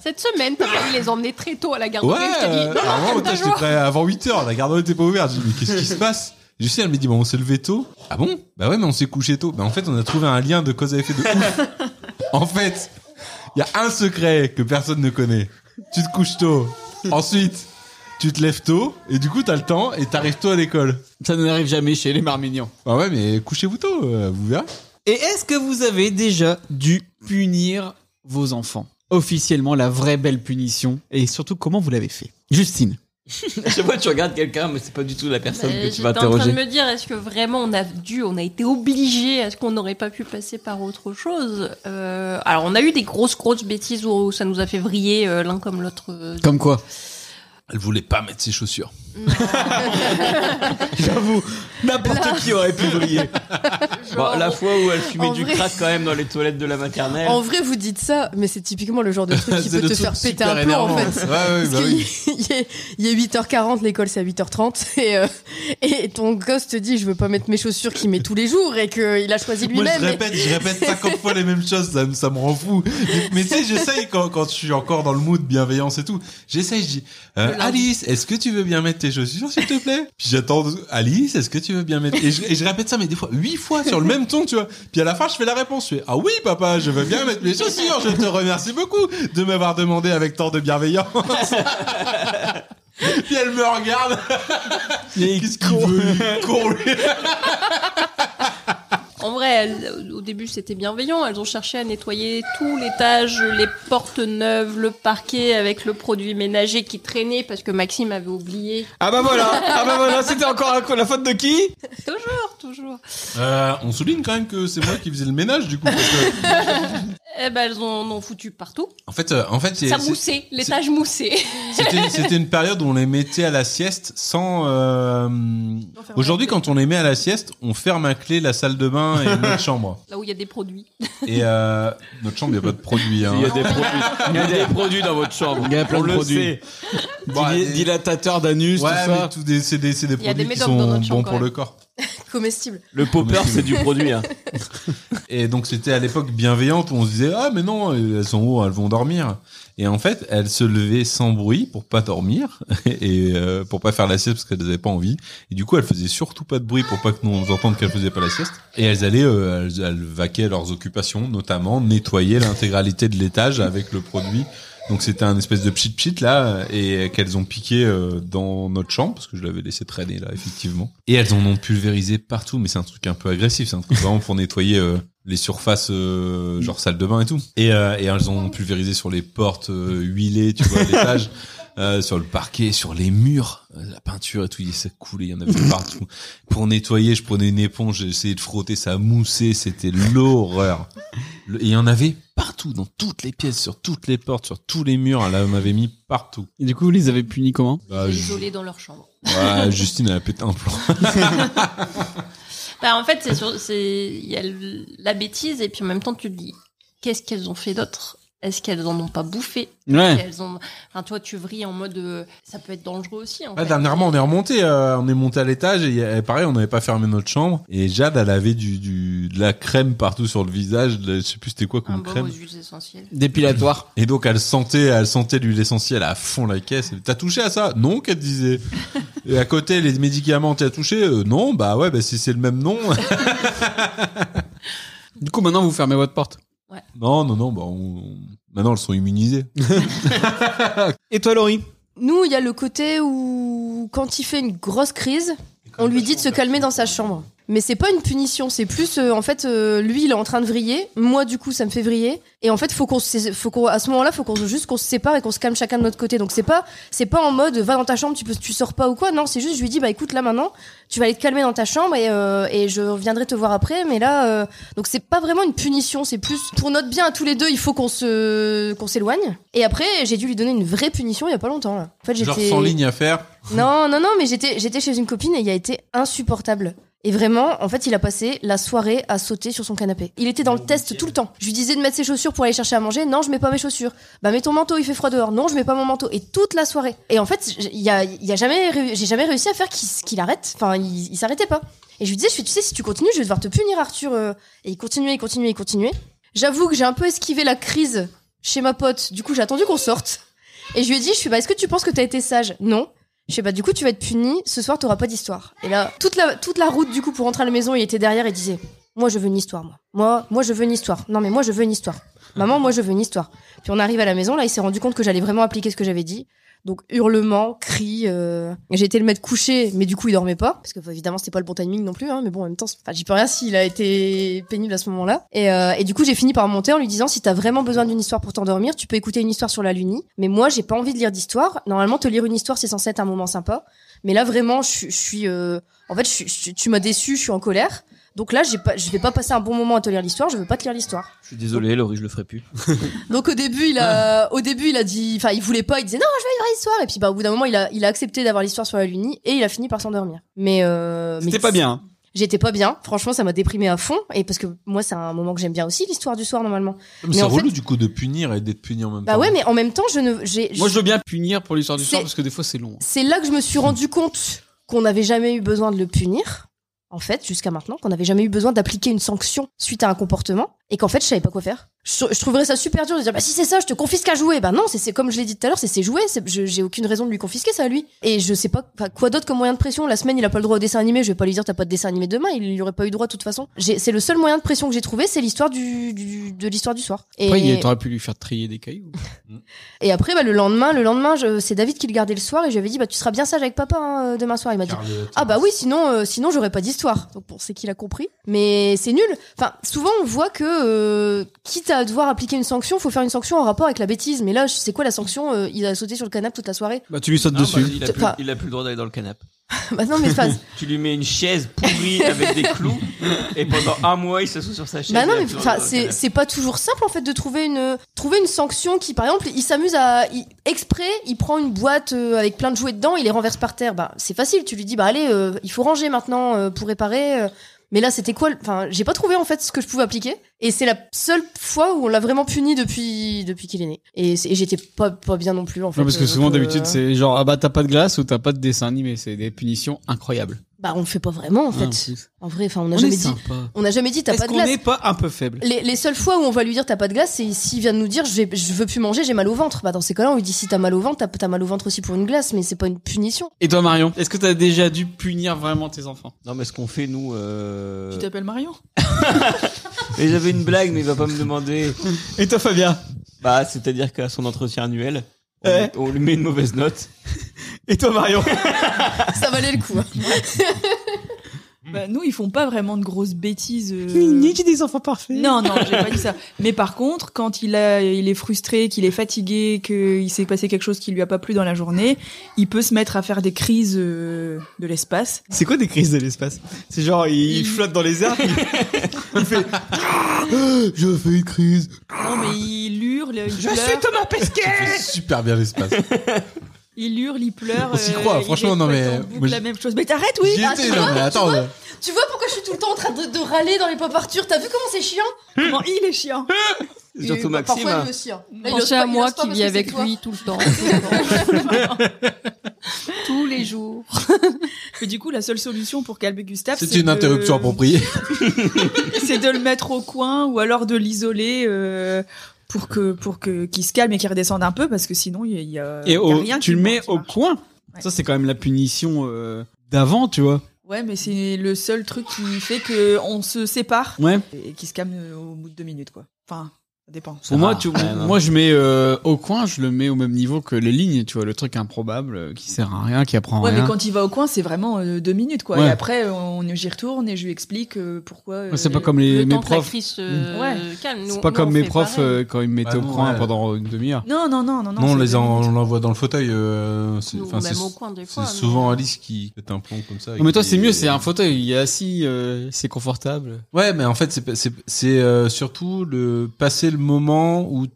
Speaker 9: Cette semaine, t'as failli les emmener très tôt à la
Speaker 3: Ouais,
Speaker 9: garderie. je te dis, non, non,
Speaker 3: euh, avant,
Speaker 9: ferme ta
Speaker 3: j'étais
Speaker 9: joie.
Speaker 3: prêt avant 8 heures, la garderie était pas ouverte. J'ai dit, mais qu'est-ce qui se passe? Je sais, elle me dit, bah, on s'est levé tôt. Ah bon? Bah ouais, mais on s'est couché tôt. Bah, en fait, on a trouvé un lien de cause à effet de ouf. en fait, il y a un secret que personne ne connaît. Tu te couches tôt. Ensuite, tu te lèves tôt, et du coup, t'as le temps, et t'arrives tôt à l'école.
Speaker 2: Ça n'arrive jamais chez les marmignons.
Speaker 3: Bah ouais, mais couchez-vous tôt, euh, vous verrez.
Speaker 2: Et est-ce que vous avez déjà dû punir vos enfants Officiellement, la vraie belle punition. Et surtout, comment vous l'avez fait Justine.
Speaker 4: Je sais pas, tu regardes quelqu'un, mais c'est pas du tout la personne
Speaker 9: Euh,
Speaker 4: que tu vas
Speaker 9: J'étais en train de
Speaker 4: interroger.
Speaker 9: me dire, est-ce que vraiment on a dû, on a été obligé, est-ce qu'on n'aurait pas pu passer par autre chose Euh, Alors on a eu des grosses grosses bêtises où, ça nous a fait vriller euh, l'un comme l'autre. euh,
Speaker 2: Comme quoi
Speaker 3: Elle voulait pas mettre ses chaussures.
Speaker 2: J'avoue, n'importe qui aurait pu briller.
Speaker 4: Bon, la fois où elle fumait
Speaker 5: en
Speaker 4: du
Speaker 5: vrai-
Speaker 4: crack quand même dans les toilettes de la maternelle.
Speaker 5: En vrai, vous dites ça, mais c'est typiquement le genre de truc qui peut
Speaker 4: C'est le
Speaker 5: te
Speaker 4: truc
Speaker 5: faire péter
Speaker 4: super
Speaker 5: un plomb, en
Speaker 4: énervant.
Speaker 5: fait.
Speaker 4: Ouais, ouais, bah
Speaker 5: Parce qu'il
Speaker 4: oui.
Speaker 5: il est, il est 8h40, l'école c'est à 8h30, et, euh, et ton gosse te dit je veux pas mettre mes chaussures qu'il met tous les jours et qu'il a choisi
Speaker 3: Moi,
Speaker 5: lui-même.
Speaker 3: je
Speaker 5: mais-
Speaker 3: répète, je répète 50 fois les mêmes choses, ça, me- ça me rend fou. Mais tu sais, j'essaye quand, quand je suis encore dans le mood bienveillance et tout. J'essaye, je dis, euh, Alice, est-ce que tu veux bien mettre tes chaussures, s'il te plaît? Puis j'attends, Alice, est-ce que tu veux bien mettre, et je, et je répète ça, mais des fois, huit fois sur le même ton, tu vois. Puis à la fin, je fais la réponse. Je fais, ah oui, papa, je veux bien mettre mes chaussures, je te remercie beaucoup de m'avoir demandé avec tant de bienveillance. Puis elle me regarde. Qu'est-ce qu'il veut, lui, con, lui
Speaker 9: En vrai, elles- au début c'était bienveillant. Elles ont cherché à nettoyer tout l'étage, les portes neuves, le parquet avec le produit ménager qui traînait parce que Maxime avait oublié.
Speaker 2: Ah bah voilà, ah bah voilà, c'était encore un coup. la faute de qui
Speaker 9: Toujours, toujours.
Speaker 3: Euh, on souligne quand même que c'est moi qui faisais le ménage du coup. parce que-
Speaker 9: Eh ben elles en ont foutu partout.
Speaker 3: en fait, euh, en fait, c'est-
Speaker 9: Ça
Speaker 3: c'est-
Speaker 9: moussait, l'étage moussait.
Speaker 3: c'était c'était une période où on les mettait à la sieste sans. euh, Aujourd'hui, quand on les met à la sieste, on ferme à clé la salle de bain et notre chambre.
Speaker 9: Là où il y a des produits.
Speaker 3: Et euh, notre chambre, il n'y a pas de produit. Hein.
Speaker 4: Il y a des produits. Il y a des produits dans votre chambre.
Speaker 2: Il y a plein
Speaker 4: On
Speaker 2: de
Speaker 4: le
Speaker 2: produits.
Speaker 4: sait.
Speaker 2: Dili- Dilatateur d'anus,
Speaker 3: Ouais,
Speaker 2: tout
Speaker 3: mais
Speaker 2: ça.
Speaker 3: tout des- c'est des, c'est des
Speaker 5: Il y a des
Speaker 3: produits qui
Speaker 5: médocs dans
Speaker 3: sont
Speaker 5: notre
Speaker 3: bons
Speaker 5: chambre,
Speaker 3: pour
Speaker 5: quand
Speaker 3: le
Speaker 5: même.
Speaker 3: corps.
Speaker 5: Comestible.
Speaker 4: Le popper, c'est du produit. Hein.
Speaker 3: Et donc c'était à l'époque bienveillante où on se disait ah mais non elles sont où elles vont dormir et en fait elles se levaient sans bruit pour pas dormir et euh, pour pas faire la sieste parce qu'elles n'avaient pas envie et du coup elles faisaient surtout pas de bruit pour pas que nous on entende qu'elles faisaient pas la sieste et elles allaient euh, elles, elles vaquaient leurs occupations notamment nettoyer l'intégralité de l'étage avec le produit donc c'était un espèce de pchit pchit là et qu'elles ont piqué euh, dans notre chambre parce que je l'avais laissé traîner là effectivement. Et elles en ont pulvérisé partout mais c'est un truc un peu agressif, c'est un truc vraiment pour nettoyer euh, les surfaces euh, genre salle de bain et tout. Et, euh, et elles en ont pulvérisé sur les portes euh, huilées, tu vois, à l'étage. euh, sur le parquet, sur les murs, euh, la peinture et tout, ça coulait, il y en avait partout. Pour nettoyer, je prenais une éponge, j'essayais de frotter, ça moussait, c'était l'horreur. Le- Et il y en avait partout, dans toutes les pièces, sur toutes les portes, sur tous les murs. Elle m'avait mis partout.
Speaker 2: Et du coup, vous les avez punis comment
Speaker 3: Bah,
Speaker 9: Isolé
Speaker 3: je-
Speaker 9: dans leur chambre.
Speaker 3: Ouais, Justine, elle a pété un plomb.
Speaker 9: Bah, en fait, c'est sur- c'est il y a le- la bêtise et puis en même temps tu te dis qu'est-ce qu'elles ont fait d'autre Est-ce qu'elles en ont pas bouffé
Speaker 3: Ouais.
Speaker 9: Est-ce qu'elles ont enfin toi tu vrilles en mode euh, ça peut être dangereux aussi en
Speaker 3: Ah,
Speaker 9: fait.
Speaker 3: dernièrement, on est remonté, euh, on est monté à l'étage et euh, pareil, on n'avait pas fermé notre chambre et Jade, elle avait du, du de la crème partout sur le visage, de la- je sais plus c'était quoi comme
Speaker 9: Un beau
Speaker 3: crème.
Speaker 9: aux huiles essentielles.
Speaker 2: Dépilatoire.
Speaker 3: Et donc elle sentait, elle sentait l'huile essentielle à fond la caisse. T'as touché à ça Non, qu'elle disait. Et à côté, les médicaments, t'as touché Euh, Non, bah ouais, bah si c'est le même nom.
Speaker 2: du coup, maintenant vous fermez votre porte.
Speaker 9: Ouais.
Speaker 3: Non, non, non, bah on- maintenant elles sont immunisées.
Speaker 2: Et toi, Laurie
Speaker 5: Euh, Nous, il y a le côté où quand il fait une grosse crise, on lui dit de se calmer dans sa chambre. Mais c'est pas une punition, c'est plus euh, en fait euh, lui il est en train de vriller, moi du coup ça me fait vriller et en fait faut qu'on se- faut qu'on à ce moment-là faut qu'on se- juste qu'on se sépare et qu'on se calme chacun de notre côté. Donc c'est pas c'est pas en mode va dans ta chambre, tu peux tu sors pas ou quoi. Non, c'est juste je lui dis bah écoute là maintenant, tu vas aller te calmer dans ta chambre et euh, et je reviendrai te voir après mais là euh, donc c'est pas vraiment une punition, c'est plus pour notre bien à tous les deux, il faut qu'on se qu'on s'éloigne. Et après, j'ai dû lui donner une vraie punition il y a pas longtemps là. En fait,
Speaker 3: Genre
Speaker 5: j'étais-
Speaker 3: sans ligne à faire.
Speaker 5: non, non, non, mais j'étais, j'étais chez une copine et il a été insupportable. Et vraiment, en fait, il a passé la soirée à sauter sur son canapé. Il était dans le test tout le temps. Je lui disais de mettre ses chaussures pour aller chercher à manger. Non, je mets pas mes chaussures. Bah, mets ton manteau, il fait froid dehors. Non, je mets pas mon manteau. Et toute la soirée. Et en fait, j- il y a, il y a jamais, réu- j'ai jamais réussi à faire qu'il, s- qu'il arrête. Enfin, il, il s'arrêtait pas. Et je lui disais, je fais, tu sais, si tu continues, je vais devoir te punir, Arthur. euh. Et il continuait, il continuait, il continuait. J'avoue que j'ai un peu esquivé la crise chez ma pote. Du coup, j'ai attendu qu'on sorte. Et je lui ai dit, je suis bah, est-ce que tu penses que t'as été sage Non. Je sais pas, du coup, tu vas être puni. Ce soir, t'auras pas d'histoire. Et là, toute la, toute la route, du coup, pour rentrer à la maison, il était derrière et disait, moi, je veux une histoire, moi. Moi, moi, je veux une histoire. Non, mais moi, je veux une histoire. Maman, moi, je veux une histoire. Puis on arrive à la maison, là, il s'est rendu compte que j'allais vraiment appliquer ce que j'avais dit. Donc, hurlements, cris. euh, J'ai été le mettre couché, mais du coup, il dormait pas. Parce que, bah, évidemment, c'était pas le bon timing non plus. Hein, mais bon, en même temps, c'est- enfin, j'y peux rien s'il a été pénible à ce moment-là. Et, euh, et du coup, j'ai fini par monter en lui disant si t'as vraiment besoin d'une histoire pour t'endormir, tu peux écouter une histoire sur la Luni. Mais moi, j'ai pas envie de lire d'histoire. Normalement, te lire une histoire, c'est censé être un moment sympa. Mais là, vraiment, je, suis- je suis. euh, en fait, je suis- je suis- tu m'as déçu, je suis en colère. Donc là, j'ai pas, je vais pas passer un bon moment à te lire l'histoire. Je veux pas te lire l'histoire.
Speaker 4: Je suis désolé, Laurie, je le ferai plus.
Speaker 5: Donc au début, il
Speaker 3: Ah.
Speaker 5: a, au début, il a dit, enfin, il voulait pas, il disait non, je veux une vraie histoire. Et puis, bah, au bout d'un moment, il a, il a accepté d'avoir l'histoire sur la Luni et il a fini par s'endormir. Mais, euh, mais
Speaker 2: C'était pas bien. hein.
Speaker 5: J'étais pas bien. Franchement, ça m'a déprimé à fond. Et parce que moi, c'est un moment que j'aime bien aussi, l'histoire du soir, normalement.
Speaker 3: Mais c'est
Speaker 5: en fait-
Speaker 3: relou du coup de punir et d'être puni en même
Speaker 5: bah
Speaker 3: temps.
Speaker 5: ouais, mais en même temps, je ne, j'ai,
Speaker 2: Moi, je veux bien punir pour l'histoire du soir
Speaker 5: C'est-
Speaker 2: parce que des fois, c'est long. hein.
Speaker 5: c'est là que je me suis rendu compte qu'on n'avait jamais eu besoin de le punir, en fait, jusqu'à maintenant, qu'on n'avait jamais eu besoin d'appliquer une sanction suite à un comportement, et qu'en fait, je savais pas quoi faire. Je, je trouverais ça super dur de dire, bah si c'est ça, je te confisque à jouer. Bah non, c'est- c'est comme je l'ai dit tout à l'heure, c'est ses jouets, c'est- je- j'ai aucune raison de lui confisquer ça à lui. Et je sais pas enfin, quoi d'autre comme moyen de pression. La semaine, il a pas le droit au dessin animé, je vais pas lui dire, t'as pas de dessin animé demain, il n'y aurait pas eu droit de toute façon. J'ai- C'est le seul moyen de pression que j'ai trouvé, c'est l'histoire du, du- de l'histoire du soir. Et-
Speaker 2: Après, il t'aurais pu lui faire trier des cailloux.
Speaker 5: et après, bah, le lendemain, le lendemain, je- c'est David qui le gardait le soir et je lui avais dit, bah, tu seras bien sage avec papa hein, demain soir. Il m'a dit, ah bah oui, sinon, euh, sinon, j'aurais pas d'histoire. Donc bon, c'est qu'il a compris, mais c'est nul. Enfin, souvent, on voit que euh, quitte à devoir appliquer une sanction, faut faire une sanction en rapport avec la bêtise. Mais là, je- c'est quoi la sanction Euh, Il a sauté sur le canapé toute la soirée.
Speaker 2: Bah, tu lui sautes
Speaker 4: Non,
Speaker 2: dessus.
Speaker 4: bah, il, a plus,
Speaker 5: Enfin-
Speaker 4: il a plus le droit d'aller dans le canapé.
Speaker 5: bah non, mais enfin,
Speaker 4: Tu lui mets une chaise pourrie avec des clous et pendant un mois il s'assoit sur sa chaise.
Speaker 5: Bah non,
Speaker 4: il a
Speaker 5: mais
Speaker 4: plus le
Speaker 5: enfin,
Speaker 4: droit d'aller dans
Speaker 5: c'est
Speaker 4: le
Speaker 5: c'est pas toujours simple en fait de trouver une trouver une sanction qui, par exemple, il s'amuse à il- exprès, il prend une boîte euh, avec plein de jouets dedans, il les renverse par terre. Bah c'est facile, tu lui dis bah allez, euh, il faut ranger maintenant euh, pour réparer. euh. mais là, c'était quoi le- Enfin, j'ai pas trouvé en fait ce que je pouvais appliquer, et c'est la seule fois où on l'a vraiment puni depuis depuis qu'il est né. Et, c'est- et j'étais pas pas bien non plus en fait.
Speaker 2: Non, parce que
Speaker 5: euh,
Speaker 2: souvent,
Speaker 5: donc, euh,
Speaker 2: d'habitude, c'est genre, ah bah, t'as pas de glace ou t'as pas de dessin animé. C'est des punitions incroyables.
Speaker 5: Bah on le fait pas vraiment en
Speaker 2: Ah, en
Speaker 5: fait.
Speaker 2: plus.
Speaker 5: en vrai, enfin, on a
Speaker 2: On
Speaker 5: jamais
Speaker 2: est
Speaker 5: dit.
Speaker 2: sympa.
Speaker 5: On n'a jamais dit t'as
Speaker 2: Est-ce
Speaker 5: pas de
Speaker 2: qu'on
Speaker 5: glace.
Speaker 2: n'est pas un peu faible
Speaker 5: Les, les seules fois où on va lui dire t'as pas de glace, c'est s'il vient de nous dire je, vais- je veux plus manger, j'ai mal au ventre. Bah dans ces cas-là, on lui dit si t'as mal au ventre, t'as t'as mal au ventre aussi pour une glace, mais c'est pas une punition.
Speaker 2: Et toi, Marion, est-ce que t'as déjà dû punir vraiment tes enfants
Speaker 4: Non, mais ce qu'on fait, nous. euh,
Speaker 8: Tu t'appelles Marion
Speaker 4: Mais j'avais une blague, mais il va pas me demander.
Speaker 2: Et toi, Fabien
Speaker 4: Bah, c'est-à-dire qu'à son entretien annuel, on,
Speaker 2: Ouais.
Speaker 4: on lui met une mauvaise note.
Speaker 2: Et toi, Marion
Speaker 5: Ça valait le coup.
Speaker 8: hein. Bah, nous, ils font pas vraiment de grosses bêtises. euh,
Speaker 2: j'ai des enfants parfaits.
Speaker 8: Non, non, j'ai pas dit ça. Mais par contre, quand il, a, il est frustré, qu'il est fatigué, qu'il s'est passé quelque chose qui lui a pas plu dans la journée, il peut se mettre à faire des crises euh, de l'espace.
Speaker 2: C'est quoi des crises de l'espace C'est genre, il,
Speaker 8: Il-
Speaker 2: flotte dans les airs. il- il fait. Ah, Je fais une crise.
Speaker 8: Non, mais il hurle, il pleure.
Speaker 2: Thomas Pesquet
Speaker 3: Ça fait super bien l'espace.
Speaker 8: Il hurle, il pleure.
Speaker 3: On s'y
Speaker 8: euh,
Speaker 3: croit,
Speaker 8: il
Speaker 3: franchement, non,
Speaker 8: répète
Speaker 3: mais-
Speaker 8: en boucle
Speaker 3: moi,
Speaker 8: la
Speaker 3: j'y-
Speaker 8: même chose. Mais t'arrêtes, oui.
Speaker 3: J'y
Speaker 8: Ah,
Speaker 3: étais,
Speaker 8: tu
Speaker 3: là,
Speaker 8: vois,
Speaker 3: mais
Speaker 8: tu
Speaker 3: attends. euh.
Speaker 8: vois,
Speaker 3: là.
Speaker 5: Tu vois pourquoi je suis tout le temps en train de, de râler dans les pop Arthur T'as vu comment c'est chiant
Speaker 8: Comment il est chiant.
Speaker 5: Et
Speaker 4: Surtout Maxime.
Speaker 5: Parfois il me chie. Là, il ose
Speaker 9: Pensez
Speaker 5: pas-
Speaker 9: à
Speaker 5: il
Speaker 9: moi
Speaker 5: ose pas
Speaker 9: qui
Speaker 5: parce
Speaker 9: vis
Speaker 5: que c'est
Speaker 9: avec
Speaker 5: toi.
Speaker 9: lui tout le temps. Tous les jours.
Speaker 8: Mais du coup, la seule solution pour calmer Gustave,
Speaker 3: C'est une
Speaker 8: de-
Speaker 2: Euh,
Speaker 3: interruption appropriée.
Speaker 8: c'est de le mettre au coin ou alors de l'isoler euh, pour que pour que qu'il se calme et qu'il redescende un peu parce que sinon il y a- il y a, il y
Speaker 2: Et
Speaker 8: a
Speaker 2: au-
Speaker 8: rien
Speaker 2: tu
Speaker 8: qui
Speaker 2: le mets
Speaker 8: marche.
Speaker 2: au coin.
Speaker 8: Ouais.
Speaker 2: Ça, c'est quand même la punition euh, d'avant, tu vois.
Speaker 8: Ouais, mais c'est le seul truc qui fait que on se sépare
Speaker 2: Ouais.
Speaker 8: et qui se calme au bout de deux minutes quoi. Enfin, ça dépend.
Speaker 2: Pour moi, tu, moi, je mets euh, au coin, je le mets au même niveau que les lignes, tu vois, le truc improbable euh, qui sert à rien, qui apprend
Speaker 8: Ouais,
Speaker 2: rien.
Speaker 8: mais quand il va au coin, c'est vraiment euh, deux minutes quoi.
Speaker 2: Ouais.
Speaker 8: Et après, on j'y retourne et je lui explique euh, pourquoi. euh,
Speaker 2: Ouais, c'est pas comme les,
Speaker 9: Le
Speaker 2: mes
Speaker 9: temps que la
Speaker 2: profs. Mm.
Speaker 9: crise se calme. Nous-
Speaker 2: C'est pas
Speaker 9: nous,
Speaker 2: comme
Speaker 9: on
Speaker 2: mes
Speaker 9: fait
Speaker 2: profs
Speaker 9: pareil.
Speaker 2: euh, quand ils me mettaient
Speaker 3: Bah
Speaker 2: au
Speaker 3: non,
Speaker 2: coin
Speaker 3: ouais.
Speaker 2: pendant une demi-heure.
Speaker 8: Non, non, non, non, non.
Speaker 3: Non, on
Speaker 8: c'est
Speaker 3: les
Speaker 8: deux
Speaker 3: en-
Speaker 8: minutes.
Speaker 3: on l'envoie dans le fauteuil. euh, c'est
Speaker 9: Nous,
Speaker 3: enfin, c'est-
Speaker 9: même au coin des
Speaker 3: c'est
Speaker 9: fois. mais-
Speaker 3: souvent Alice qui pète un plomb comme ça. et
Speaker 2: Non, mais toi,
Speaker 3: qui-
Speaker 2: c'est mieux, c'est un fauteuil, il est assis, euh, c'est confortable.
Speaker 3: Ouais, mais en fait, c'est pas- c'est- c'est euh, surtout le passer le moment où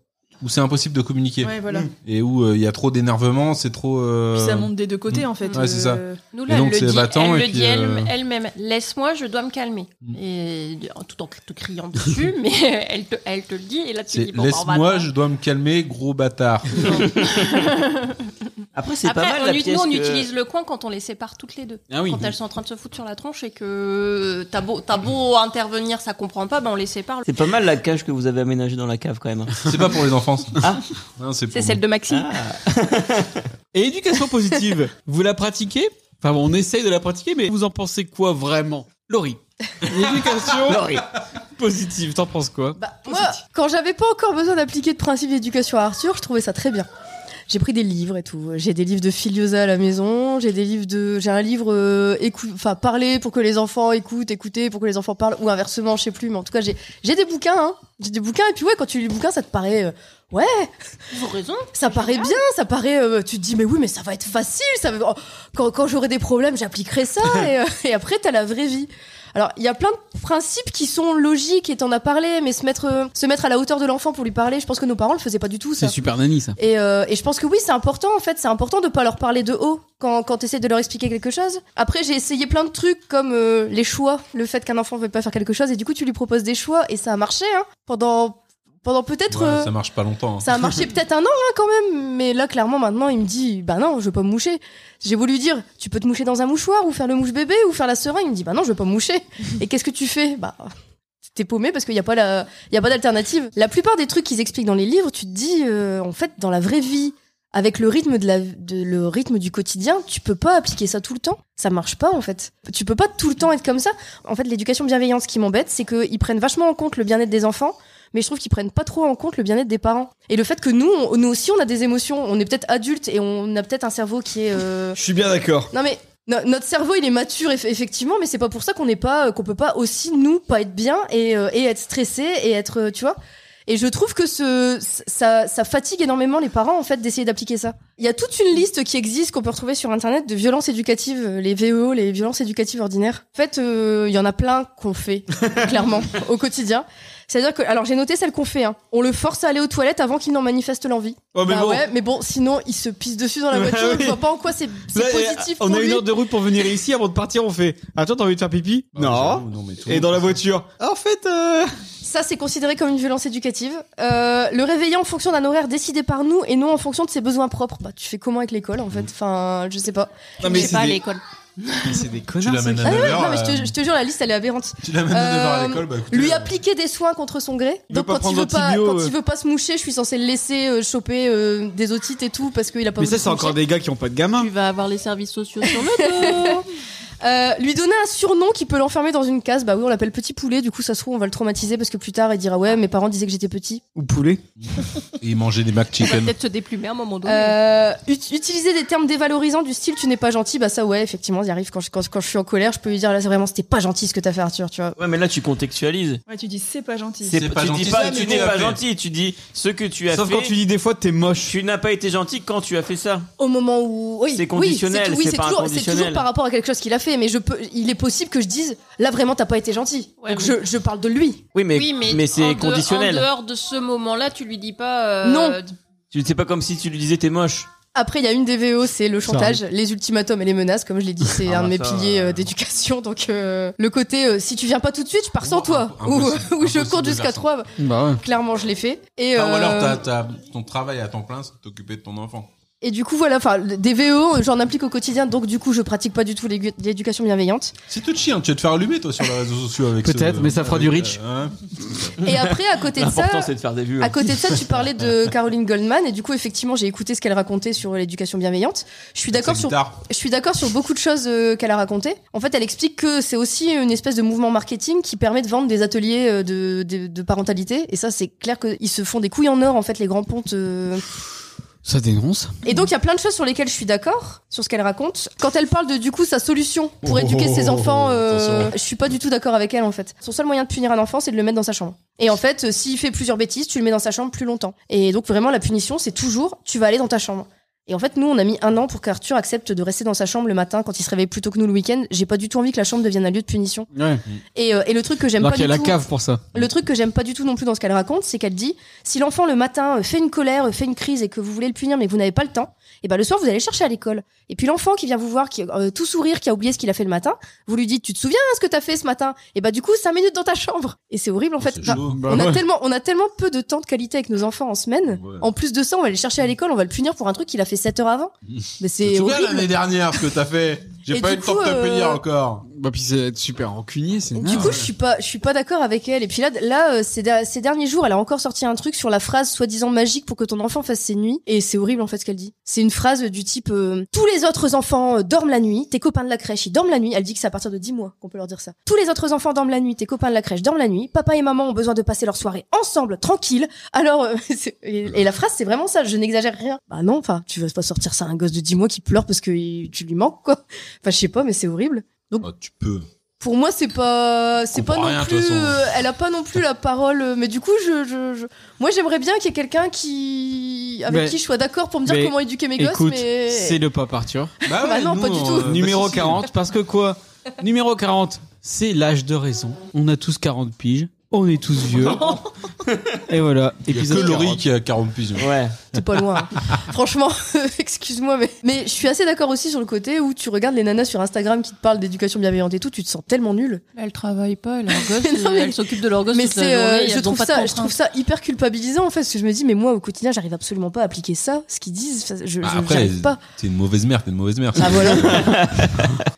Speaker 3: où c'est impossible de communiquer
Speaker 8: Ouais, voilà.
Speaker 3: et où euh, il y a trop d'énervement, c'est trop. euh, Mm.
Speaker 8: Puis ça monte des deux côtés en fait.
Speaker 3: Ouais, c'est ça.
Speaker 8: euh,
Speaker 9: Nous,
Speaker 3: Et
Speaker 9: là,
Speaker 3: donc,
Speaker 9: elle
Speaker 3: c'est
Speaker 9: le dit,
Speaker 3: battant,
Speaker 9: elle
Speaker 3: et
Speaker 9: le dit
Speaker 3: puis, euh,
Speaker 9: elle- elle-même. Laisse-moi, je dois me calmer.
Speaker 3: Mm.
Speaker 9: Et tout en te criant dessus, mais elle te, elle te le dit. Et là, tu
Speaker 3: C'est
Speaker 9: dis bon, bah, on va
Speaker 3: laisse-moi,
Speaker 9: attendre.
Speaker 3: je dois me calmer, gros bâtard.
Speaker 4: Après, c'est
Speaker 9: Après,
Speaker 4: pas mal
Speaker 9: on,
Speaker 4: la
Speaker 9: ut-
Speaker 4: pièce
Speaker 9: nous, on
Speaker 4: que-
Speaker 9: utilise le coin quand on les sépare toutes les deux.
Speaker 2: Ah oui.
Speaker 9: Quand elles sont en train de se foutre sur la tronche et que t'as beau, t'as beau intervenir, ça comprend pas, ben on les sépare.
Speaker 4: C'est pas mal la cage que vous avez aménagée dans la cave quand même. hein.
Speaker 3: c'est pas pour les enfants. ça.
Speaker 4: Ah.
Speaker 3: Non, c'est
Speaker 9: C'est
Speaker 3: pour
Speaker 9: celle de Maxime.
Speaker 2: Et éducation positive, vous la pratiquez Enfin, bon, on essaye de la pratiquer, mais vous en pensez quoi vraiment Laurie. L'éducation positive, t'en penses quoi
Speaker 5: Bah, moi, quand j'avais pas encore besoin d'appliquer de principe d'éducation à Arthur, je trouvais ça très bien. J'ai pris des livres et tout. J'ai des livres de Filiosa à la maison. J'ai des livres de, j'ai un livre euh, écou- enfin parler pour que les enfants écoutent, écouter pour que les enfants parlent ou inversement, je sais plus. Mais en tout cas, j'ai, j'ai des bouquins. Hein. J'ai des bouquins et puis ouais, quand tu lis les bouquins, ça te paraît, euh, ouais,
Speaker 9: Vous avez raison.
Speaker 5: ça paraît bien, ça paraît. euh, tu te dis mais oui, mais ça va être facile. Ça va- oh, quand quand j'aurai des problèmes, j'appliquerai ça. et, euh, et après, t'as la vraie vie. Alors, il y a plein de principes qui sont logiques et t'en as parlé, mais se mettre euh, se mettre à la hauteur de l'enfant pour lui parler, je pense que nos parents le faisaient pas du tout ça.
Speaker 2: C'est super nanny, ça.
Speaker 5: Et, euh, et je pense que oui, c'est important en fait, c'est important de pas leur parler de haut quand, quand tu essaies de leur expliquer quelque chose. Après, j'ai essayé plein de trucs comme euh, les choix, le fait qu'un enfant veut pas faire quelque chose et du coup tu lui proposes des choix et ça a marché hein, pendant pendant peut-être
Speaker 3: Ouais,
Speaker 5: euh,
Speaker 3: Ça marche pas longtemps. hein.
Speaker 5: ça a marché peut-être un an hein, quand même, mais là clairement maintenant il me dit bah non je veux pas me moucher. J'ai voulu lui dire tu peux te moucher dans un mouchoir ou faire le mouche bébé ou faire la seringue. Il me dit bah non je veux pas me moucher. Et qu'est-ce que tu fais Bah t'es paumé parce qu'il n'y a pas la il y a pas d'alternative. La plupart des trucs qu'ils expliquent dans les livres tu te dis euh, en fait dans la vraie vie avec le rythme de la de- le rythme du quotidien tu peux pas appliquer ça tout le temps. Ça marche pas en fait. Tu peux pas tout le temps être comme ça. En fait l'éducation bienveillante ce qui m'embête c'est qu'ils prennent vachement en compte le bien-être des enfants mais je trouve qu'ils prennent pas trop en compte le bien-être des parents. Et le fait que nous, on- nous aussi, on a des émotions. On est peut-être adultes et on a peut-être un cerveau qui est. euh,
Speaker 2: Je suis bien d'accord.
Speaker 5: Non mais no- notre cerveau, il est mature eff- effectivement, mais c'est pas pour ça qu'on n'est pas, euh, qu'on peut pas aussi nous pas être bien et, euh, et être stressé et être, euh, tu vois. Et je trouve que ce, ça, ça fatigue énormément les parents en fait d'essayer d'appliquer ça. Il y a toute une liste qui existe qu'on peut retrouver sur internet de violences éducatives, euh, les VEO, les violences éducatives ordinaires. En fait, euh, il y en a plein qu'on fait clairement au quotidien. C'est-à-dire que, alors j'ai noté celle qu'on fait. Hein. On le force à aller aux toilettes avant qu'il n'en manifeste l'envie.
Speaker 2: Oh, mais
Speaker 5: bah
Speaker 2: bon.
Speaker 5: ouais, mais bon, sinon il se pisse dessus dans la
Speaker 2: Bah
Speaker 5: voiture.
Speaker 2: oui.
Speaker 5: Je vois pas en quoi c'est c'est
Speaker 2: Là,
Speaker 5: positif
Speaker 2: Bah, on
Speaker 5: pour
Speaker 2: a
Speaker 5: lui.
Speaker 2: une heure de route pour venir ici. Avant de partir, on fait. Attends, t'as envie de faire pipi
Speaker 3: Ah,
Speaker 2: Non.
Speaker 3: j'avoue, mais tout le
Speaker 2: Et dans
Speaker 3: monde fait ça.
Speaker 2: la voiture. Ah, En fait, euh,
Speaker 5: Ça, c'est considéré comme une violence éducative. Euh, le réveiller en fonction d'un horaire décidé par nous et non en fonction de ses besoins propres. Bah, tu fais comment avec l'école en fait
Speaker 2: Mm.
Speaker 5: Enfin, je sais pas. Ah
Speaker 2: non
Speaker 9: Je sais pas à
Speaker 2: des,
Speaker 9: l'école.
Speaker 2: c'est des
Speaker 3: Tu
Speaker 2: connards.
Speaker 3: l'amènes
Speaker 2: ces
Speaker 3: à
Speaker 2: gens.
Speaker 3: 9
Speaker 5: Non, mais
Speaker 3: heures. euh,
Speaker 5: je
Speaker 2: euh,
Speaker 5: te, je te jure, la liste elle est aberrante.
Speaker 3: Tu l'amènes à 9 heures à
Speaker 5: Euh,
Speaker 3: l'école. bah, écoutez,
Speaker 5: Lui
Speaker 3: euh,
Speaker 5: appliquer des soins contre son gré.
Speaker 2: Il veut
Speaker 5: Donc
Speaker 2: pas
Speaker 5: quand il
Speaker 2: prendre
Speaker 5: veut pas,
Speaker 2: d'antibio,
Speaker 5: quand
Speaker 2: euh.
Speaker 5: il veut pas se moucher, je suis censée le laisser euh, choper euh, des otites et tout parce qu'il a pas.
Speaker 2: Mais
Speaker 5: voulu
Speaker 2: ça,
Speaker 5: se
Speaker 2: c'est encore
Speaker 5: moucher.
Speaker 2: des gars qui ont pas de gamins.
Speaker 9: Tu vas avoir les services sociaux sur le dos.
Speaker 5: Euh, lui donner un surnom qui peut l'enfermer dans une case. Bah oui, on l'appelle petit poulet. Du coup, ça se trouve, on va le traumatiser parce que plus tard, il dira ouais, mes parents disaient que j'étais petit.
Speaker 2: Ou poulet.
Speaker 3: Il mangeait des
Speaker 9: On va
Speaker 3: McChicken.
Speaker 9: peut-être se déplumer à un moment donné.
Speaker 5: Euh, ut- utiliser des termes dévalorisants du style tu n'es pas gentil, bah ça ouais, effectivement, j'y arrive quand je, quand, quand je suis en colère, je peux lui dire là c'est vraiment c'était pas gentil ce que t'as fait Arthur, tu vois.
Speaker 4: Ouais, mais là, tu contextualises.
Speaker 8: Ouais, tu dis c'est pas gentil.
Speaker 3: C'est pas
Speaker 4: tu
Speaker 3: gentil,
Speaker 4: dis pas,
Speaker 3: ça, mais
Speaker 4: tu
Speaker 3: bon,
Speaker 4: n'es pas
Speaker 3: après.
Speaker 4: gentil, tu dis ce que tu as
Speaker 2: Sauf
Speaker 4: fait.
Speaker 2: quand tu dis des fois, t'es moche.
Speaker 4: Tu n'as pas été gentil quand tu as fait ça.
Speaker 5: Au moment où oui,
Speaker 4: C'est
Speaker 5: oui,
Speaker 4: conditionnel,
Speaker 5: tout- oui,
Speaker 4: c'est
Speaker 5: c'est
Speaker 4: pas
Speaker 5: toujours, c'est
Speaker 4: inconditionnel.
Speaker 5: toujours par rapport à quelque chose qu'il a fait, mais je peux, il est possible que je dise là vraiment t'as pas été gentil.
Speaker 9: Ouais,
Speaker 5: Donc
Speaker 9: mais-
Speaker 5: je, je parle de lui.
Speaker 4: Oui, mais,
Speaker 9: oui, mais,
Speaker 4: mais
Speaker 9: en
Speaker 4: c'est
Speaker 9: de-
Speaker 4: conditionnel.
Speaker 9: en dehors de ce moment-là, tu lui dis pas. euh,
Speaker 5: Non.
Speaker 4: Tu- C'est pas comme si tu lui disais t'es moche.
Speaker 5: Après, il y a une des VO, c'est le
Speaker 12: Ça
Speaker 5: chantage, les ultimatums et les menaces. Comme je l'ai dit, c'est
Speaker 12: Ah,
Speaker 5: un de mes
Speaker 12: ça,
Speaker 5: piliers euh, d'éducation. Donc, euh, le côté, euh, si tu viens pas tout de suite, je pars sans toi. Ou,
Speaker 3: impossible,
Speaker 5: ou je
Speaker 3: impossible
Speaker 5: cours
Speaker 3: de
Speaker 5: jusqu'à
Speaker 3: faire ça.
Speaker 5: trois.
Speaker 2: Bah ouais.
Speaker 5: Clairement, je l'ai fait. Et,
Speaker 3: Ah, ou alors
Speaker 5: euh,
Speaker 3: t'as- t'as- ton travail à temps plein, c'est de t'occuper de ton enfant.
Speaker 5: et du coup, voilà, enfin, des VO, j'en applique au quotidien. Donc, du coup, je pratique pas du tout l'égu- l'éducation bienveillante.
Speaker 3: C'est tout chiant, tu vas te faire allumer toi sur les réseaux sociaux avec
Speaker 2: Peut-être, mais ça fera du reach.
Speaker 5: Et après, à côté de ça.
Speaker 4: L'important, c'est de faire des vues.
Speaker 5: À
Speaker 4: hein.
Speaker 5: côté de ça, tu parlais de Caroline Goldman et du coup, effectivement, j'ai écouté ce qu'elle racontait sur l'éducation bienveillante. Je suis d'accord
Speaker 3: sa
Speaker 5: sur,
Speaker 3: guitare.
Speaker 5: je suis d'accord sur beaucoup de choses euh, qu'elle a racontées. En fait, elle explique que c'est aussi une espèce de mouvement marketing qui permet de vendre des ateliers euh, de, de, de parentalité. Et ça, c'est clair qu'ils se font des couilles en or, en fait, les grands pontes. euh.
Speaker 2: Ça dénonce.
Speaker 5: Et donc, il y a plein de choses sur lesquelles je suis d'accord, sur ce qu'elle raconte. Quand elle parle de, du coup, sa solution
Speaker 2: Oh,
Speaker 5: pour éduquer ses enfants, euh,
Speaker 12: attention.
Speaker 5: je suis pas du tout d'accord avec elle, en fait. Son seul moyen de punir un enfant, c'est de le mettre dans sa chambre. Et en fait, euh, s'il fait plusieurs bêtises, tu le mets dans sa chambre plus longtemps. Et donc, vraiment, la punition, c'est toujours, tu vas aller dans ta chambre. Et en fait, nous, on a mis un an pour qu'Arthur accepte de rester dans sa chambre le matin quand il se réveille plutôt que nous le week-end. J'ai pas du tout envie que la chambre devienne un lieu de punition.
Speaker 2: Ouais.
Speaker 5: Et, euh, et le truc que j'aime
Speaker 2: Alors
Speaker 5: pas
Speaker 2: qu'il y a
Speaker 5: du tout-
Speaker 2: la cave pour ça.
Speaker 5: le truc que j'aime pas du tout non plus dans ce qu'elle raconte, c'est qu'elle dit si l'enfant le matin euh, fait une colère, euh, fait une crise et que vous voulez le punir mais que vous n'avez pas le temps, et ben le soir vous allez le chercher à l'école. Et puis l'enfant qui vient vous voir, qui euh, tout sourire, qui a oublié ce qu'il a fait le matin, vous lui dites tu te souviens hein, ce que t'as fait ce matin Et bah du coup cinq minutes dans ta chambre. Et c'est horrible en fait. Enfin,
Speaker 12: Bah
Speaker 5: on a
Speaker 12: ouais.
Speaker 5: tellement on a tellement peu de temps de qualité avec nos enfants en semaine. En plus de ça, on va les chercher à l'école, on va le punir pour un truc qu'il a fait 7 heures avant. Mais
Speaker 3: Tu
Speaker 5: c'est
Speaker 3: souviens
Speaker 5: horrible.
Speaker 3: l'année dernière ce que t'as fait J'ai
Speaker 5: Et
Speaker 3: pas
Speaker 5: du
Speaker 3: eu le temps
Speaker 5: coup,
Speaker 3: de te punir
Speaker 5: euh,
Speaker 3: encore.
Speaker 2: Bah puis c'est être super rancunier, c'est
Speaker 5: Du coup, je suis pas, je suis pas d'accord avec elle. Et puis là, là, euh, ces, der- ces derniers jours, elle a encore sorti un truc sur la phrase soi-disant magique pour que ton enfant fasse ses nuits. Et c'est horrible en fait ce qu'elle dit. C'est une phrase du type euh, tous les autres enfants euh, dorment la nuit, tes copains de la crèche ils dorment la nuit. Elle dit que c'est à partir de 10 mois qu'on peut leur dire ça. Tous les autres enfants dorment la nuit, tes copains de la crèche dorment la nuit. Papa et maman ont besoin de passer leur soirée ensemble, tranquille. Alors, euh, c'est- et, et la phrase c'est vraiment ça. Je n'exagère rien. Bah non, enfin, tu vas pas sortir ça à un gosse de 10 mois qui pleure parce que il- tu lui manques quoi. Enfin, je sais pas, mais c'est horrible. Donc
Speaker 3: Oh, tu peux.
Speaker 5: pour moi c'est pas c'est pas
Speaker 3: comprends
Speaker 5: non
Speaker 3: rien, de toute
Speaker 5: plus
Speaker 3: façon.
Speaker 5: euh, elle a pas non plus la parole euh, mais du coup je, je, je- moi j'aimerais bien qu'il y ait quelqu'un qui avec
Speaker 2: Mais-
Speaker 5: qui je sois d'accord pour me dire
Speaker 2: mais
Speaker 5: comment éduquer mes
Speaker 2: Écoute,
Speaker 5: gosses mais
Speaker 2: c'est le pas Arthur.
Speaker 5: Bah ouais, non, pas du tout.
Speaker 2: Numéro
Speaker 5: bah si, si.
Speaker 2: 40, parce que quoi Numéro 40, c'est l'âge de raison. On a tous 40 piges, on est tous vieux. Et voilà.
Speaker 3: Il y a
Speaker 2: Épisode
Speaker 3: que Laurie
Speaker 2: 40.
Speaker 3: qui a 40 piges.
Speaker 4: Ouais.
Speaker 5: T'es pas loin. franchement excuse-moi mais mais je suis assez d'accord aussi sur le côté où tu regardes les nanas sur Instagram qui te parlent d'éducation bienveillante et tout tu te sens tellement nul
Speaker 9: Elles travaillent pas, elles, leur gosse,
Speaker 5: Non, mais-
Speaker 9: elles s'occupent de leur gosse
Speaker 5: mais
Speaker 9: toute la
Speaker 5: c'est euh,
Speaker 9: journée,
Speaker 5: je
Speaker 9: elles ont
Speaker 5: trouve
Speaker 9: pas de
Speaker 5: ça je
Speaker 9: contraintes.
Speaker 5: trouve ça hyper culpabilisant en fait parce que je me dis mais moi au quotidien j'arrive absolument pas à appliquer ça ce qu'ils disent Enfin, je
Speaker 3: Bah,
Speaker 5: je-
Speaker 3: après,
Speaker 5: j'arrive pas
Speaker 3: t'es une mauvaise mère, t'es une mauvaise mère.
Speaker 5: Ah, voilà.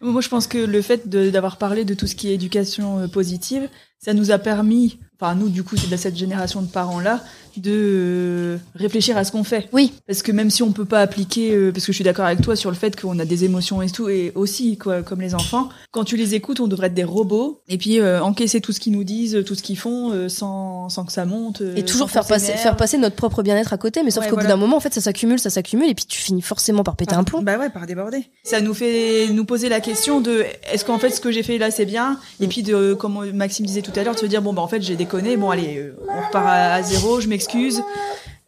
Speaker 8: Moi, je pense que le fait de- d'avoir parlé de tout ce qui est éducation euh, positive, ça nous a permis, enfin nous, du coup, c'est de cette génération de parents-là, de euh, réfléchir à ce qu'on fait.
Speaker 5: Oui.
Speaker 8: Parce que même si on peut pas appliquer, euh, parce que je suis d'accord avec toi sur le fait qu'on a des émotions et tout, et aussi quoi, comme les enfants, quand tu les écoutes, on devrait être des robots et puis euh, encaisser tout ce qu'ils nous disent, tout ce qu'ils font, euh, sans sans que ça monte. euh,
Speaker 5: Et toujours
Speaker 8: sans
Speaker 5: faire
Speaker 8: qu'on
Speaker 5: passer,
Speaker 8: s'énerve.
Speaker 5: faire passer notre propre bien-être à côté, mais sauf
Speaker 8: Ouais,
Speaker 5: qu'au
Speaker 8: voilà.
Speaker 5: bout d'un moment, en fait, ça s'accumule, ça s'accumule, et puis tu finis forcément par péter un plomb.
Speaker 8: Bah ouais, par déborder. Ça nous fait nous poser la question de est-ce qu'en fait ce que j'ai fait là c'est bien Et puis de euh, comme Maxime disait tout à l'heure, de se dire bon bah en fait j'ai déconné, bon allez, euh, on repart à, à zéro, je m'excuse.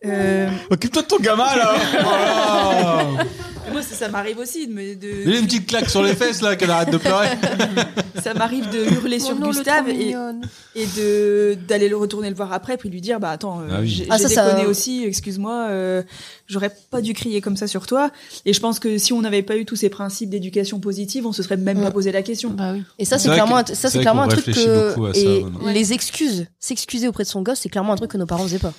Speaker 8: Euh,
Speaker 2: Occupe-toi de ton gamin là
Speaker 8: mais moi ça, ça m'arrive aussi de, me- de-
Speaker 3: Donne-lui une petite claque sur les fesses là, qu'elle arrête de pleurer.
Speaker 8: ça m'arrive de hurler
Speaker 9: Mon
Speaker 8: sur
Speaker 9: nom, Oh le
Speaker 8: Gustave
Speaker 9: trop
Speaker 8: et,
Speaker 9: mignonne.
Speaker 8: et de d'aller le retourner le voir après puis lui dire bah attends euh,
Speaker 9: Ah oui.
Speaker 8: j'ai
Speaker 9: Ah,
Speaker 8: j'ai
Speaker 9: ça, ça-
Speaker 8: déconné aussi excuse-moi euh, j'aurais pas dû crier comme ça sur toi et je pense que si on n'avait pas eu tous ces principes d'éducation positive on se serait même pas posé la question
Speaker 9: Bah
Speaker 5: Et ça, c'est clairement, un- ça, c'est clairement un truc que et
Speaker 8: maintenant.
Speaker 5: les excuses, s'excuser auprès de son gosse, c'est clairement un truc que nos parents faisaient pas.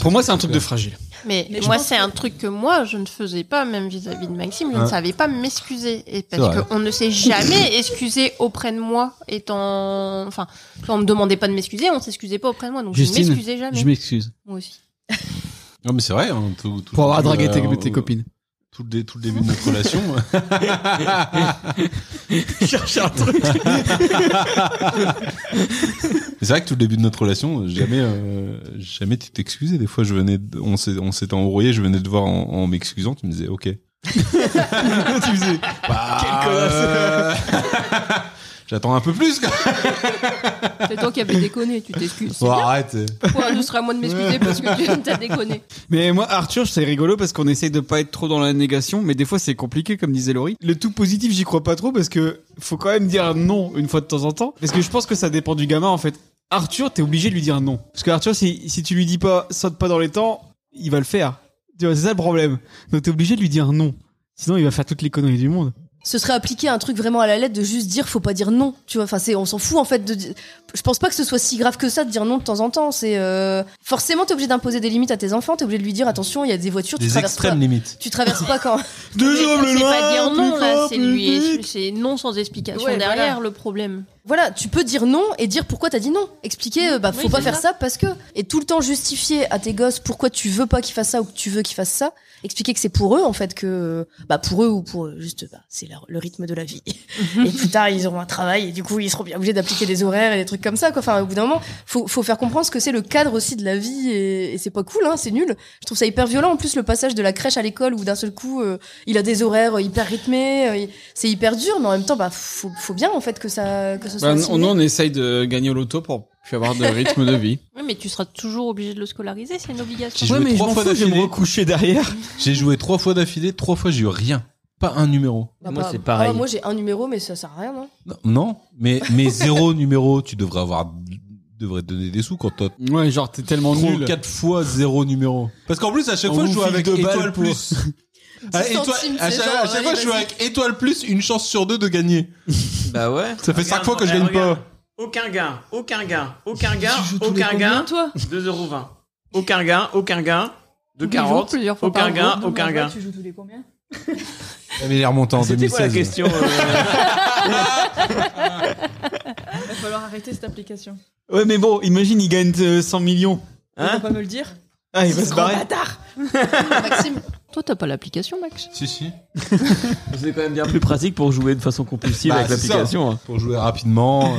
Speaker 2: Pour moi, c'est un truc de fragile.
Speaker 9: Mais,
Speaker 5: Mais je
Speaker 9: moi,
Speaker 5: pense
Speaker 9: c'est un truc que moi, je ne faisais pas, même vis-à-vis de Maxime. Je
Speaker 2: Hein.
Speaker 9: ne savais pas m'excuser. Et
Speaker 2: C'est
Speaker 9: parce
Speaker 2: vrai.
Speaker 9: qu'on ne s'est jamais excusé auprès de moi, étant. Enfin, on ne me demandait pas de m'excuser, on ne s'excusait pas auprès de moi. Donc je ne
Speaker 2: Justine,
Speaker 9: m'excusais jamais.
Speaker 2: je m'excuse.
Speaker 9: Moi aussi.
Speaker 3: Non, mais c'est vrai. hein, tout- tout-
Speaker 2: Pour avoir
Speaker 3: tout,
Speaker 2: dragué tes-
Speaker 3: euh,
Speaker 2: tes
Speaker 3: euh,
Speaker 2: copines.
Speaker 3: Tout le, dé- tout le début de notre relation.
Speaker 2: Chercher un truc.
Speaker 3: Mais C'est vrai que tout le début de notre relation, jamais, euh, jamais tu t'excusais. Des fois, je venais, de- on s'est- on s'était embrouillé, je venais te voir en, en m'excusant, tu me disais, ok. tu me disais, bah, euh, J'attends un peu plus, quoi.
Speaker 9: C'est toi qui avais déconné, tu t'excuses.
Speaker 3: Bon, arrête.
Speaker 9: Pourquoi ce serait à moi de m'excuser parce que tu t'as déconné
Speaker 2: Mais moi, Arthur, c'est rigolo parce qu'on essaye de pas être trop dans la négation, mais des fois c'est compliqué, comme disait Laurie. Le tout positif, j'y crois pas trop parce que faut quand même dire non une fois de temps en temps. Parce que je pense que ça dépend du gamin en fait. Arthur, t'es obligé de lui dire non. Parce que Arthur, si, si tu lui dis pas, saute pas dans les temps, il va le faire. Tu vois, C'est ça le problème. Donc t'es obligé de lui dire non. Sinon, il va faire toutes les conneries du monde.
Speaker 5: Ce serait appliquer un truc vraiment à la lettre de juste dire faut pas dire non, tu vois. Enfin, c'est on s'en fout en fait. De, di- je pense pas que ce soit si grave que ça de dire non de temps en temps. C'est euh, forcément t'es obligé d'imposer des limites à tes enfants. T'es obligé de lui dire attention, il y a des voitures. tu
Speaker 3: Des
Speaker 5: traverses
Speaker 3: extrêmes
Speaker 5: pas,
Speaker 3: limites.
Speaker 5: Tu traverses pas quand.
Speaker 9: Mais C'est pas dire non, là, c'est lui-
Speaker 5: vite.
Speaker 9: c'est non sans explication
Speaker 5: Ouais,
Speaker 9: derrière
Speaker 5: voilà.
Speaker 9: le problème.
Speaker 5: Voilà, tu peux dire non et dire pourquoi t'as dit non. Expliquer, euh, bah faut
Speaker 9: oui,
Speaker 5: pas
Speaker 9: c'est
Speaker 5: faire
Speaker 9: ça.
Speaker 5: ça parce que. Et tout le temps justifier à tes gosses pourquoi tu veux pas qu'ils fassent ça ou que tu veux qu'ils fassent ça. Expliquer que c'est pour eux en fait que bah pour eux ou pour eux, juste bah c'est leur- le rythme de la vie. et plus tard ils auront un travail et du coup ils seront bien obligés d'appliquer des horaires et des trucs comme ça quoi. Enfin au bout d'un moment faut faut faire comprendre ce que c'est le cadre aussi de la vie et, et c'est pas cool hein, c'est nul. Je trouve ça hyper violent en plus le passage de la crèche à l'école où d'un seul coup euh, il a des horaires hyper rythmés, euh, il- c'est hyper dur mais en même temps bah faut faut bien en fait que ça que ce soit
Speaker 2: Bah,
Speaker 5: assimilé.
Speaker 2: on, on essaye de gagner au loto pour puis avoir de rythme de vie.
Speaker 9: Oui, mais tu seras toujours obligé de le scolariser, c'est une obligation.
Speaker 3: J'ai joué trois fois d'affilée.
Speaker 2: recoucher derrière.
Speaker 3: J'ai joué trois fois d'affilée, trois fois j'ai eu rien. Pas un numéro.
Speaker 5: Bah, pas- Ah, moi j'ai un numéro mais ça sert à rien hein. non
Speaker 3: Non, Non, mais, mais zéro numéro, tu devrais avoir, devrais te donner des sous quand t'as
Speaker 2: Ouais, genre t'es tellement
Speaker 3: Trois
Speaker 2: nul.
Speaker 3: ou quatre fois zéro numéro. Parce qu'en plus, à chaque
Speaker 2: On
Speaker 3: fois, je
Speaker 2: vous
Speaker 3: joue
Speaker 2: file
Speaker 3: avec
Speaker 2: deux balles
Speaker 3: étoile
Speaker 2: pour-
Speaker 3: plus. Ah, étoile-
Speaker 5: centimes,
Speaker 3: à
Speaker 5: c'est
Speaker 3: chaque,
Speaker 5: genre,
Speaker 3: à chaque
Speaker 5: allez,
Speaker 3: fois, je joue
Speaker 5: vas-y.
Speaker 3: avec étoile plus, une chance sur deux de gagner.
Speaker 4: Bah ouais.
Speaker 3: Ça fait cinq
Speaker 4: Regarde,
Speaker 3: fois que je
Speaker 4: regarde,
Speaker 3: gagne pas.
Speaker 4: regarde. Aucun gain, aucun gain, aucun gain,
Speaker 5: joues tous les
Speaker 4: aucun
Speaker 5: combien,
Speaker 4: gain.
Speaker 5: toi
Speaker 4: 2,20€. Aucun gain, aucun gain.
Speaker 8: Tous les
Speaker 4: 2,40.
Speaker 8: jours, plusieurs fois
Speaker 4: Aucun
Speaker 8: par
Speaker 4: gain,
Speaker 8: jour.
Speaker 4: aucun
Speaker 8: Demain,
Speaker 4: gain.
Speaker 8: Tu joues tous les combien
Speaker 3: Ah, Mais il est remonté en
Speaker 4: C'était
Speaker 3: 2016.
Speaker 4: quoi la question euh,
Speaker 8: Il va falloir arrêter cette application.
Speaker 2: Ouais, mais bon, imagine, il gagne euh, 100 millions.
Speaker 8: Tu
Speaker 4: Hein
Speaker 8: pas me le dire
Speaker 2: Ah, il va se barrer.
Speaker 5: Maxime
Speaker 9: Toi, t'as pas l'application, Max
Speaker 3: Si, si.
Speaker 4: C'est quand même bien plus pratique pour jouer de façon compulsive
Speaker 3: Bah,
Speaker 4: avec
Speaker 3: c'est ça.
Speaker 4: l'application. hein.
Speaker 3: Pour jouer rapidement. euh,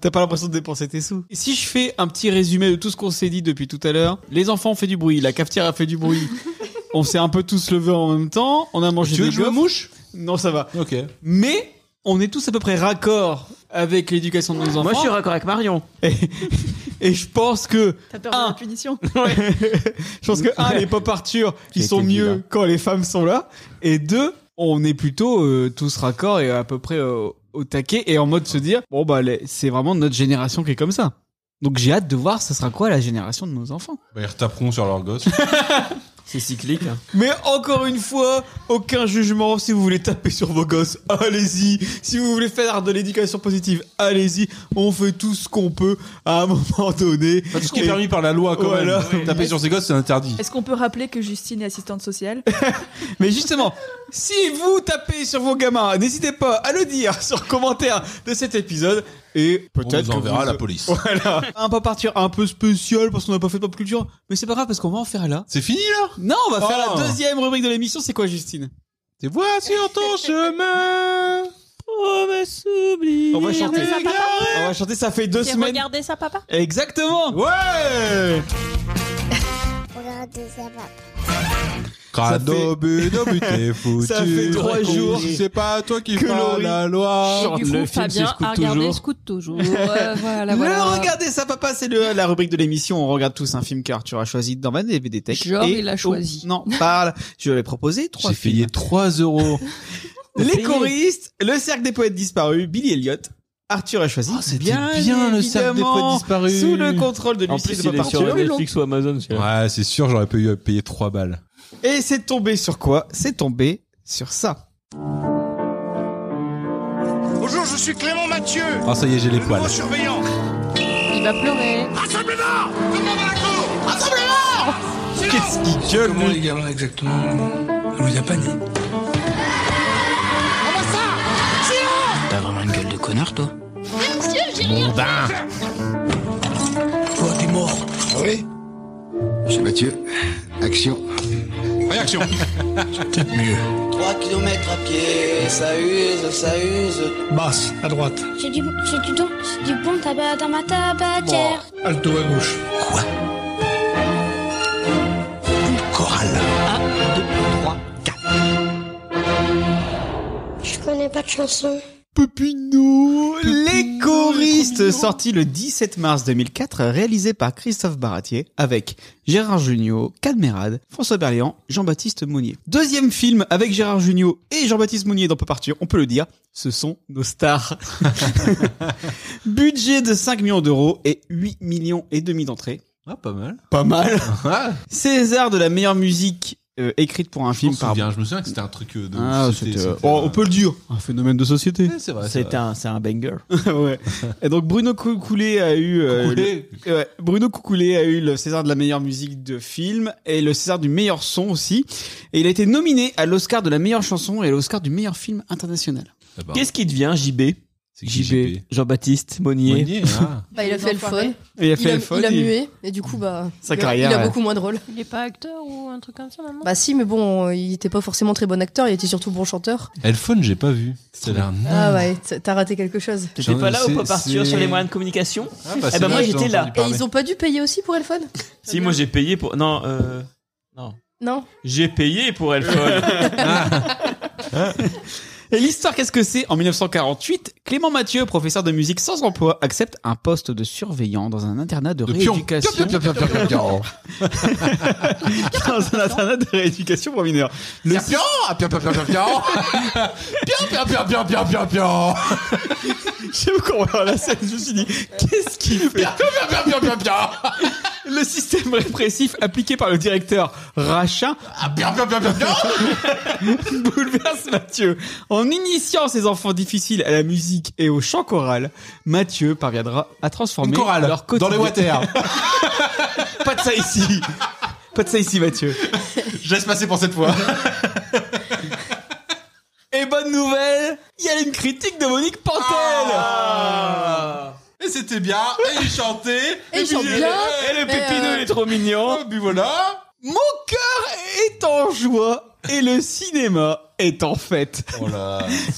Speaker 2: T'as pas l'impression de dépenser tes sous. Si je fais un petit résumé de tout ce qu'on s'est dit depuis tout à l'heure, les enfants ont fait du bruit, la cafetière a fait du bruit. On s'est un peu tous levés en même temps, on a mangé
Speaker 3: Tu veux que
Speaker 2: des
Speaker 3: je me
Speaker 2: gaufres.
Speaker 3: mouche
Speaker 2: Non, ça va.
Speaker 3: Ok.
Speaker 2: Mais on est tous à peu près raccord avec l'éducation de nos enfants.
Speaker 4: Moi, je suis raccord avec Marion.
Speaker 2: Et je pense que
Speaker 8: T'as peur
Speaker 2: Un.
Speaker 8: de la punition
Speaker 2: je pense que un les pop Arthur ils
Speaker 4: J'ai
Speaker 2: sont
Speaker 4: été dit,
Speaker 2: mieux
Speaker 4: là.
Speaker 2: quand les femmes sont là et deux on est plutôt euh, tous raccord et à peu près euh, au taquet et en mode se dire bon bah les- c'est vraiment notre génération qui est comme ça. Donc j'ai hâte de voir ce sera quoi la génération de nos enfants.
Speaker 3: Bah, ils retaperont sur leur gosse.
Speaker 4: C'est cyclique. hein.
Speaker 2: Mais encore une fois, aucun jugement. Si vous voulez taper sur vos gosses, allez-y. Si vous voulez faire de l'éducation positive, allez-y. On fait tout ce qu'on peut à un moment donné.
Speaker 3: Pas tout ce qui est permis par la loi, quand
Speaker 2: Voilà.
Speaker 3: même. Taper sur ses gosses, c'est interdit.
Speaker 8: Est-ce qu'on peut rappeler que Justine est assistante sociale
Speaker 2: Mais justement, si vous tapez sur vos gamins, n'hésitez pas à le dire sur le commentaire de cet épisode et
Speaker 3: On
Speaker 2: peut-être
Speaker 3: nous
Speaker 2: que
Speaker 3: enverra
Speaker 2: vous-
Speaker 3: la police.
Speaker 2: Voilà. Un pas partir un peu spécial parce qu'on n'a pas fait de pop culture, mais c'est pas grave parce qu'on va en faire là.
Speaker 3: C'est fini, là
Speaker 2: Non, on va faire
Speaker 3: Oh.
Speaker 2: la deuxième rubrique de l'émission. C'est quoi, Justine
Speaker 3: Tes vois sur ton chemin.
Speaker 4: Promesse oubliée.
Speaker 2: On va chanter.
Speaker 9: Oh, ça, papa
Speaker 2: On va chanter. Ça fait deux
Speaker 9: C'est
Speaker 2: semaines.
Speaker 9: regarder ça, papa
Speaker 2: Exactement.
Speaker 3: Ouais Crado but, au but, t'es foutu.
Speaker 2: Ça fait trois jours
Speaker 3: Si C'est pas toi qui
Speaker 2: que
Speaker 3: parle
Speaker 2: Laurie-
Speaker 3: la loi.
Speaker 9: Et
Speaker 4: Genre,
Speaker 9: du coup,
Speaker 4: le film, c'est
Speaker 9: Fabien
Speaker 4: Scoot
Speaker 9: a regardé
Speaker 4: toujours.
Speaker 9: Scoot toujours. Euh, voilà, voilà.
Speaker 2: Le regardez ça, papa, c'est le- la rubrique de l'émission. On regarde tous un film car tu as choisi dans ma DVD Tech.
Speaker 9: Genre,
Speaker 2: Et
Speaker 9: il a
Speaker 2: on
Speaker 9: choisi.
Speaker 2: Non, parle. Je l'ai proposé trois
Speaker 3: J'ai
Speaker 2: films.
Speaker 3: payé 3 euros.
Speaker 2: Les choristes, le cercle des poètes disparus, Billy Elliot, Arthur a choisi.
Speaker 3: Oh, c'était
Speaker 2: bien,
Speaker 3: bien, le cercle des poètes
Speaker 2: évidemment,
Speaker 3: disparus.
Speaker 2: Sous le contrôle de
Speaker 4: En
Speaker 2: Lucie
Speaker 4: plus,
Speaker 2: de
Speaker 4: il est
Speaker 2: Pop
Speaker 4: sur
Speaker 2: Arthur.
Speaker 4: Netflix ou Amazon. celui-là.
Speaker 3: Ouais, c'est sûr, j'aurais pu euh, payer 3 balles.
Speaker 2: Et c'est tombé sur quoi C'est tombé sur ça.
Speaker 6: Bonjour, je suis Clément Mathieu,
Speaker 3: Ah, ça y est, j'ai les poils.
Speaker 6: surveillant.
Speaker 9: Il va pleurer.
Speaker 2: Qu'est-ce qui gueule lui
Speaker 6: les gamins exactement On vous a pas dit. T'as vraiment une gueule de connard, toi Toi, t'es mort.
Speaker 3: bah.
Speaker 6: Ah Oui Monsieur Mathieu, action. Réaction. Peut-être mieux.
Speaker 12: 3 km à pied, ça use, ça use.
Speaker 6: Basse, à droite.
Speaker 1: J'ai du, j'ai du don, j'ai du bon tabac dans ma tabatière.
Speaker 6: Alto à gauche. Quoi Une chorale.
Speaker 1: Je connais pas de chanson.
Speaker 2: Pepino, Les choristes, sorti le 17 mars 2004, réalisé par Christophe Baratier, avec Gérard Jugnot, Calmerade, François Berliand, Jean-Baptiste Monnier. Deuxième film avec Gérard Jugnot et Jean-Baptiste Monnier dans Peu Partir, on peut le dire, ce sont nos stars. Budget de 5 millions d'euros et 8 millions et demi d'entrées.
Speaker 3: Ah, pas mal.
Speaker 2: Pas mal. César de la meilleure musique euh, écrite pour un film par.
Speaker 3: souviens, je me souviens que c'était un truc euh, de
Speaker 2: Ah,
Speaker 3: ouf, c'était-
Speaker 2: c'était, euh,
Speaker 3: c'était
Speaker 2: oh,
Speaker 3: un-
Speaker 2: on peut le dire, un phénomène de société.
Speaker 3: c'est vrai,
Speaker 4: C'est un, c'est un banger.
Speaker 2: ouais. Et donc Bruno Cou- Coulet a eu euh,
Speaker 4: Coucoulet.
Speaker 2: le- ouais, Bruno Coucoulet a eu le César de la meilleure musique de film et le César du meilleur son aussi. Et il a été nominé à l'Oscar de la meilleure chanson et à l'Oscar du meilleur film international.
Speaker 3: Eh ben.
Speaker 4: Qu'est-ce qui devient JB
Speaker 2: JB.
Speaker 4: Jean-Baptiste Monnier.
Speaker 2: Monnier, ah.
Speaker 5: Bah, il a fait le fun.
Speaker 2: Il a fait le fun,
Speaker 5: Il a
Speaker 2: il-
Speaker 5: mué. Et du coup, bah.
Speaker 2: Sa
Speaker 5: il a-
Speaker 2: carrière,
Speaker 5: Il a
Speaker 2: ouais.
Speaker 5: beaucoup moins de rôle.
Speaker 9: Il est pas acteur ou un truc comme ça, maman
Speaker 5: Bah, si, mais bon, euh, il était pas forcément très bon acteur, il était surtout bon chanteur.
Speaker 3: Elphone, j'ai pas vu. Ça a l'air
Speaker 2: Mmh.
Speaker 5: Ah ouais, t'as- t'as raté quelque chose.
Speaker 4: T'étais pas là au pop Arthur sur les moyens de communication
Speaker 2: Ah, bah,
Speaker 4: Eh ben moi j'étais là.
Speaker 5: Et ils ont pas dû payer aussi pour Elphone
Speaker 4: Si moi j'ai payé pour non euh... non
Speaker 5: Non
Speaker 4: j'ai payé pour
Speaker 3: Euh,
Speaker 4: elle. folle.
Speaker 2: Ah. Et l'histoire, qu'est-ce que c'est En 1948, Clément Mathieu, professeur de musique sans emploi, accepte un poste de surveillant dans un internat de,
Speaker 3: De pion.
Speaker 2: rééducation.
Speaker 3: Pion, pion, pion, pion, pion, pion.
Speaker 2: dans un internat de rééducation pour mineurs. Le pion, pion, pion, pion,
Speaker 3: Pion, pion, pion, pion, pion, pion.
Speaker 2: J'aime qu'on voit la scène, je me suis dit, qu'est-ce qu'il fait Le système répressif appliqué par le directeur Rachin
Speaker 3: Ah,
Speaker 2: bouleverse Mathieu. En initiant ses enfants difficiles à la musique et au chant choral, Mathieu parviendra à transformer
Speaker 3: Une chorale,
Speaker 2: leur quotidien.
Speaker 3: dans les water.
Speaker 2: Pas de ça ici. Pas de ça ici, Mathieu.
Speaker 3: Je laisse passer pour cette fois.
Speaker 2: Et bonne nouvelle, il y a une critique de Monique Pantel.
Speaker 3: Ah. Et c'était bien, et il chantait.
Speaker 2: Et il chante
Speaker 3: puis-
Speaker 2: bien.
Speaker 3: Et le
Speaker 2: Et
Speaker 3: pépineux,
Speaker 2: euh,
Speaker 3: il est
Speaker 4: trop mignon.
Speaker 3: Et puis voilà.
Speaker 2: Mon cœur est en joie et le cinéma est en fête.
Speaker 3: Oh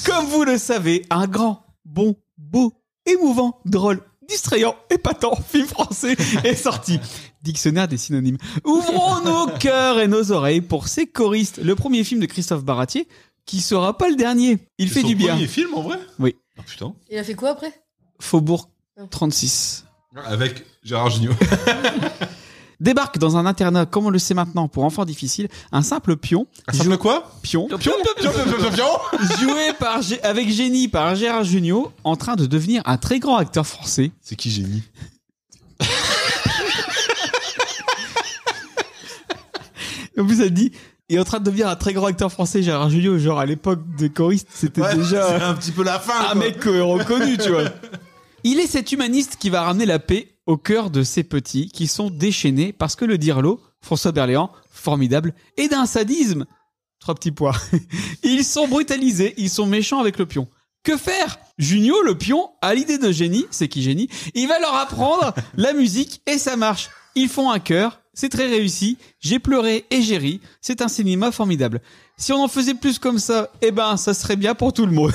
Speaker 2: Comme vous le savez, un grand, bon, beau, émouvant, drôle, distrayant, épatant film français est sorti. Dictionnaire des synonymes. Ouvrons nos cœurs et nos oreilles pour ces choristes. Le premier film de Christophe Baratier qui sera pas le dernier. Il fait
Speaker 3: son
Speaker 2: du bien.
Speaker 3: premier film, en vrai Ah,
Speaker 2: Oui.
Speaker 3: putain.
Speaker 5: Il a fait quoi après
Speaker 2: Faubourg 36.
Speaker 3: Avec Gérard Jugnot.
Speaker 2: Débarque dans un internat, comme on le sait maintenant, pour enfants difficiles, un simple pion. Un simple
Speaker 3: quoi
Speaker 2: Pion. Pion,
Speaker 3: pion, pion, pion,
Speaker 2: Joué par, Gé- avec génie par Gérard Jugnot, en train de devenir un très grand acteur français.
Speaker 3: C'est qui génie
Speaker 2: En plus, elle dit, il est en train de devenir un très grand acteur français, Gérard Jugnot, genre à l'époque des choristes, c'était
Speaker 3: Ouais, c'est
Speaker 2: déjà
Speaker 3: un petit peu la fin.
Speaker 2: un
Speaker 3: quoi.
Speaker 2: mec euh, reconnu, tu vois. Il est cet humaniste qui va ramener la paix au cœur de ces petits qui sont déchaînés parce que le dirlo, François Berléand, formidable, est d'un sadisme. Trois petits pois. Ils sont brutalisés, ils sont méchants avec le pion. Que faire Junio, le pion, a l'idée de génie, c'est qui génie Il va leur apprendre la musique et ça marche. Ils font un cœur, c'est très réussi, j'ai pleuré et j'ai ri, c'est un cinéma formidable. Si on en faisait plus comme ça, eh ben ça serait bien pour tout le monde.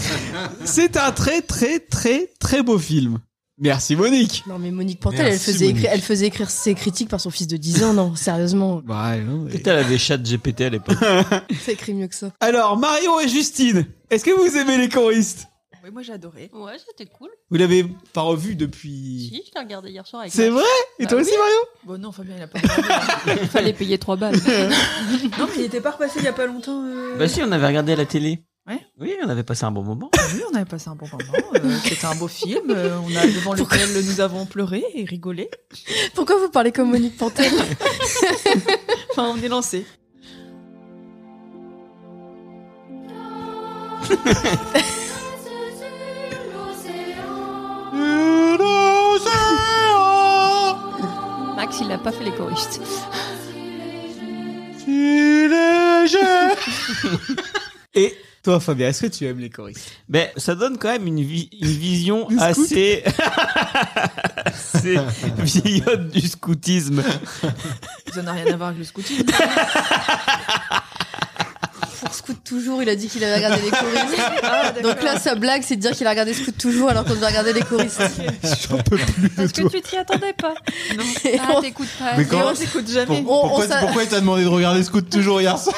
Speaker 2: C'est un très très très très beau film. Merci Monique.
Speaker 5: Non, mais Monique Pantel, elle
Speaker 2: Merci,
Speaker 5: faisait, écrire,
Speaker 2: Monique.
Speaker 5: elle faisait écrire ses critiques par son fils de 10 ans, non Sérieusement,
Speaker 3: Bah,
Speaker 4: Peut-être elle avait chat GPT à l'époque.
Speaker 5: ça écrit mieux que ça.
Speaker 2: Alors Mario et Justine, est-ce que vous aimez les choristes
Speaker 8: Oui, moi j'ai adoré.
Speaker 9: Ouais, c'était cool.
Speaker 2: Vous l'avez pas revu depuis.
Speaker 9: Si, je l'ai regardé hier soir avec
Speaker 2: C'est
Speaker 9: Max.
Speaker 2: vrai Et
Speaker 9: Bah
Speaker 2: toi aussi
Speaker 9: oui.
Speaker 2: Mario
Speaker 8: Bon, non, Fabien, il a pas.
Speaker 9: Fallait payer 3 balles.
Speaker 8: non, mais il était pas repassé il y a pas longtemps. euh.
Speaker 4: bah si on avait regardé à la télé.
Speaker 8: Ouais.
Speaker 4: Oui on avait passé un bon moment.
Speaker 8: Oui, on avait passé un bon moment. euh, C'était un beau film. euh, on a devant lequel nous avons pleuré et rigolé.
Speaker 5: Pourquoi vous parlez comme Monique Pantel
Speaker 8: Enfin, on est lancé.
Speaker 9: Max, il a pas fait les choristes.
Speaker 2: Et toi Fabien, est-ce que tu aimes les choristes
Speaker 4: Mais ça donne quand même une, vi- une vision
Speaker 2: scout.
Speaker 4: assez... assez vieillotte du scoutisme.
Speaker 8: Ça n'a rien à voir avec le scouting.
Speaker 5: Pour Scoot Toujours, il a dit qu'il avait regardé les choristes. Ah, Donc là, sa blague, c'est de dire qu'il a regardé Scoot Toujours alors qu'on devait regarder les choristes.
Speaker 9: Parce que tu t'y attendais pas. Non. Ah, t'écoutes pas.
Speaker 3: Mais comment-
Speaker 8: s'écoute
Speaker 3: Pour- pourquoi, pourquoi il t'a demandé de regarder Scout toujours hier soir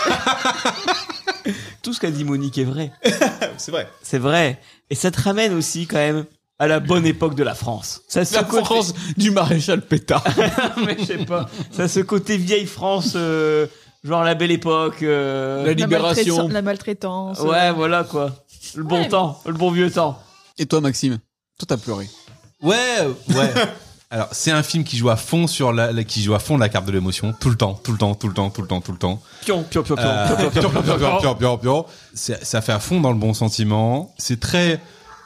Speaker 4: Tout ce qu'a dit Monique est vrai.
Speaker 2: Ah,
Speaker 3: C'est vrai.
Speaker 4: C'est vrai. Et ça te ramène aussi quand même à la bonne époque de la France. Ça, ce
Speaker 2: La
Speaker 4: côté-
Speaker 2: France du maréchal Pétard.
Speaker 4: mais je sais pas. Ça, ce côté vieille France, euh, genre la belle époque. euh,
Speaker 2: La libération.
Speaker 8: La euh. maltraitance.
Speaker 4: Ouais, voilà quoi. Le bon
Speaker 8: Ouais.
Speaker 4: temps, le bon vieux temps.
Speaker 2: Et toi Maxime Toi t'as pleuré.
Speaker 3: Ouais, ouais. Alors, c'est un film qui joue à fond sur la, la- qui joue à fond la carte de l'émotion, tout le temps, tout le temps, tout le temps, tout le temps, tout le temps.
Speaker 4: Pion, pion, pion, pion,
Speaker 3: Euh,
Speaker 4: pion, pion, pion, pion, pion.
Speaker 3: pion, pion, pion. C'est- Ça fait à fond dans le bon sentiment. C'est très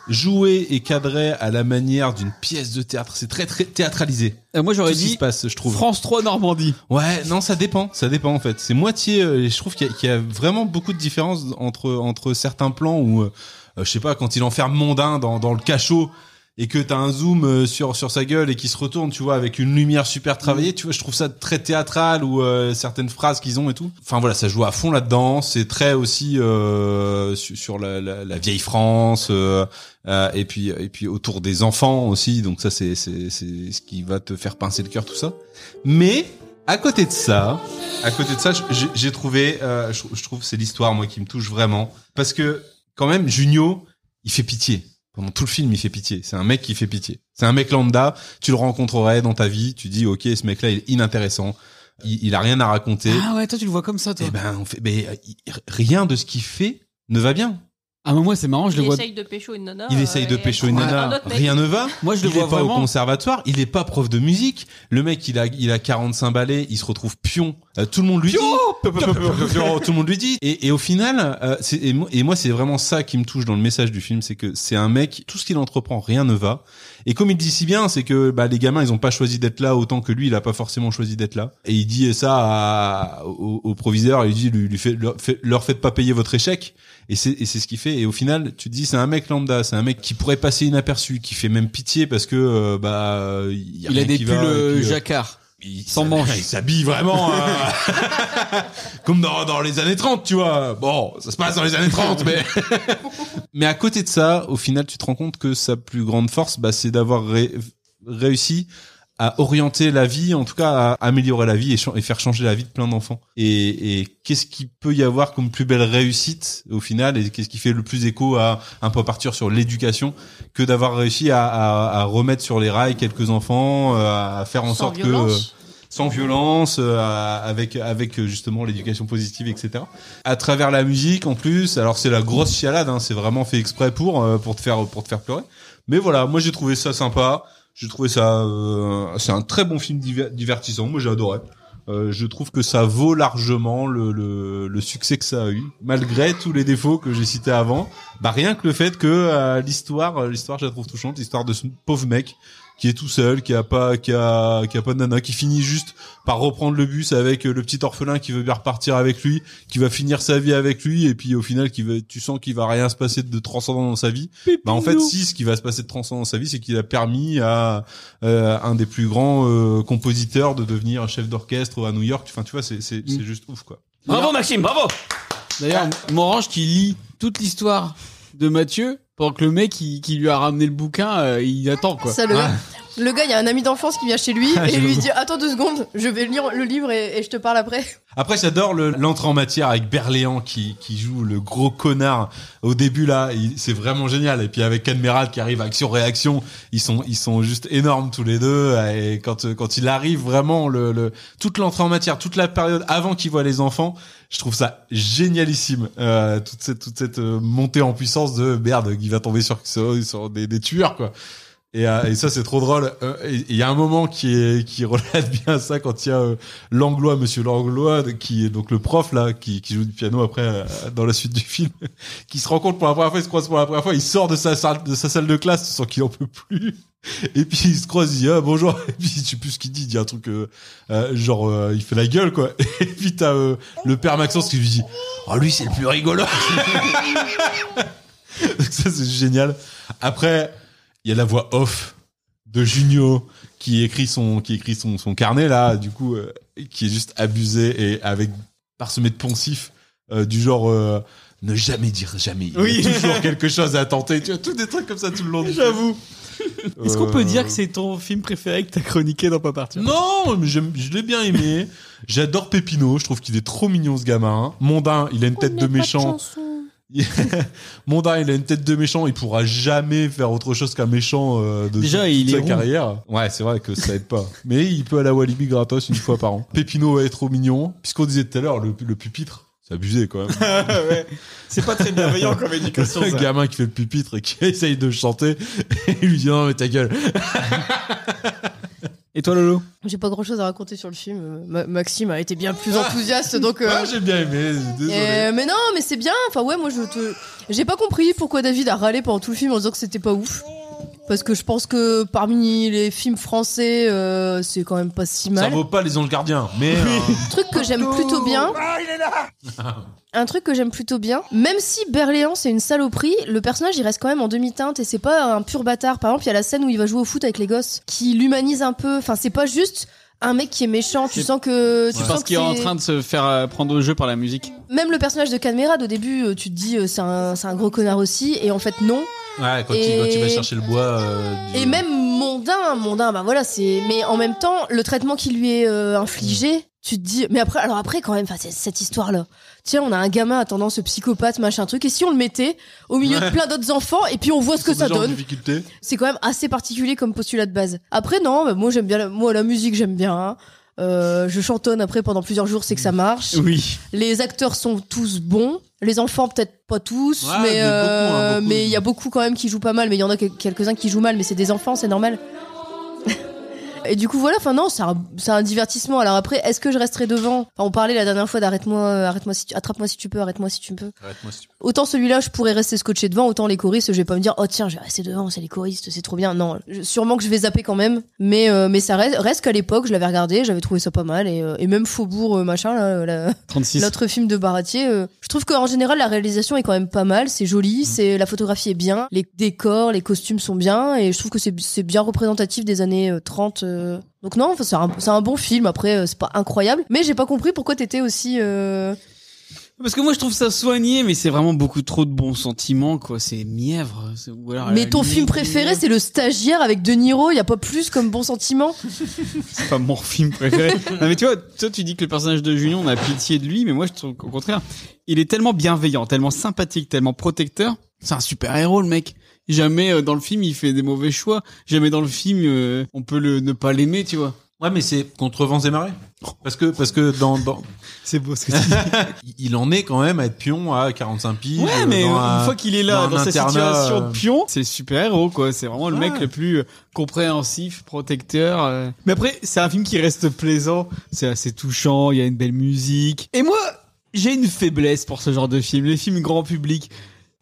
Speaker 3: joué et cadré à la manière d'une pièce de théâtre. C'est très très théâtralisé.
Speaker 2: Euh, moi j'aurais
Speaker 3: dit passe, je trouve.
Speaker 2: France 3 Normandie.
Speaker 3: Ouais, non, ça dépend, ça dépend en fait. C'est moitié. euh, et je trouve qu'il y, a- qu'il y a vraiment beaucoup de différences entre entre certains plans où, euh, euh, je sais pas, quand il enferme Mondin dans dans le cachot et que t'as un zoom euh, sur sur sa gueule et qui se retourne, tu vois, avec une lumière super travaillée, tu vois, je trouve ça très théâtral ou euh, certaines phrases qu'ils ont et tout. Enfin voilà, ça joue à fond là-dedans. C'est très aussi euh, su- sur la, la, la vieille France euh, euh, et puis et puis autour des enfants aussi. Donc ça c'est c'est c'est ce qui va te faire pincer le cœur tout ça. Mais à côté de ça, à côté de ça, je- j'ai- j'ai trouvé, euh, je, je trouve que c'est l'histoire moi qui me touche vraiment parce que quand même Junio, il fait pitié. Pendant tout le film, il fait pitié. C'est un mec qui fait pitié. C'est un mec lambda. Tu le rencontrerais dans ta vie. Tu dis, ok, ce mec-là, il est inintéressant. Il, il a rien à raconter.
Speaker 2: Ah ouais, toi tu le vois comme ça, toi.
Speaker 3: Eh ben, on fait, mais euh, il- rien de ce qu'il fait ne va bien.
Speaker 2: Ah mais moi c'est marrant, je
Speaker 9: Il essaye de pécho une nana.
Speaker 3: Il
Speaker 9: euh,
Speaker 3: essaye de
Speaker 9: et-
Speaker 3: pécho une
Speaker 9: Ouais. Un
Speaker 3: nana,
Speaker 9: autre mec.
Speaker 3: rien ne va.
Speaker 2: Moi, je le
Speaker 3: il
Speaker 2: vois
Speaker 3: est pas
Speaker 2: vraiment.
Speaker 3: au conservatoire, il est pas prof de musique. Le mec, il a, il a 45 ballets, il se retrouve pion. Euh, tout le monde lui dit. Pion, tout le monde lui dit. Et, et au final, euh, c'est- et moi, et moi, c'est vraiment ça qui me touche dans le message du film, c'est que c'est un mec, tout ce qu'il entreprend, rien ne va. Et comme il dit si bien, c'est que bah, les gamins, ils ont pas choisi d'être là autant que lui, il a pas forcément choisi d'être là. Et il dit ça à- au, au proviseur, il dit lui, lui fait, leur, fait- leur faites pas payer votre échec. Et c'est et c'est ce qu'il fait. Et au final, tu te dis c'est un mec lambda, c'est un mec qui pourrait passer inaperçu, qui fait même pitié parce que euh, bah y
Speaker 2: Il a
Speaker 3: rien
Speaker 2: des
Speaker 3: qui
Speaker 2: pulls
Speaker 3: va, et
Speaker 2: euh,
Speaker 3: puis, euh,
Speaker 2: jacquard.
Speaker 3: sans manche. Il s'habille vraiment hein. comme dans, dans les années 30, tu vois. Bon, ça se passe dans les années 30, mais mais à côté de ça, au final, tu te rends compte que sa plus grande force, bah, c'est d'avoir ré- réussi à orienter la vie, en tout cas à améliorer la vie et, chan- et faire changer la vie de plein d'enfants. Et, et qu'est-ce qui peut y avoir comme plus belle réussite au final et qu'est-ce qui fait le plus écho à un peu partir sur l'éducation que d'avoir réussi à, à- à remettre sur les rails quelques enfants, euh, à faire en
Speaker 13: Sans
Speaker 3: sorte que
Speaker 13: violence.
Speaker 3: sans violence, euh, avec avec euh, justement l'éducation positive, etc. À travers la musique en plus. Alors c'est la grosse chialade, hein, c'est vraiment fait exprès pour euh, pour te faire pour te faire pleurer. Mais voilà, moi j'ai trouvé ça sympa. J'ai trouvé ça, euh, c'est un très bon film diver- divertissant. Moi j'ai adoré. Euh, je trouve que ça vaut largement le, le, le succès que ça a eu, malgré tous les défauts que j'ai cités avant. Bah rien que le fait que euh, l'histoire, euh, l'histoire, je la trouve touchante, l'histoire de ce pauvre mec qui est tout seul, qui a pas, qui a, qui a pas de nana, qui finit juste par reprendre le bus avec euh, le petit orphelin qui veut bien repartir avec lui, qui va finir sa vie avec lui, et puis au final, qui va, tu sens qu'il va rien se passer de transcendant dans sa vie. Bah en fait, si ce qui va se passer de transcendant dans sa vie, c'est qu'il a permis à euh, un des plus grands euh, compositeurs de devenir chef d'orchestre à New York. Enfin, tu vois, c'est c'est c'est juste ouf quoi.
Speaker 4: Bravo Maxime, bravo.
Speaker 2: D'ailleurs, Morange qui lit toute l'histoire de Mathieu pendant que le mec qui, qui lui a ramené le bouquin, euh, il attend quoi.
Speaker 5: Ça, le, gars,
Speaker 3: Ah.
Speaker 5: le gars, il y a un ami d'enfance qui vient chez lui
Speaker 2: Ah,
Speaker 5: et lui
Speaker 2: j'avoue.
Speaker 5: dit Attends deux secondes, je vais lire le livre et, et je te parle après.
Speaker 3: Après, j'adore le- l'entrée en matière avec Berléand qui, qui joue le gros connard au début là. il- C'est vraiment génial. Et puis avec Cadmeral qui arrive action réaction, ils sont ils sont juste énormes tous les deux. Et quand euh, quand il arrive vraiment le, le toute l'entrée en matière, toute la période avant qu'il voit les enfants, je trouve ça génialissime. Euh, toute cette toute cette euh, montée en puissance de merde, qui va tomber sur sur, sur des, des tueurs quoi. Et, euh, et ça c'est trop drôle. Euh, et- et Il y a un moment qui est, qui relate bien ça quand il y a euh, Langlois, Monsieur Langlois, de- qui est donc le prof là, qui, qui joue du piano après euh, dans la suite du film, qui se rencontre pour la première fois, il se croise pour la première fois, il sort de sa salle de sa salle de classe, tu sens qu'il en peut plus. Et puis il se croise, il dit ah, bonjour. Et puis je sais plus ce qu'il dit, il dit un truc euh, euh, genre euh, il fait la gueule quoi. Et puis t'as euh, le père Maxence qui lui dit oh lui c'est le plus rigolo. Donc ça c'est génial. Après, il y a la voix off de Junio qui écrit son qui écrit son, son carnet là, du coup euh, qui est juste abusé et avec parsemé de poncifs euh, du genre euh, ne jamais dire jamais. Il y a
Speaker 2: Oui.
Speaker 3: toujours quelque chose à tenter. Tu as tous des trucs comme ça tout le long.
Speaker 2: J'avoue. Est-ce qu'on peut
Speaker 3: Euh,
Speaker 2: dire que c'est ton film préféré que t'as chroniqué dans Pas Partir
Speaker 3: Non, mais j'aime- je l'ai bien aimé. J'adore Pépino, je trouve qu'il est trop mignon ce gamin. Mondain, il a une tête de méchant. Mondain, il a une tête de méchant, il pourra jamais faire autre chose qu'un méchant euh, de
Speaker 2: Déjà,
Speaker 3: toute
Speaker 2: il
Speaker 3: sa
Speaker 2: est rond.
Speaker 3: carrière. Ouais, c'est vrai que ça aide pas. Mais il peut aller à Walibi gratos une fois par an. Pépino est trop mignon. Puisqu'on disait tout à l'heure, le, le pupitre, c'est abusé quand même.
Speaker 2: C'est pas très bienveillant comme éducation.
Speaker 3: Un
Speaker 2: ça.
Speaker 3: gamin qui fait le pupitre et qui essaye de chanter et lui dit non mais ta gueule.
Speaker 2: Et toi, Lolo
Speaker 5: J'ai pas grand chose à raconter sur le film. Euh, Ma- Maxime a été bien plus enthousiaste, donc. euh,
Speaker 3: Ah, j'ai bien aimé, désolé.
Speaker 5: euh, mais non, mais c'est bien. Enfin ouais, moi je te- j'ai pas compris pourquoi David a râlé pendant tout le film en disant que c'était pas ouf. Parce que je pense que parmi les films français, euh, c'est quand même pas si
Speaker 3: Ça
Speaker 5: mal.
Speaker 3: vaut pas les anges gardiens, mais. euh,
Speaker 5: Un truc que j'aime plutôt bien. Un truc que j'aime plutôt bien, même si Berléand c'est une saloperie, le personnage il reste quand même en demi-teinte et c'est pas un pur bâtard. Par exemple, il y a la scène où il va jouer au foot avec les gosses qui l'humanise un peu. Enfin, c'est pas juste un mec qui est méchant. Tu
Speaker 2: C'est-
Speaker 5: sens que tu
Speaker 2: Je
Speaker 5: sens
Speaker 2: pense
Speaker 5: que
Speaker 2: qu'il est en
Speaker 5: c'est-
Speaker 2: train de se faire euh, prendre au jeu par la musique.
Speaker 5: Même le personnage de Cadmerade au début, euh, tu te dis euh, c'est un, c'est un gros connard aussi et en fait non.
Speaker 3: Ouais, quand,
Speaker 5: Et-
Speaker 3: il, quand il va chercher le bois. euh, du-
Speaker 5: Et même mondain, mondain, bah voilà, c'est. Mais en même temps, le traitement qui lui est euh, infligé, tu te dis. Mais après, alors après, quand même, enfin, c'est- cette histoire-là. Tiens, on a un gamin à tendance psychopathe, machin truc, et si on le mettait au milieu
Speaker 3: Ouais.
Speaker 5: de plein d'autres enfants, et puis on voit ce que
Speaker 3: Ils sont
Speaker 5: ça
Speaker 3: déjà en
Speaker 5: donne.
Speaker 3: difficulté.
Speaker 5: C'est quand même assez particulier comme postulat de base. Après, non, bah, moi j'aime bien, la... moi la musique j'aime bien. hein. Euh, je chantonne après pendant plusieurs jours, c'est que ça marche.
Speaker 2: Oui.
Speaker 5: Les acteurs sont tous bons. Les enfants, peut-être pas tous,
Speaker 2: Ouais,
Speaker 5: mais
Speaker 2: mais beaucoup, hein,
Speaker 5: euh,
Speaker 2: beaucoup.
Speaker 5: mais il y a beaucoup quand même qui jouent pas mal. Mais il y en a que- quelques-uns qui jouent mal, mais c'est des enfants, c'est normal. Et du coup, voilà, enfin, non, c'est un, c'est un divertissement. Alors après, est-ce que je resterai devant Enfin, On parlait la dernière fois d'arrête-moi, euh, arrête-moi si tu, attrape-moi si tu peux, arrête-moi si tu peux.
Speaker 3: Arrête-moi si tu
Speaker 5: Autant celui-là, je pourrais rester scotché devant, autant les choristes, je vais pas me dire, oh tiens, je vais rester devant, c'est les choristes, c'est trop bien. Non, je- sûrement que je vais zapper quand même, mais, euh, mais ça reste, reste qu'à l'époque, je l'avais regardé, j'avais trouvé ça pas mal, et, euh, et même Faubourg, euh, machin, là, euh, la-
Speaker 2: 36.
Speaker 5: l'autre film de Baratier, euh, je trouve qu'en général, la réalisation est quand même pas mal, c'est joli, c'est la photographie est bien, les décors, les costumes sont bien, et je trouve que c'est c'est bien représentatif des années euh, 30. euh. Donc non, enfin, c'est un, c'est un bon film, après, euh, c'est pas incroyable, mais j'ai pas compris pourquoi t'étais aussi... euh,
Speaker 2: Parce que moi je trouve ça soigné, mais c'est vraiment beaucoup trop de bons sentiments, quoi. C'est mièvre. c'est- ou alors, à
Speaker 5: Mais
Speaker 2: Ah, la
Speaker 5: ton
Speaker 2: limite,
Speaker 5: film préféré, c'est Le Stagiaire avec De Niro. Il y a pas plus comme bon sentiment.
Speaker 2: C'est pas mon film préféré. non, mais tu vois, toi tu dis que le personnage de Julien, on a pitié de lui, mais moi je trouve qu'au contraire, il est tellement bienveillant, tellement sympathique, tellement protecteur. C'est un super héros, le mec. Jamais euh, dans le film il fait des mauvais choix. Jamais dans le film euh, on peut le ne pas l'aimer, tu vois.
Speaker 3: Ouais, mais c'est contre vents et marées. Parce que, parce que dans, dans...
Speaker 2: c'est beau ce que
Speaker 3: Il- Il en est quand même à être pion à 45 piges.
Speaker 2: Ouais,
Speaker 3: euh,
Speaker 2: mais
Speaker 3: dans
Speaker 2: une
Speaker 3: un-
Speaker 2: fois qu'il est là,
Speaker 3: un
Speaker 2: dans, cette
Speaker 3: internat,
Speaker 2: situation
Speaker 3: euh,
Speaker 2: de pion, c'est le super-héros, quoi. C'est vraiment le mec
Speaker 3: Ouais.
Speaker 2: le plus euh, compréhensif, protecteur. euh. Mais après, c'est un film qui reste plaisant. C'est assez touchant, il y a une belle musique. Et moi, j'ai une faiblesse pour ce genre de film, les films grand public.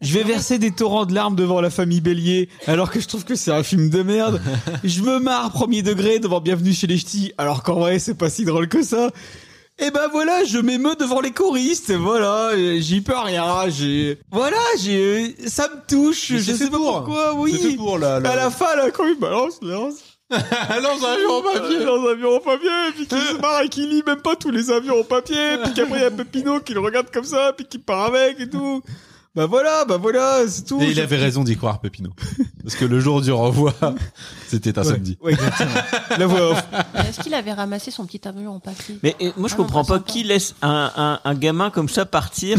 Speaker 2: Je vais verser des torrents de larmes devant la famille Bélier, alors que je trouve que c'est un film de merde. Je me marre premier degré devant Bienvenue chez les Ch'tis, alors qu'en vrai, c'est pas si drôle que ça. Et ben voilà, je m'émeus devant les choristes, voilà, euh, j'y peux rien, j'ai... Voilà, j'ai... euh, Ça me touche,
Speaker 3: Mais
Speaker 2: je
Speaker 3: c'est
Speaker 2: sais
Speaker 3: fait
Speaker 2: pas
Speaker 3: pour.
Speaker 2: pourquoi,
Speaker 3: C'est fait
Speaker 2: oui.
Speaker 3: pour, là, là.
Speaker 2: À la fin, là, quand il balance, lance...
Speaker 3: lance un avion en papier.
Speaker 2: Lance un avion en papier, et puis qu'il se marre et qu'il lit même pas tous les avions en papier, puis qu'après il y a Pépino qui le regarde comme ça, puis qui part avec et tout. Bah voilà, bah voilà, c'est tout.
Speaker 3: Et il
Speaker 2: Je-
Speaker 3: avait raison d'y croire, Pépino. Parce que le jour du renvoi, c'était un
Speaker 2: Ouais.
Speaker 3: samedi.
Speaker 2: Ouais, exactement. La voix off.
Speaker 9: Mais Est-ce qu'il avait ramassé son petit avion en papier
Speaker 4: Mais et, moi je
Speaker 9: Ah non,
Speaker 4: comprends
Speaker 9: pas
Speaker 4: pas
Speaker 9: sympa.
Speaker 4: qui laisse un, un, un gamin comme ça partir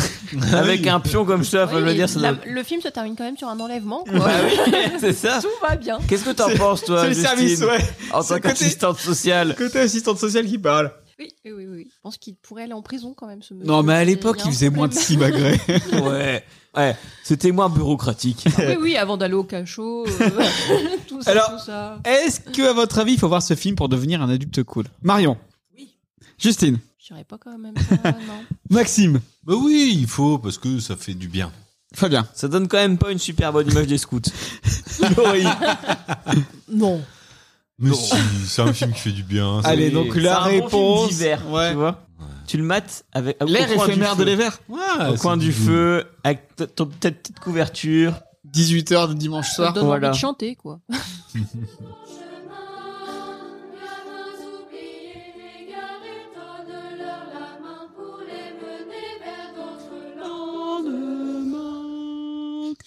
Speaker 2: Ah
Speaker 4: avec
Speaker 3: oui.
Speaker 4: un pion comme ça. Enfin,
Speaker 9: Oui,
Speaker 4: je veux dire, ça
Speaker 9: la-
Speaker 4: doit-
Speaker 9: Le film se termine quand même sur un enlèvement, quoi.
Speaker 4: Bah oui, c'est ça.
Speaker 9: Tout va bien.
Speaker 4: Qu'est-ce que t'en
Speaker 2: C'est-
Speaker 4: penses toi,
Speaker 2: c'est le
Speaker 4: Justine,
Speaker 2: service, ouais.
Speaker 4: En
Speaker 2: C'est
Speaker 4: tant
Speaker 2: le côté-
Speaker 4: qu'assistante sociale.
Speaker 2: Côté assistante sociale qui parle.
Speaker 9: Oui, oui, oui, oui. Je pense qu'il pourrait aller en prison quand même, ce monsieur.
Speaker 2: Non, mais à l'époque,
Speaker 9: y a
Speaker 2: il
Speaker 9: un
Speaker 2: faisait moins de 6 magrets.
Speaker 4: Ouais, ouais. C'était moins bureaucratique.
Speaker 9: problème. Oui, oui, avant d'aller au cachot, euh, tout ça,
Speaker 2: Alors-
Speaker 9: tout ça.
Speaker 2: Est-ce que, à votre avis, il faut voir ce film pour devenir un adulte cool Marion. Oui. Justine.
Speaker 9: J'irais pas quand même ça, non.
Speaker 2: Maxime.
Speaker 3: Bah oui, il faut, parce que ça fait du bien.
Speaker 2: Fabien.
Speaker 4: Ça donne quand même pas une super bonne image des scouts.
Speaker 2: Laurie.
Speaker 5: Non.
Speaker 3: Mais
Speaker 4: Non.
Speaker 3: si, Ah, c'est un film qui fait du bien. hein, ça-
Speaker 2: Allez, donc la
Speaker 4: C'est un bon
Speaker 2: réponse.
Speaker 4: film d'hiver, tu vois. Tu le mates avec au
Speaker 2: L'air
Speaker 4: coin du
Speaker 2: éphémère
Speaker 4: feu.
Speaker 2: de l'hiver.
Speaker 3: Ouais,
Speaker 4: Au
Speaker 3: c'est
Speaker 4: coin du feu, avec t- ton peut-être petite couverture.
Speaker 2: 18h de dimanche
Speaker 9: Ça
Speaker 2: soir.
Speaker 9: te donne
Speaker 4: Voilà.
Speaker 9: envie de chanter, quoi.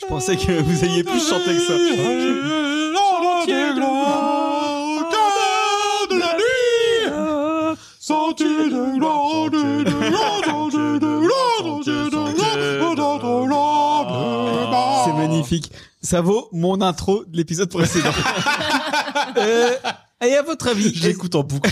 Speaker 2: Je pensais que vous alliez plus chanter que ça.
Speaker 3: L'ordre des gloires, au cœur de la nuit. Sentier de gloire, de- de- de- de- de- de- de- de- de- de- de- de- de- de-
Speaker 2: C'est magnifique. Ça vaut mon intro de l'épisode précédent. Euh, et à votre avis,
Speaker 3: Je l'écoute en boucle.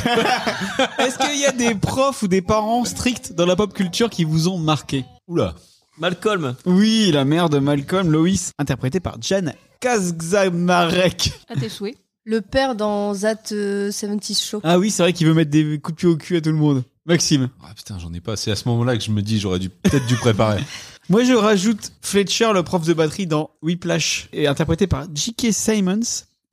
Speaker 2: est-ce qu'il y a des profs ou des parents stricts dans la pop culture qui vous ont marqué
Speaker 3: Oula.
Speaker 4: Malcolm,
Speaker 2: Oui, la mère de Malcolm, Lois, interprétée par Jan Kazmarek.
Speaker 9: À tes souhaits.
Speaker 5: le père dans That euh, 70 Show.
Speaker 2: Ah oui, c'est vrai qu'il veut mettre des coups de pied au cul à tout le monde. Maxime.
Speaker 3: Ah putain, j'en ai pas. C'est à ce moment-là que je me dis, j'aurais dû peut-être dû préparer.
Speaker 2: Moi, je rajoute Fletcher, le prof de batterie dans Whiplash, et interprété par J.K. Simons.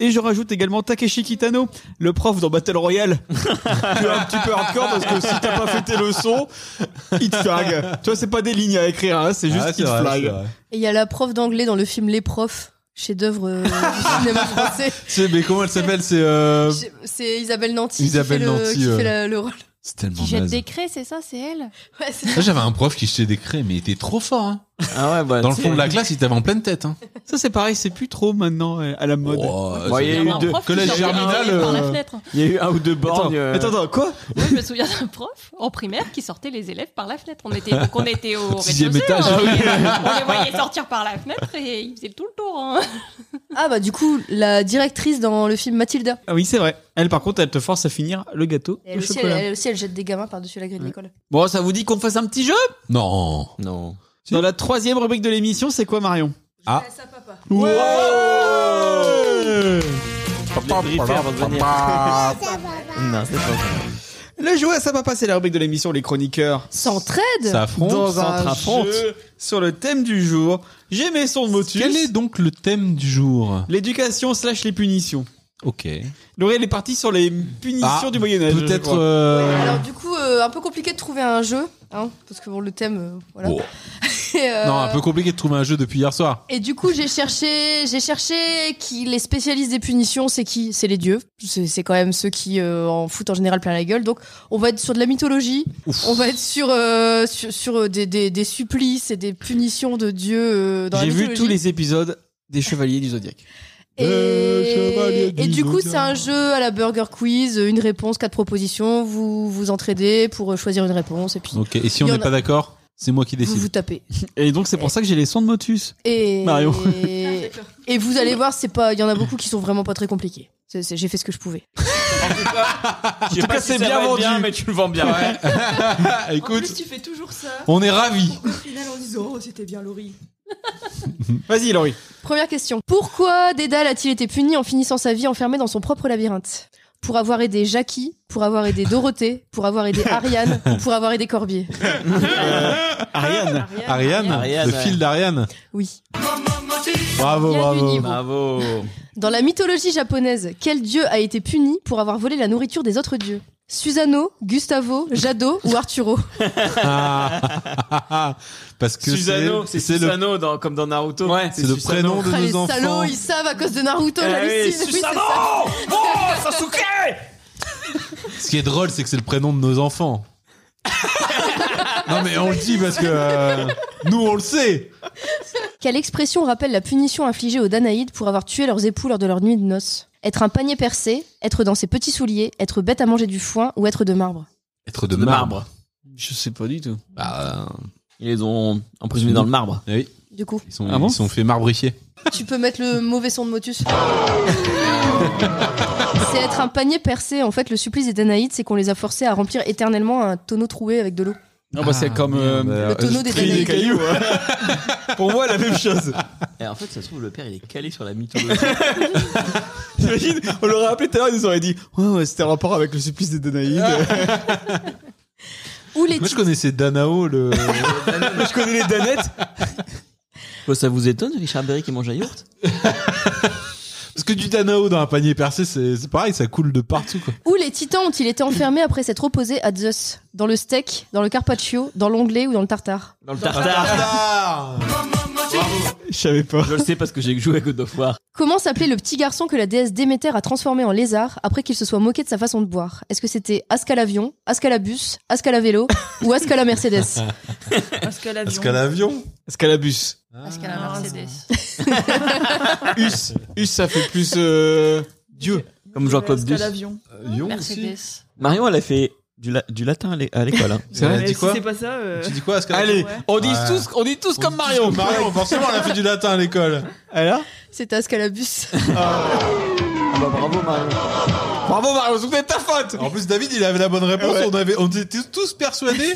Speaker 2: Et je rajoute également Takeshi Kitano, le prof dans Battle Royale. Tu es un petit peu hardcore parce que si t'as pas fait tes leçons, il te flag. Tu vois, c'est pas des lignes à écrire, hein, c'est juste
Speaker 3: Ah, c'est
Speaker 2: il te
Speaker 3: vrai,
Speaker 2: flag.
Speaker 3: c'est vrai.
Speaker 5: Et il y a la prof d'anglais dans le film Les Profs, chef-d'œuvre euh, du cinéma français.
Speaker 3: C'est- mais comment elle s'appelle C'est euh,
Speaker 5: J'ai- C'est Isabelle Nanty
Speaker 3: Isabelle
Speaker 5: qui fait, le,
Speaker 3: Nanty,
Speaker 5: qui
Speaker 3: euh.
Speaker 5: fait la- le rôle.
Speaker 3: c'est tellement
Speaker 9: Qui jette
Speaker 3: naze.
Speaker 9: des craies, c'est ça, c'est elle
Speaker 5: Ouais, c'est
Speaker 3: Moi, Ah, j'avais un prof qui jetait des craies, mais il était trop fort. Hein.
Speaker 4: Ah ouais, bah,
Speaker 3: Dans le
Speaker 4: tu
Speaker 3: fond de la
Speaker 4: sais.
Speaker 3: classe, il t'avait en pleine tête. Hein.
Speaker 2: Ça, c'est pareil, c'est plus trop maintenant euh, à la mode.
Speaker 3: Wow,
Speaker 4: Bon,
Speaker 3: c'est-
Speaker 4: il y a eu deux.
Speaker 9: prof qui
Speaker 3: Collège
Speaker 9: sortait
Speaker 3: germinal,
Speaker 9: les par la
Speaker 3: euh,
Speaker 9: fenêtre.
Speaker 4: Il y a eu un euh, ou deux bornes.
Speaker 2: Attends, attends, attends, quoi
Speaker 9: Moi, je me souviens d'un prof en primaire qui sortait les élèves par la fenêtre. On était, donc on était au
Speaker 3: Sixième
Speaker 9: rez-de-chaussée,
Speaker 3: étage.
Speaker 9: On, les voyait-
Speaker 3: Ah
Speaker 9: on les voyait sortir par la fenêtre et ils faisaient tout le tour. hein.
Speaker 5: Ah bah du coup, la directrice dans le film Mathilda.
Speaker 2: Ah oui, c'est vrai. Elle, par contre, elle te force à finir le gâteau
Speaker 5: Elle
Speaker 2: au
Speaker 5: aussi, elle,
Speaker 2: chocolat.
Speaker 5: elle aussi, elle jette des gamins par-dessus la grille de l'école.
Speaker 2: Bon, ça vous dit qu'on fasse un petit jeu
Speaker 3: Non.
Speaker 4: Non.
Speaker 2: Dans la troisième rubrique de l'émission, c'est quoi, Marion
Speaker 3: Ah.
Speaker 2: Ouais
Speaker 4: Non, c'est pas ça.
Speaker 2: Le jeu à ça va passer la rubrique de l'émission Les Chroniqueurs
Speaker 5: S'entraide
Speaker 3: Ça affronte.
Speaker 2: dans un
Speaker 4: s'entre-affrontent.
Speaker 2: jeu sur le thème du jour. J'ai mes sons de motus.
Speaker 3: Quel est donc le thème du jour
Speaker 2: L'éducation slash les punitions.
Speaker 3: Ok.
Speaker 2: L'Oréal est parti sur les punitions
Speaker 3: Ah,
Speaker 2: du Moyen-Âge. je
Speaker 3: Peut-être.
Speaker 2: crois.
Speaker 3: euh,
Speaker 5: Alors du coup, euh, un peu compliqué de trouver un jeu, hein, parce que bon, le thème, euh, voilà.
Speaker 3: bon.
Speaker 5: Et, euh,
Speaker 3: Non, un peu compliqué de trouver un jeu depuis hier soir.
Speaker 5: Et du coup, j'ai cherché, j'ai cherché qui les spécialistes des punitions, c'est qui C'est les dieux. C'est c'est quand même ceux qui euh, en foutent en général plein la gueule. Donc, on va être sur de la mythologie. On va être sur euh, sur, sur, euh, des, des, des supplices et des punitions de dieux euh, dans la
Speaker 2: J'ai
Speaker 5: mythologie.
Speaker 2: vu tous les épisodes des Chevaliers du Zodiac.
Speaker 3: Euh, chevalier
Speaker 5: Et,
Speaker 3: du
Speaker 5: et du coup,
Speaker 3: Zodiac.
Speaker 5: c'est un jeu à la Burger Quiz, une réponse, quatre propositions. Vous vous entraidez pour euh, choisir une réponse et puis
Speaker 3: Ok. Et si on
Speaker 5: Il y
Speaker 3: n'est
Speaker 5: en a-
Speaker 3: pas d'accord, c'est moi qui
Speaker 5: vous vous
Speaker 3: décide.
Speaker 5: tapez.
Speaker 2: Et donc, c'est pour ça que j'ai les sons de motus.
Speaker 5: Et
Speaker 2: Mario.
Speaker 5: et, vous allez voir, c'est pas, il y en a beaucoup qui sont vraiment pas très compliqués. C'est- c'est- J'ai fait ce que je pouvais.
Speaker 4: Je sais
Speaker 2: cas,
Speaker 4: pas si
Speaker 2: c'est
Speaker 4: ça
Speaker 2: bien
Speaker 4: va être
Speaker 2: vendu.
Speaker 4: mais tu le vends bien.
Speaker 3: Ah,
Speaker 8: euh. En plus,
Speaker 3: écoute,
Speaker 8: tu fais toujours ça.
Speaker 3: on est ravis.
Speaker 8: Au final, on dit oh, c'était bien Laurie.
Speaker 2: Vas-y, Laurie.
Speaker 5: Première question. Pourquoi Dédale a-t-il été puni en finissant sa vie enfermé dans son propre labyrinthe Pour avoir aidé Jackie, pour avoir aidé Dorothée, pour avoir aidé Ariane, ou pour avoir aidé Corbier.
Speaker 2: Ariane.
Speaker 3: Ah, Ariane,
Speaker 4: Ariane,
Speaker 3: le
Speaker 4: ouais.
Speaker 3: fil d'Ariane.
Speaker 5: Oui.
Speaker 9: Il
Speaker 3: Bravo,
Speaker 9: y a du
Speaker 3: bravo.
Speaker 9: niveau.
Speaker 4: Bravo.
Speaker 5: Dans la mythologie japonaise, quel dieu a été puni pour avoir volé la nourriture des autres dieux Susano, Gustavo, Jado ou Arturo
Speaker 3: Ah. Parce que
Speaker 4: Susano,
Speaker 3: c'est
Speaker 4: c'est
Speaker 3: c'est le,
Speaker 4: Susano dans- comme dans Naruto. Ouais,
Speaker 3: c'est le prénom de
Speaker 5: Ah, Les
Speaker 3: nos enfants. Eh
Speaker 5: salauds, ils savent à cause de Naruto,
Speaker 4: oui,
Speaker 5: j'hallucine. Oui, c'est
Speaker 4: Susano
Speaker 5: ça.
Speaker 4: Oh, Sasuke
Speaker 3: Ce qui est drôle, c'est que c'est le prénom de nos enfants. non mais on le dit parce que euh, nous on le sait.
Speaker 5: Quelle expression rappelle la punition infligée aux Danaïdes pour avoir tué leurs époux lors de leur nuit de noces Être un panier percé, être dans ses petits souliers, être bête à manger du foin ou être de marbre
Speaker 3: Être de, marbre.
Speaker 2: Je sais pas du tout.
Speaker 3: Bah,
Speaker 4: Ils les ont emprisonnés dans le marbre.
Speaker 3: euh, oui,
Speaker 5: Du coup,
Speaker 3: ils sont,
Speaker 2: Ah bon
Speaker 3: ils sont fait marbrifier.
Speaker 5: tu peux mettre le mauvais son de motus. c'est être un panier percé. En fait, le supplice des Danaïdes, c'est qu'on les a forcés à remplir éternellement un tonneau troué avec de l'eau.
Speaker 3: Ah,
Speaker 2: Non, bah, c'est comme. euh,
Speaker 5: Le tonneau des
Speaker 2: trier des
Speaker 5: Danaïdes.
Speaker 2: cailloux. Pour moi, la même chose.
Speaker 4: Et en fait, ça se trouve, le père, il est calé sur la mythologie.
Speaker 2: T'imagines, on l'aurait appelé tout à l'heure, ils nous auraient dit Ouais, ouais, c'était un rapport avec le supplice des Danaïdes.
Speaker 5: Ou les
Speaker 3: Moi je connaissais Danao le.
Speaker 2: je connais les Danettes.
Speaker 4: Quoi, ça vous étonne, Richard Berry qui mange un yaourt
Speaker 3: parce que du Danao dans un panier percé c'est c'est pareil, ça coule de partout quoi.
Speaker 5: Où les titans ont-ils été enfermés après s'être opposés à Zeus Dans le steak, dans le carpaccio, dans l'onglet ou dans le tartare
Speaker 4: Dans le tartare.
Speaker 2: Je savais pas.
Speaker 4: Je le sais parce que j'ai joué à God of War.
Speaker 5: Comment s'appelait le petit garçon que la déesse Déméter a transformé en lézard après qu'il se soit moqué de sa façon de boire Est-ce que c'était Ascalavion, Ascalabus, Ascalavélo ou Ascala Mercedes
Speaker 8: Parce qu'à
Speaker 3: Parce
Speaker 8: l'avion.
Speaker 3: qu'à l'avion.
Speaker 2: Escalabus.
Speaker 9: Parce qu'à la Mercedes.
Speaker 2: Ah, Us. Us, ça fait plus. euh, Dieu.
Speaker 4: Comme Jean-Claude
Speaker 8: Parce qu'à
Speaker 4: Douce.
Speaker 8: l'avion.
Speaker 3: Euh, Lyon aussi.
Speaker 9: Mercedes.
Speaker 4: Marion, elle a fait du, la- du latin à l'é- à l'école. hein.
Speaker 2: C'est vrai,
Speaker 3: Ouais,
Speaker 8: Mais
Speaker 3: tu dis
Speaker 8: si
Speaker 3: quoi
Speaker 8: c'est pas ça. euh,
Speaker 3: Tu dis quoi à ce qu'à l'avion
Speaker 2: Allez,
Speaker 8: Ouais.
Speaker 2: on dit
Speaker 3: Ouais.
Speaker 2: tous, on dit tous comme Marion.
Speaker 3: Marion, forcément, on a fait du latin à l'école.
Speaker 2: Alors
Speaker 5: C'était Ascalabus.
Speaker 4: Ah bah, bravo, Marion.
Speaker 2: Bravo Marion, c'était de ta faute.
Speaker 3: En plus, David, il avait la bonne réponse.
Speaker 2: Ouais.
Speaker 3: On avait, on était tous persuadés.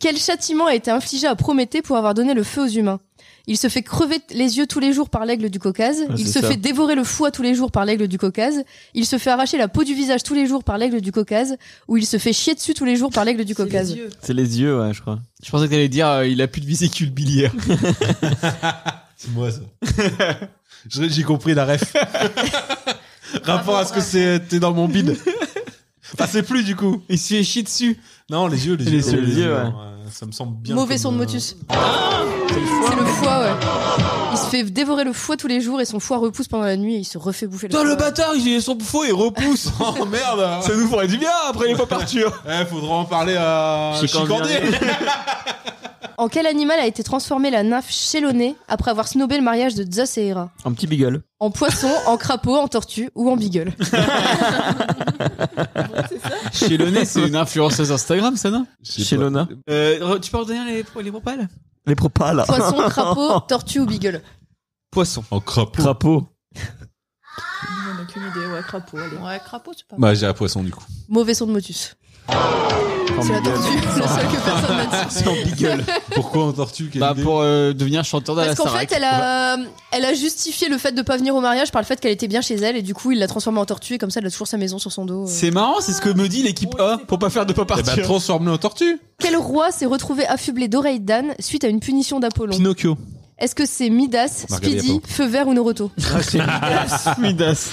Speaker 5: Quel châtiment a été infligé à Prométhée pour avoir donné le feu aux humains Il se fait crever t- les yeux tous les jours par l'aigle du Caucase.
Speaker 13: Ah,
Speaker 5: il
Speaker 13: c'est
Speaker 5: se
Speaker 13: ça.
Speaker 5: fait dévorer le foie tous les jours par l'aigle du Caucase. Il se fait arracher la peau du visage tous les jours par l'aigle du Caucase. Ou il se fait chier dessus tous les jours par l'aigle du Caucase.
Speaker 4: C'est les yeux, ouais, je crois.
Speaker 2: Je pensais que t'allais dire euh, il a plus de vésicule biliaire.
Speaker 3: C'est moi ça. Je- J'ai compris la ref. Rapport à ce que c'est, euh, t'es dans mon bide. Enfin, c'est plus du coup.
Speaker 2: Il se fait chier dessus.
Speaker 3: Non, les yeux, les,
Speaker 4: Les
Speaker 3: yeux.
Speaker 4: yeux, les yeux, ouais.
Speaker 3: euh, Ça me semble bien.
Speaker 5: Mauvais
Speaker 3: comme,
Speaker 5: son de
Speaker 3: euh,
Speaker 5: motus. C'est le foie, ouais. Il se fait dévorer le foie tous les jours et son foie repousse pendant la nuit et il se refait bouffer le
Speaker 2: Putain,
Speaker 5: foie.
Speaker 2: le bâtard, il est son faux et repousse.
Speaker 3: Oh merde
Speaker 2: Ça nous ferait du bien après les fois parture.
Speaker 3: Eh, faudra en parler à Chicandé.
Speaker 5: En quel animal a été transformée la nymphe Chélonée après avoir snobé le mariage de Zeus et Hera
Speaker 4: Un petit beagle.
Speaker 5: En poisson, en crapaud, en tortue ou en beagle
Speaker 2: Chélonnet, c'est une influenceuse Instagram, ça, non
Speaker 4: Chez Lona.
Speaker 2: euh, Tu peux redonner les, les propales
Speaker 4: Les propas, là.
Speaker 5: Poisson, crapaud, tortue ou beagle
Speaker 2: Poisson.
Speaker 3: En crapaud.
Speaker 4: Crapaud.
Speaker 5: On aucune idée, ouais, crapaud.
Speaker 9: Ouais, crapaud, c'est pas
Speaker 3: Bah, j'ai un poisson du coup.
Speaker 5: Mauvais son de motus. C'est la tortue, le seul que personne n'a dit.
Speaker 2: C'est en beagle.
Speaker 3: Pourquoi en tortue
Speaker 2: Bah, pour euh, devenir chanteur de la
Speaker 5: Parce qu'en
Speaker 2: Starac.
Speaker 5: fait, elle a, euh, elle a justifié le fait de pas venir au mariage par le fait qu'elle était bien chez elle et du coup, il l'a transformée en tortue et comme ça, elle a toujours sa maison sur son dos. euh.
Speaker 2: C'est marrant, c'est ce que me dit l'équipe A pour pas faire de pas
Speaker 3: Eh
Speaker 2: partir.
Speaker 3: bah, transforme-le en tortue.
Speaker 5: Quel roi s'est retrouvé affublé d'oreilles d'âne suite à une punition d'Apollon
Speaker 2: Pinocchio.
Speaker 5: Est-ce que c'est Midas,
Speaker 2: Marguerite
Speaker 5: Speedy,
Speaker 2: Apollo.
Speaker 5: Feu Vert ou Noroto
Speaker 3: Ah,
Speaker 2: Midas.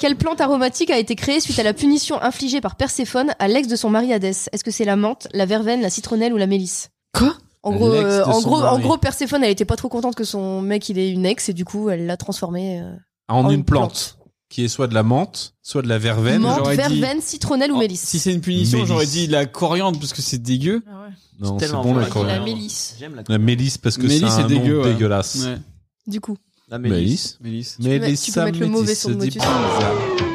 Speaker 5: Quelle plante aromatique a été créée suite à la punition infligée par Perséphone à l'ex de son mari Hadès Est-ce que c'est la menthe, la verveine, la citronnelle ou la mélisse
Speaker 2: Quoi
Speaker 5: en gros,
Speaker 2: L'ex de
Speaker 5: euh, en,
Speaker 2: son
Speaker 5: gros, en
Speaker 2: mari.
Speaker 5: gros, Perséphone, elle était pas trop contente que son mec il ait une ex et du coup, elle l'a transformée. euh,
Speaker 3: Ah, En une plante. Qui est soit de la menthe, soit de la verveine.
Speaker 5: menthe,
Speaker 2: j'aurais dit- Oh,
Speaker 5: verveine, citronnelle ou mélisse
Speaker 2: Si c'est une punition,
Speaker 3: Mélisse.
Speaker 2: j'aurais dit la coriandre parce que c'est dégueu.
Speaker 5: Ah
Speaker 3: Non, c'est
Speaker 4: tellement
Speaker 3: bon
Speaker 4: vrai.
Speaker 3: la coriandre.
Speaker 9: La mélisse.
Speaker 4: J'aime la
Speaker 3: La mélisse parce que c'est
Speaker 2: Mélisse
Speaker 3: un
Speaker 2: est dégueu,
Speaker 3: nom
Speaker 2: ouais.
Speaker 3: dégueulasse.
Speaker 2: Ouais.
Speaker 5: Du coup,
Speaker 4: La
Speaker 3: Mélisse.
Speaker 2: Mélisse.
Speaker 3: Mélisse.
Speaker 5: Tu peux mettre le mauvais son de
Speaker 3: Mélisse,
Speaker 5: motus.
Speaker 3: dit-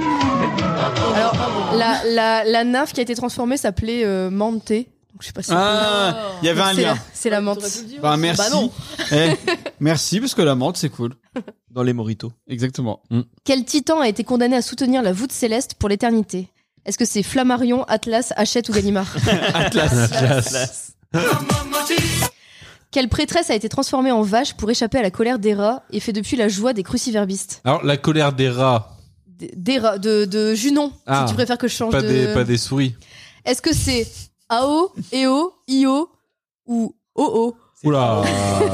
Speaker 5: alors la, la, la nymphe qui a été transformée s'appelait euh, Mante. Donc je sais pas si.
Speaker 2: Ah, il y avait
Speaker 5: Oh. Donc,
Speaker 2: un
Speaker 5: c'est
Speaker 2: lien.
Speaker 5: la- C'est la menthe.
Speaker 2: Bah, merci.
Speaker 5: Bah non.
Speaker 2: Eh, merci parce que la menthe c'est cool.
Speaker 4: Dans les moritos.
Speaker 2: Exactement.
Speaker 3: Mm.
Speaker 5: Quel titan a été condamné à soutenir la voûte céleste pour l'éternité Est-ce que c'est Flammarion, Atlas, Hachette ou Gallimard
Speaker 2: Atlas.
Speaker 5: Quelle prêtresse a été transformée en vache pour échapper à la colère des rats et fait depuis la joie des cruciverbistes
Speaker 3: Alors, la colère des rats.
Speaker 5: Des, des rats, de, de Junon,
Speaker 3: Ah,
Speaker 5: si tu préfères que je change
Speaker 3: Pas
Speaker 5: de...
Speaker 3: des, pas des souris.
Speaker 5: Est-ce que c'est E Ao, Eo, Io ou Oo
Speaker 3: Oula.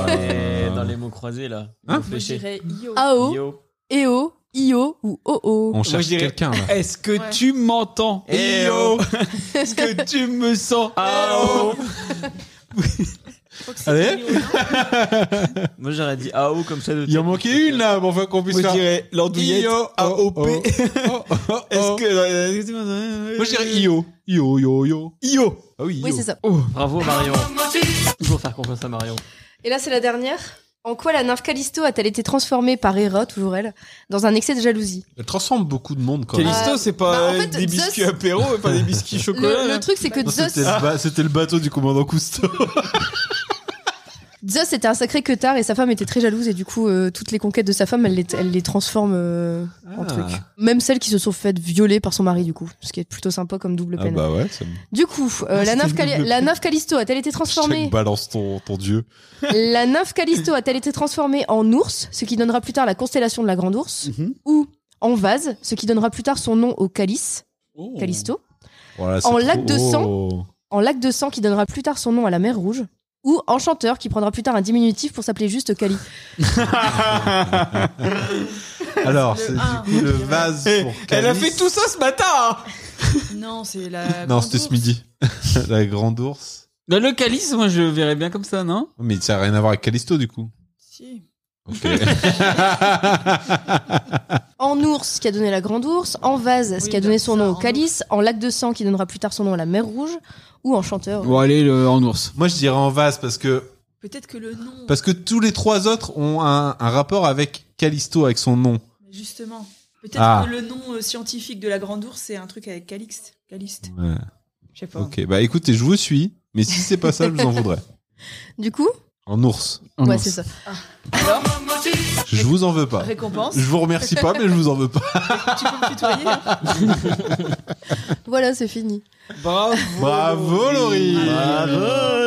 Speaker 4: Et dans les mots croisés, là.
Speaker 3: Hein
Speaker 4: Ils ont fléché.
Speaker 5: Ao,
Speaker 4: Yo.
Speaker 5: Eo, Io ou Oo
Speaker 3: On
Speaker 2: Moi,
Speaker 3: cherche
Speaker 2: je dirais-
Speaker 3: quelqu'un là.
Speaker 2: Est-ce que tu m'entends
Speaker 4: Eh
Speaker 2: Eh
Speaker 4: oh.
Speaker 2: oh. Est-ce que tu me sens Ah, oh.
Speaker 4: Ah
Speaker 3: Allez,
Speaker 5: hein.
Speaker 4: Moi, j'aurais dit AO comme ça de
Speaker 3: il en manquait une là, pour qu'on puisse
Speaker 2: Moi je
Speaker 3: faire.
Speaker 2: dirais l'andouillette
Speaker 3: Io.
Speaker 2: AOP.
Speaker 3: Oh, oh, oh, oh,
Speaker 2: Est-ce euh,
Speaker 3: oh.
Speaker 2: que.
Speaker 3: Moi je dirais Io. Io, Io, Io.
Speaker 2: Io.
Speaker 3: Ah oui,
Speaker 5: Oui,
Speaker 3: Io.
Speaker 5: c'est ça.
Speaker 4: Bravo, Marion. Toujours faire confiance à Marion.
Speaker 5: Et là, c'est la dernière. En quoi la nymphe Callisto a-t-elle été transformée par Héra, toujours elle, dans un excès de jalousie
Speaker 3: Elle transforme beaucoup de monde quand même.
Speaker 2: Callisto,
Speaker 5: Euh,
Speaker 2: c'est pas
Speaker 5: bah, en fait,
Speaker 2: des biscuits
Speaker 5: Zeus-
Speaker 2: apéro, pas des biscuits chocolat.
Speaker 5: le, le
Speaker 2: là.
Speaker 5: truc, c'est que
Speaker 3: Non,
Speaker 5: Zeus,
Speaker 3: C'était le, ba- c'était le bateau du commandant Cousteau.
Speaker 5: Zeus était un sacré queutard et sa femme était très jalouse et du coup, euh, toutes les conquêtes de sa femme, elle les, elle les transforme euh, en
Speaker 3: Ah.
Speaker 5: truc. Même celles qui se sont faites violer par son mari, du coup, ce qui est plutôt sympa comme double peine.
Speaker 3: Ah, bah ouais, Ah, ça me-
Speaker 5: Du coup, euh, la, nymphe Cali- la nymphe Callisto a-t-elle été
Speaker 3: Chaque
Speaker 5: transformée
Speaker 3: balance ton, ton dieu.
Speaker 5: La nymphe Callisto a-t-elle été transformée en ours, ce qui donnera plus tard la constellation de la Grande Ourse,
Speaker 2: Mhm.
Speaker 5: ou en vase, ce qui donnera plus tard son nom au calice,
Speaker 3: Oh.
Speaker 5: Callisto,
Speaker 3: Voilà, c'est
Speaker 5: En lac
Speaker 3: trop-
Speaker 5: de sang.
Speaker 3: Oh.
Speaker 5: en lac de sang qui donnera plus tard son nom à la mer Rouge, ou enchanteur qui prendra plus tard un diminutif pour s'appeler juste Cali.
Speaker 3: Alors, c'est du
Speaker 8: un,
Speaker 3: coup le
Speaker 8: on dirait.
Speaker 3: vase
Speaker 2: Eh,
Speaker 3: pour
Speaker 2: Elle a
Speaker 5: Bah,
Speaker 3: Calice.
Speaker 2: fait tout ça ce matin. hein.
Speaker 8: Non, c'est
Speaker 5: Euh,
Speaker 8: la.
Speaker 3: Non,
Speaker 8: grande
Speaker 3: c'était ce
Speaker 8: ours.
Speaker 3: midi. la grande ours.
Speaker 2: Dans Bah, le calice, moi je le verrais bien comme ça, non
Speaker 3: Mais ça n'a rien à voir avec Callisto du coup.
Speaker 8: Si.
Speaker 3: Ok.
Speaker 5: En ours qui a donné la grande ours, en vase ce
Speaker 8: Oui,
Speaker 5: qui a donné
Speaker 8: ça,
Speaker 5: son nom au
Speaker 8: en
Speaker 5: calice, bah, en lac de sang qui donnera plus tard son nom à la mer Rouge, ou en chanteur.
Speaker 2: Bon, allez, le- en ours.
Speaker 3: Moi, je dirais en vase parce que
Speaker 8: Peut-être que le nom.
Speaker 3: parce que tous les trois autres ont un, un rapport avec Callisto avec son nom.
Speaker 8: Justement. Peut-être
Speaker 3: Ah.
Speaker 8: que le nom euh, scientifique de la grande ours, c'est un truc avec Calixte. Calixte.
Speaker 3: Ouais.
Speaker 8: Je sais pas.
Speaker 3: Ok. Bah écoutez, je vous suis, mais si c'est pas ça, je vous en voudrais.
Speaker 5: Du coup,
Speaker 3: En ours.
Speaker 2: En
Speaker 5: ouais,
Speaker 2: ours.
Speaker 5: c'est ça.
Speaker 8: Alors,
Speaker 3: Je vous en veux pas.
Speaker 8: récompense.
Speaker 3: Je vous remercie pas, mais je vous en veux pas.
Speaker 8: tu peux me tutoyer là
Speaker 5: Voilà, c'est fini.
Speaker 2: Bravo.
Speaker 3: Bravo, Laurie.
Speaker 4: Bravo,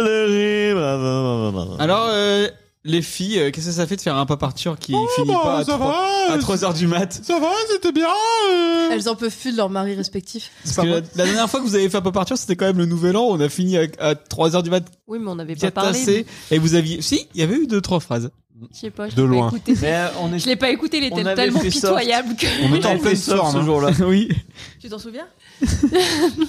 Speaker 4: le riz,
Speaker 2: Alors, euh, les filles, euh, qu'est-ce que ça fait de faire un paparture qui finit
Speaker 5: bah,
Speaker 2: pas à
Speaker 5: ça
Speaker 2: 3,
Speaker 5: va,
Speaker 2: à 3 heures du mat
Speaker 3: Ça va, c'était bien. euh
Speaker 5: Elles en peuvent plus de leurs maris respectifs.
Speaker 2: Parce que la, la dernière fois que vous avez fait un paparture, c'était quand même le nouvel an. On a fini à, 3 heures du mat.
Speaker 9: Oui, mais on n'avait
Speaker 2: bien
Speaker 9: pas parlé.
Speaker 2: tassé. Et vous aviez. Si, il y avait eu deux trois phrases.
Speaker 9: Je sais pas, je
Speaker 2: De
Speaker 9: l'ai pas
Speaker 2: loin.
Speaker 9: écouté.
Speaker 2: Mais, euh, on est-
Speaker 9: Je l'ai pas écouté, il
Speaker 2: on
Speaker 9: était
Speaker 2: avait
Speaker 9: tellement
Speaker 2: fait soft.
Speaker 9: pitoyable que.
Speaker 2: On était en pleine forme ce jour-là. oui,
Speaker 5: Tu t'en souviens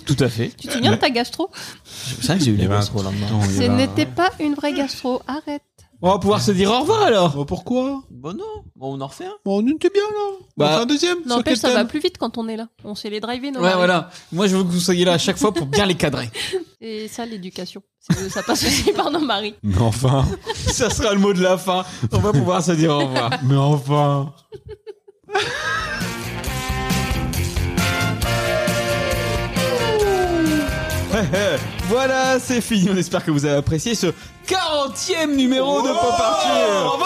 Speaker 4: tout à fait. Eh ben,
Speaker 9: Tu te souviens de ta gastro
Speaker 4: C'est vrai que j'ai eu la gastro le
Speaker 3: Oh,
Speaker 4: lendemain.
Speaker 3: bah.
Speaker 9: Ce n'était pas une vraie gastro, arrête.
Speaker 2: On va pouvoir se dire au revoir alors.
Speaker 3: Bah, pourquoi
Speaker 9: Bah
Speaker 4: Bon non, bon, on en refait un.
Speaker 3: Bon, on était bien là.
Speaker 2: Bah,
Speaker 3: un deuxième.
Speaker 9: N'empêche, ça va plus vite quand on est là. On sait les driver, nos
Speaker 2: Ouais,
Speaker 9: maris.
Speaker 2: voilà. Moi, je veux que vous soyez là à chaque fois pour bien les cadrer.
Speaker 9: Et ça, l'éducation. C'est- Ça passe aussi par nos maris.
Speaker 3: Mais enfin.
Speaker 2: ça sera le mot de la fin. On va pouvoir se dire au revoir.
Speaker 3: Mais enfin.
Speaker 2: voilà, c'est fini. On espère que vous avez apprécié ce 40e numéro Oh, de Pop Arthur.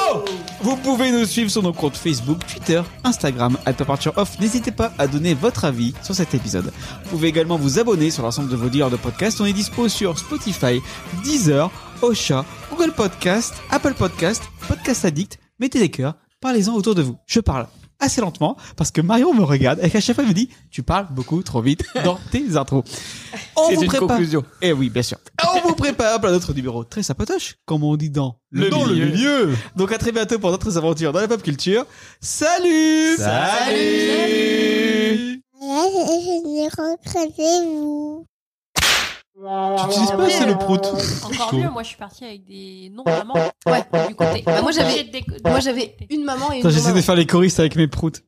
Speaker 2: Vous pouvez nous suivre sur nos comptes Facebook, Twitter, Instagram, at Pop Arthur Off. N'hésitez pas à donner votre avis sur cet épisode. Vous pouvez également vous abonner sur l'ensemble de vos dealers de podcasts. On est dispo sur Spotify, Deezer, Ocha, Google Podcast, Apple Podcast, Podcast Addict. Mettez des cœurs, parlez-en autour de vous. Je parle assez lentement parce que Marion me regarde et qu'à chaque fois elle me dit tu parles beaucoup trop vite dans tes intros. On
Speaker 4: C'est
Speaker 2: vous
Speaker 4: une
Speaker 2: prépare.
Speaker 4: conclusion.
Speaker 2: Eh oui, bien sûr. On vous prépare plein d'autres numéros très sapotoches, comme on dit dans
Speaker 3: Le Dans le milieu.
Speaker 2: Donc à très bientôt pour d'autres aventures dans la pop culture. Salut
Speaker 13: Salut
Speaker 14: je regrettez vous.
Speaker 3: Tu utilises pas assez le prout.
Speaker 9: Encore
Speaker 3: Je
Speaker 9: mieux,
Speaker 3: trouve.
Speaker 9: moi je suis partie avec des noms vraiment.
Speaker 5: Ouais,
Speaker 9: du côté. Ah,
Speaker 5: Bah, moi, j'avais-
Speaker 9: J'ai des-
Speaker 5: Moi j'avais une maman et une
Speaker 2: Attends, J'essaie de
Speaker 5: maman.
Speaker 2: faire les choristes avec mes proutes.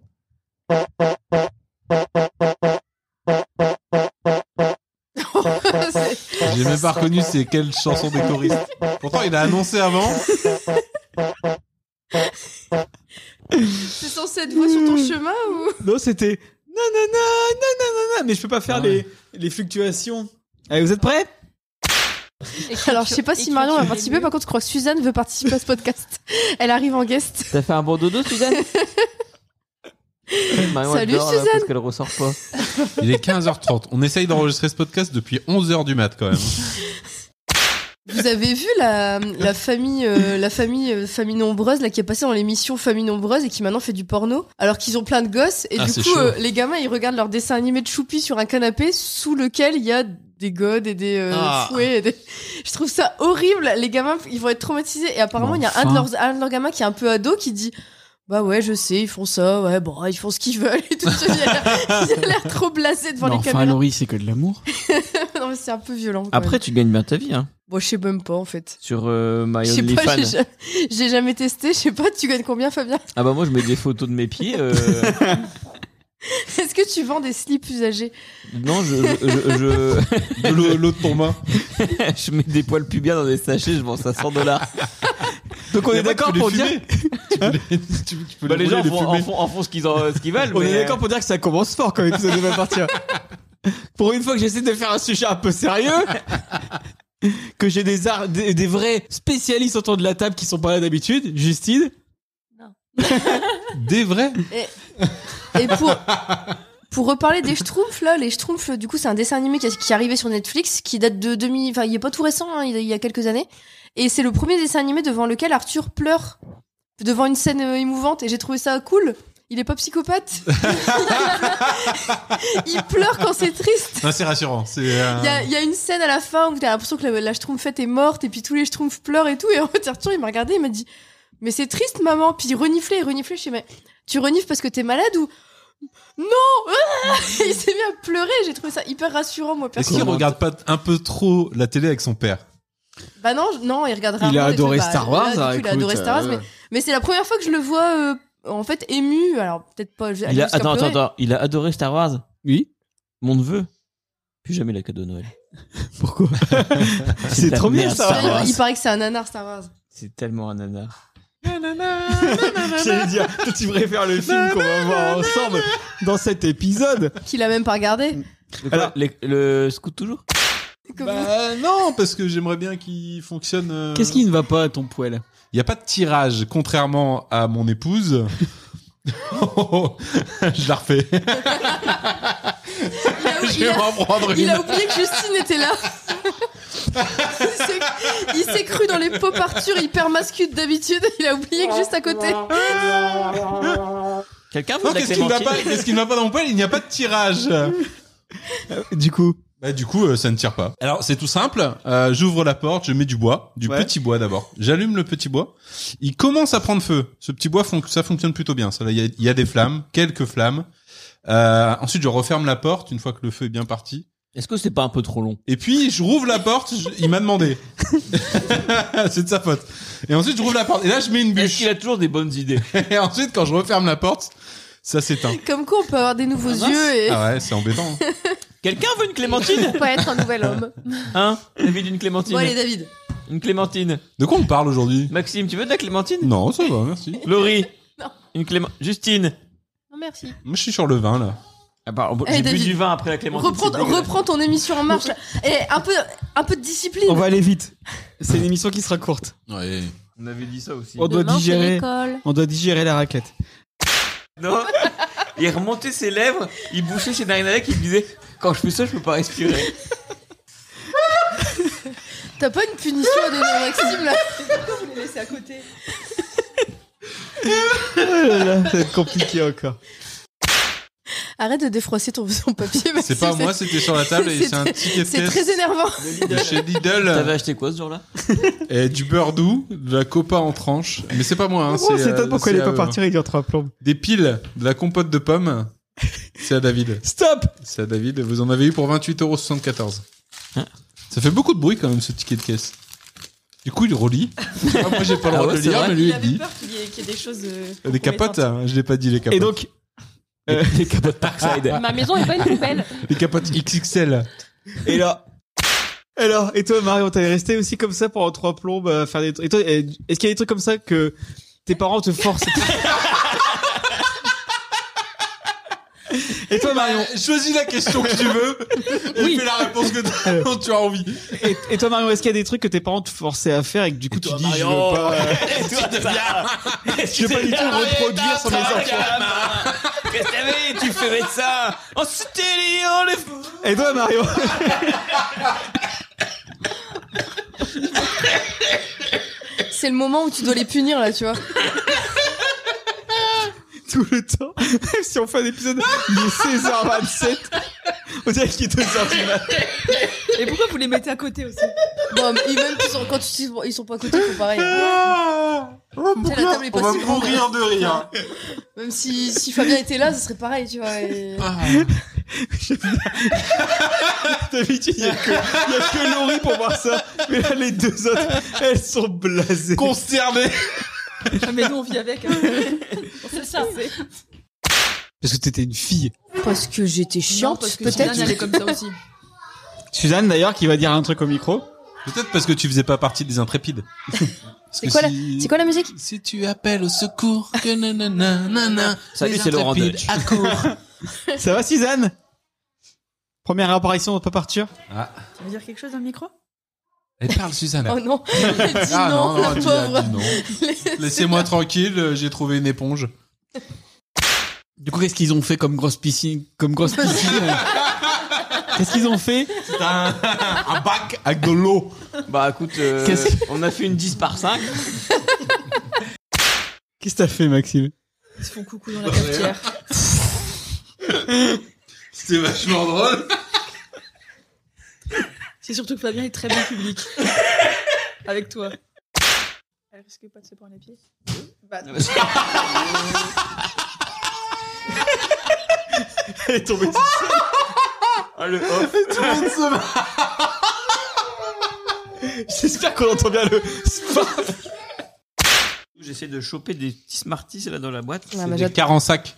Speaker 3: J'ai même pas reconnu c'est quelle chanson des choristes. Pourtant, il a annoncé avant.
Speaker 5: C'est censé être voix sur ton chemin ou
Speaker 2: Non, c'était nanana, nanana, mais je peux pas
Speaker 3: Ah
Speaker 2: faire les, les fluctuations. Allez, vous êtes prêts
Speaker 5: Alors je sais pas si Marion va participer, par contre je crois que Suzanne veut participer à ce podcast. Elle arrive en guest.
Speaker 4: T'as fait un bon dodo, Suzanne Marion, elle
Speaker 5: Salut,
Speaker 4: dort, là, parce
Speaker 5: Suzanne.
Speaker 4: qu'elle ressort pas.
Speaker 3: Il est 15h30. On essaye d'enregistrer ce podcast depuis 11h du mat quand même.
Speaker 5: Vous avez vu la, la famille, euh, la famille, euh, famille nombreuse là qui est passée dans l'émission Famille nombreuse et qui maintenant fait du porno alors qu'ils ont plein de gosses et
Speaker 3: Ah,
Speaker 5: du
Speaker 3: c'est
Speaker 5: coup
Speaker 3: chaud.
Speaker 5: euh, les gamins ils regardent leur dessin animé de Choupi sur un canapé sous lequel il y a des godes et des euh,
Speaker 13: Ah.
Speaker 5: fouets. et des- Je trouve ça horrible. Les gamins ils vont être traumatisés et apparemment
Speaker 13: Mais
Speaker 5: il y a un
Speaker 13: enfin.
Speaker 5: de leurs un de leurs gamins qui est un peu ado qui dit bah ouais je sais ils font ça ouais bon ils font ce qu'ils veulent et tout. Il a l'air- il a l'air trop blasé devant
Speaker 2: Non,
Speaker 5: les
Speaker 2: Enfin,
Speaker 5: caméras.
Speaker 2: Laurie, c'est que de l'amour.
Speaker 5: non mais c'est un peu violent. quand
Speaker 4: Après,
Speaker 5: même.
Speaker 4: tu gagnes bien ta vie, hein.
Speaker 5: Bon, je sais même pas en fait.
Speaker 4: Sur euh, My
Speaker 5: Je sais
Speaker 4: Only
Speaker 5: pas,
Speaker 4: Fan.
Speaker 5: j'ai jamais, j'ai jamais testé. Je sais pas, tu gagnes combien, Fabien
Speaker 4: Ah bah moi, je mets des photos de mes pieds. euh,
Speaker 5: Est-ce que tu vends des slips usagés
Speaker 4: non, je... je, je...
Speaker 3: L'eau de ton main.
Speaker 4: je mets des poils pubiens dans des sachets, je vends ça 100 dollars.
Speaker 2: Donc on
Speaker 4: Mais
Speaker 2: est
Speaker 4: moi,
Speaker 2: d'accord
Speaker 4: tu peux
Speaker 2: pour
Speaker 4: les
Speaker 2: dire.
Speaker 4: fumer.
Speaker 2: peux
Speaker 4: Bah,
Speaker 2: les
Speaker 4: les gens
Speaker 2: rouler, les
Speaker 4: font- en
Speaker 2: fumer.
Speaker 4: font, en font ce qu'ils en- ce qu'ils veulent.
Speaker 2: On
Speaker 4: mais,
Speaker 2: est
Speaker 4: euh,
Speaker 2: d'accord pour dire que ça commence fort quand l'épisode va partir. Pour une fois que j'essaie de faire un sujet un peu sérieux, que j'ai des, ar- des, des vrais spécialistes autour de la table qui sont pas là d'habitude, Justine.
Speaker 3: des vrais
Speaker 5: Et, et pour pour reparler des Schtroumpfs là, les Schtroumpfs, du coup, c'est un dessin animé qui, qui est arrivé sur Netflix, qui date de 2000. Enfin, il est pas tout récent, hein, il y a- il y a quelques années. Et c'est le premier dessin animé devant lequel Arthur pleure devant une scène euh, émouvante. Et j'ai trouvé ça cool. Il est pas psychopathe. il pleure quand c'est triste.
Speaker 3: Non, c'est rassurant. C'est. euh,
Speaker 5: Il y, a- il y a une scène à la fin où t'as l'impression que la, la Schtroumpfette est morte et puis tous les Schtroumpfs pleurent et tout. Et en fait, Arthur, il m'a regardé, il m'a dit Mais c'est triste, maman. Puis il reniflait, il reniflait. Je sais, mais tu renifles parce que t'es malade ou. Non Ah Il s'est mis à pleurer. J'ai trouvé ça hyper rassurant, moi,
Speaker 3: Est-ce qu'il
Speaker 5: personnellement.
Speaker 3: regarde pas un peu trop la télé avec son père
Speaker 5: Bah non, je- non, il regarde
Speaker 3: Il a
Speaker 5: rarement les
Speaker 3: adoré
Speaker 5: trucs. Bah,
Speaker 3: Star Wars,
Speaker 5: là, du coup, il
Speaker 3: ah,
Speaker 5: a adoré
Speaker 3: écoute,
Speaker 5: Star Wars,
Speaker 3: euh,
Speaker 5: mais,
Speaker 3: ouais.
Speaker 5: mais c'est la première fois que je le vois, euh, en fait, ému. Alors, peut-être pas. je-
Speaker 4: Il a,
Speaker 5: jusqu'à
Speaker 4: attends, attends,
Speaker 5: pleurer.
Speaker 4: attends, il a adoré Star Wars.
Speaker 2: Oui.
Speaker 4: Mon neveu. Plus jamais la cadeau de Noël.
Speaker 2: Pourquoi
Speaker 4: C'est
Speaker 2: trop bien, ça.
Speaker 5: Sérieux, Il paraît que c'est un nanar, Star Wars.
Speaker 4: C'est tellement un nanar.
Speaker 2: J'allais dire, toi, tu préfères le film qu'on va voir ensemble dans cet épisode.
Speaker 5: Qu'il a même pas regardé.
Speaker 4: Alors, le scout toujours
Speaker 3: Bah non, parce que j'aimerais bien qu'il fonctionne. euh,
Speaker 2: Qu'est-ce qui ne va pas à ton poil
Speaker 3: Il n'y a pas de tirage, contrairement à mon épouse. je la refais.
Speaker 5: Il a-
Speaker 3: Je vais
Speaker 5: il a-
Speaker 3: m'en prendre
Speaker 5: Il
Speaker 3: une.
Speaker 5: a oublié que Justine était là. Il s'est cru dans les peaux parture hyper masculine d'habitude. Il a oublié que juste à côté.
Speaker 4: Quelqu'un
Speaker 3: Non, qu'est-ce qui ne va pas Qu'est-ce qui ne va pas dans mon poil Il n'y a pas de tirage.
Speaker 2: du coup.
Speaker 3: Bah du coup, euh, ça ne tire pas. Alors c'est tout simple. Euh, J'ouvre la porte, je mets du bois, du petit bois d'abord. J'allume le petit bois. Il commence à prendre feu. Ce petit bois, fon- ça fonctionne plutôt bien. Ça, là, il y a, il y a des flammes, quelques flammes. Euh, ensuite, je referme la porte une fois que le feu est bien parti.
Speaker 4: Est-ce que c'est pas un peu trop long
Speaker 3: Et puis je rouvre la porte. je- il m'a demandé. c'est de sa faute. Et ensuite, je rouvre la porte. Et là, je mets une bûche. Il
Speaker 4: a toujours des bonnes idées.
Speaker 3: et ensuite, quand je referme la porte, ça s'éteint.
Speaker 5: Comme quoi, on peut avoir des nouveaux yeux et
Speaker 3: Ah ouais, c'est embêtant. hein.
Speaker 4: Quelqu'un veut une clémentine
Speaker 5: pas être un nouvel homme.
Speaker 4: Hein David, une clémentine
Speaker 5: Bon, allez, David.
Speaker 4: Une clémentine.
Speaker 3: De quoi on parle aujourd'hui
Speaker 4: Maxime, tu veux de la clémentine
Speaker 3: Non, ça va, merci.
Speaker 4: Laurie Une clémentine. Justine
Speaker 5: Non, merci.
Speaker 3: Moi, je suis sur le vin là.
Speaker 4: Ah bah, on-
Speaker 5: Eh,
Speaker 4: j'ai bu
Speaker 5: David.
Speaker 4: du vin après la clémentine.
Speaker 5: Reprends,
Speaker 4: c'est dégueulasse.
Speaker 5: reprends ton émission en marche. là. Et un peu, un peu de discipline.
Speaker 2: On va aller vite. C'est une émission qui sera courte.
Speaker 4: On avait dit ça aussi.
Speaker 2: On doit digérer. On doit digérer la raquette.
Speaker 4: Non Il remontait ses lèvres, il bouchait ses narines avec, il disait Quand je fais ça, je peux pas respirer.
Speaker 5: T'as pas une punition à donner à Maxime là
Speaker 8: Je l'ai laissé à côté.
Speaker 2: Oh là là, ça va être compliqué encore.
Speaker 5: Arrête de défroisser ton, ton papier. Maxime,
Speaker 3: C'est pas moi, c'était sur la table et c'est un
Speaker 5: très-
Speaker 3: ticket de
Speaker 5: C'est
Speaker 3: caisse.
Speaker 5: très énervant.
Speaker 3: De chez Lidl.
Speaker 4: T'avais acheté quoi ce jour-là
Speaker 3: Et du beurre doux, de la copa en tranche. Mais c'est pas moi, hein,
Speaker 2: Oh, c'est
Speaker 3: euh,
Speaker 2: top pourquoi il est
Speaker 3: c'est,
Speaker 2: pas
Speaker 3: euh,
Speaker 2: parti, il dure trois plombes.
Speaker 3: Des piles, de la compote de pommes. C'est à David.
Speaker 2: Stop
Speaker 3: C'est à David. Vous en avez eu pour 28,74€.
Speaker 2: Hein
Speaker 3: Ça fait beaucoup de bruit quand même ce ticket de caisse. Du coup, il relit. Ah, moi, j'ai pas le droit
Speaker 4: Ah ouais,
Speaker 3: de
Speaker 4: c'est
Speaker 3: le lire,
Speaker 4: vrai
Speaker 3: mais lui,
Speaker 8: Il
Speaker 3: il
Speaker 8: avait
Speaker 3: dit.
Speaker 8: peur qu'il y ait, qu'il y ait des choses. euh,
Speaker 3: Des capotes, hein, je l'ai pas dit, les capotes.
Speaker 2: Et donc, euh,
Speaker 4: Les capotes Parkside.
Speaker 3: Ah,
Speaker 9: Ma maison est pas une poubelle.
Speaker 3: Les capotes XXL.
Speaker 2: et là. Alors, et toi, Marion, t'avais resté aussi comme ça pendant trois plombes à faire des trucs. Et toi, euh, est-ce qu'il y a des trucs comme ça que tes parents te forcent Et toi, Marion
Speaker 3: Bah, Choisis la question que tu veux et
Speaker 2: Oui.
Speaker 3: fais la réponse que t'as- dont tu as envie.
Speaker 2: Et, et toi, Marion, est-ce qu'il y a des trucs que tes parents te forçaient à faire et que du coup tu dis je veux pas, euh, je veux pas du tout reproduire sur mes enfants.
Speaker 4: Qu'est-ce que t'avais Tu ferais ça On se télé, on les
Speaker 2: Et toi, Marion
Speaker 5: C'est le moment où tu dois les punir là, tu vois.
Speaker 2: tout le temps. Même si on fait un épisode, il est 16h27. On dirait qu'il est 2h du matin.
Speaker 8: Et pourquoi vous les mettez à côté aussi
Speaker 5: Bon, et même ils sont- quand ils sont, ils sont pas à côté, ils font pareil.
Speaker 2: Ah, oh,
Speaker 5: Tu sais, la table est pas si grande.
Speaker 3: de rire.
Speaker 5: Même si, si Fabien était là, ce serait pareil, tu vois. et-
Speaker 3: Ah.
Speaker 2: D'habitude, il y a que, il y a que Laurie pour voir ça. Mais là, les deux autres, elles sont blasées.
Speaker 3: Consterné.
Speaker 8: Ah, Mais nous, on vit avec. hein.
Speaker 9: C'est ça.
Speaker 2: Parce que t'étais une fille.
Speaker 5: Parce que j'étais
Speaker 8: Non,
Speaker 5: chiante,
Speaker 8: parce que
Speaker 5: peut-être. Bah,
Speaker 8: Suzanne, elle est comme ça aussi.
Speaker 2: Suzanne, d'ailleurs, qui va dire un truc au micro.
Speaker 3: Peut-être parce que tu faisais pas partie des intrépides.
Speaker 5: C'est quoi, la... c'est quoi la musique
Speaker 12: Si tu appelles au secours, que nanana, nanana,
Speaker 4: Salut,
Speaker 12: les
Speaker 4: c'est Laurent
Speaker 12: intrépides
Speaker 4: Deutsch.
Speaker 12: accourent.
Speaker 2: Ça va, Suzanne Première apparition, on peut partir
Speaker 3: Ah.
Speaker 8: Tu veux dire quelque chose dans le micro
Speaker 3: Elle parle, Suzanne.
Speaker 5: Oh non, elle dit non, la
Speaker 3: dis-
Speaker 5: pauvre.
Speaker 3: dis non. Laissez-moi tranquille, euh, j'ai trouvé une éponge.
Speaker 2: Du coup, qu'est-ce qu'ils ont fait comme grosse piscine Comme grosse piscine euh Qu'est-ce qu'ils ont fait
Speaker 3: C'est un, un bac avec de l'eau.
Speaker 4: Bah écoute, euh,
Speaker 2: Qu'est-ce
Speaker 4: on a fait une 10 par 5.
Speaker 2: Qu'est-ce que t'as fait, Maxime
Speaker 8: Ils se font coucou dans la cafetière.
Speaker 3: C'était vachement drôle.
Speaker 8: C'est surtout que Fabien est très bon public. Avec toi. Elle risque pas de se prendre les pieds Bah,
Speaker 2: Elle est tombée
Speaker 4: Ah, le off.
Speaker 2: J'espère qu'on entend bien le...
Speaker 4: J'essaie de choper des petits Smarties là dans la boîte.
Speaker 5: Ah, bah,
Speaker 3: Des
Speaker 5: j'ad-
Speaker 3: quarts en sac.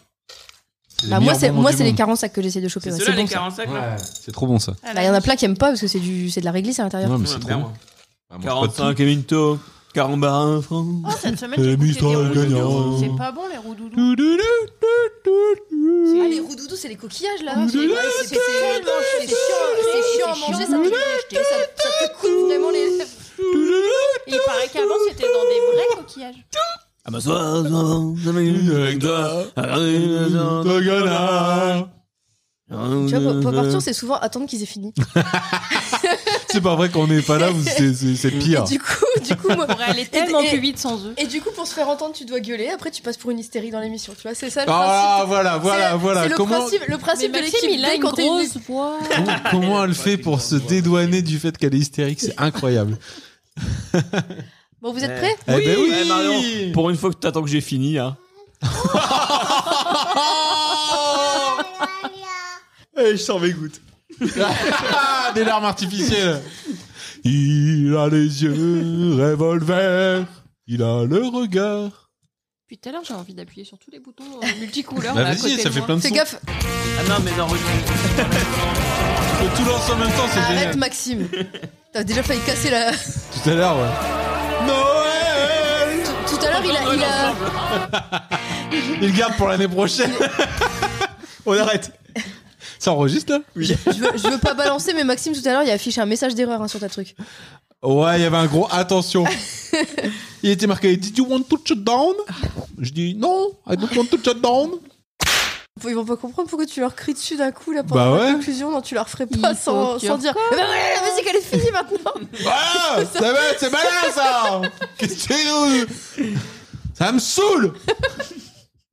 Speaker 5: Bah, moi, c'est moi, c'est les carences que j'essaie de choper.
Speaker 4: C'est
Speaker 5: ouais,
Speaker 4: ceux-là
Speaker 5: bah, bon,
Speaker 4: les
Speaker 5: ça.
Speaker 4: 45 là
Speaker 3: C'est trop bon ça.
Speaker 5: Bah, Il y en a plein qui aiment pas parce que c'est du, c'est de la réglisse à l'intérieur.
Speaker 3: Non, mais
Speaker 4: Ouais,
Speaker 3: c'est trop
Speaker 4: merde.
Speaker 3: bon. Ah, mange pas de
Speaker 4: 45 et Minto, 40 bar un franc.
Speaker 9: Oh, cette semaine,
Speaker 3: Et
Speaker 9: j'ai goûté
Speaker 3: Mistral
Speaker 9: des roudoudous.
Speaker 3: gagnant.
Speaker 9: C'est pas bon, les roudoudous.
Speaker 3: tout. Doudou, doudou.
Speaker 5: Ah, les roux-doudous, c'est les coquillages là.
Speaker 9: C'est
Speaker 5: Ouais, c'est- c'est- c'est- c'est chiant, c'est chiant à manger, ça te, ça, ça te coupe vraiment les lèvres.
Speaker 9: Il paraît qu'avant, c'était dans des vrais coquillages.
Speaker 4: Ah bah sois avec toi.
Speaker 3: Dogana.
Speaker 5: Tu vois, pour, pour partir, c'est souvent attendre qu'ils aient fini.
Speaker 3: euh, C'est pas vrai qu'on n'est pas là, vous- c'est c'est- c'est pire.
Speaker 5: Et du coup, du coup, moi,
Speaker 9: pourrait aller
Speaker 5: et-
Speaker 9: tellement
Speaker 5: et-
Speaker 9: plus vite sans eux.
Speaker 5: Et du coup, pour se faire entendre, tu dois gueuler. Après, tu passes pour une hystérie dans l'émission. Tu vois, c'est ça le
Speaker 3: Ah,
Speaker 5: principe.
Speaker 3: voilà, voilà,
Speaker 5: C'est-
Speaker 3: voilà.
Speaker 5: C'est le
Speaker 3: Comment-
Speaker 5: principe, le principe
Speaker 9: Mais
Speaker 5: de
Speaker 9: Maxime,
Speaker 5: l'équipe.
Speaker 9: il a
Speaker 5: dès
Speaker 9: une
Speaker 5: quand t'es
Speaker 9: grosse
Speaker 5: élu-
Speaker 9: voix.
Speaker 3: Comment elle fait pour se dédouaner du fait qu'elle est hystérique C'est incroyable.
Speaker 5: Bon, vous êtes prêts
Speaker 3: Eh ben oui.
Speaker 4: Ouais, Marion, Pour une fois que t'attends que j'ai fini, hein.
Speaker 2: Eh, je sors mes gouttes.
Speaker 3: Ah, des larmes artificielles. Il a les yeux revolver. Il a le regard.
Speaker 9: Depuis tout à l'heure, j'ai envie d'appuyer sur tous les boutons euh, multicouleurs.
Speaker 3: Bah,
Speaker 9: là, à
Speaker 3: vas-y,
Speaker 9: côté
Speaker 3: ça
Speaker 9: de
Speaker 3: fait
Speaker 9: moi.
Speaker 3: plein de Fais sons. gaffe.
Speaker 4: Ah non, mais non,
Speaker 3: Que tout lance en même temps, c'est
Speaker 5: Arrête,
Speaker 3: génial.
Speaker 5: Maxime. T'as déjà failli casser la.
Speaker 3: Tout à l'heure, ouais. Noël
Speaker 5: Tout à l'heure, il a, il a-
Speaker 3: Il garde pour l'année prochaine. On arrête. Ça enregistre là
Speaker 5: Je, veux, je veux pas balancer, mais Maxime, tout à l'heure, il a affiché un message d'erreur hein, sur ta truc.
Speaker 3: Ouais, il y avait un gros attention. Il était marqué Did you want to shut down Je dis non, I don't want to shut down.
Speaker 5: Ils vont pas comprendre pourquoi tu leur cries dessus d'un coup là
Speaker 3: Bah
Speaker 5: pendant la
Speaker 3: ouais.
Speaker 5: conclusion. Non, tu leur ferais pas
Speaker 9: Il
Speaker 5: sans,
Speaker 9: faut que-
Speaker 5: sans dire. Eh ben voilà, la musique, elle est finie maintenant.
Speaker 3: Ah, ça va, c'est malin ça Qu'est-ce que tu nous Ça me saoule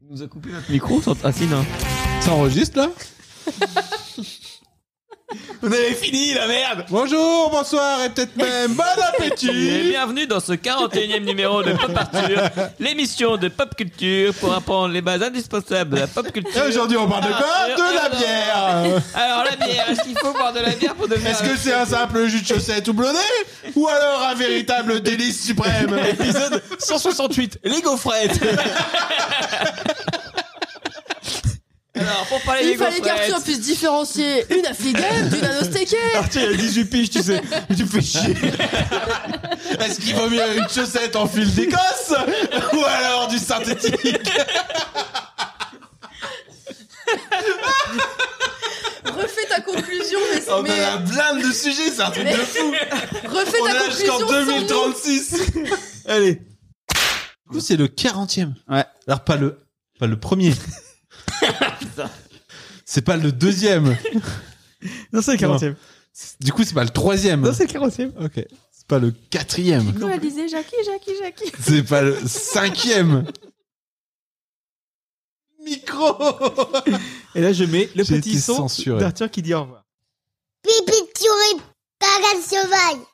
Speaker 4: Il nous a coupé notre micro. sur- Ah si, non.
Speaker 3: Ça enregistre là
Speaker 2: On avait fini, la merde
Speaker 3: Bonjour, bonsoir et peut-être même bon
Speaker 4: Et
Speaker 3: appétit
Speaker 4: bienvenue dans ce 41e numéro de Pop Culture, l'émission de pop culture pour apprendre les bases indispensables de la pop culture. Ah,
Speaker 3: Et aujourd'hui on parle de quoi De la bière
Speaker 4: Alors la bière, est-ce qu'il faut boire de la bière pour devenir
Speaker 3: Est-ce que c'est un simple jus de chaussette ou blonné Ou alors un véritable délice suprême
Speaker 2: Épisode 168, les gaufrettes
Speaker 4: Alors pour parler des
Speaker 5: Il fallait
Speaker 4: gaufrettes,
Speaker 5: qu'Arthur puisse différencier une affligane d'une anosthéquée.
Speaker 2: Arthur, il a 18 piges, tu sais. Tu me fais chier.
Speaker 3: Est-ce qu'il vaut mieux une chaussette en fil d'Écosse Ou alors du synthétique
Speaker 5: Refais ta conclusion, mais,
Speaker 2: Oh,
Speaker 3: On
Speaker 5: mais-
Speaker 3: a la blinde de sujet, c'est un truc de fou
Speaker 5: refais
Speaker 3: On
Speaker 5: ta
Speaker 3: est
Speaker 5: conclusion.
Speaker 3: jusqu'en
Speaker 5: sans nous.
Speaker 3: 2036
Speaker 2: Allez.
Speaker 3: Du coup, c'est le 40e.
Speaker 2: Ouais.
Speaker 3: Alors, pas le, pas le premier.
Speaker 4: Ah,
Speaker 3: c'est pas le deuxième.
Speaker 2: Non, c'est le 40 e
Speaker 3: Du coup, c'est pas le troisième.
Speaker 2: Non, c'est le 40 e
Speaker 3: Ok. C'est pas le quatrième.
Speaker 9: Du coup, elle disait Jackie, Jackie, Jackie.
Speaker 3: C'est pas le cinquième. Micro
Speaker 2: Et là, je mets le
Speaker 3: J'ai
Speaker 2: petit
Speaker 3: été
Speaker 2: son
Speaker 3: censuré.
Speaker 2: d'Arthur qui dit au revoir.
Speaker 14: Pipi, tu es pas un cheval.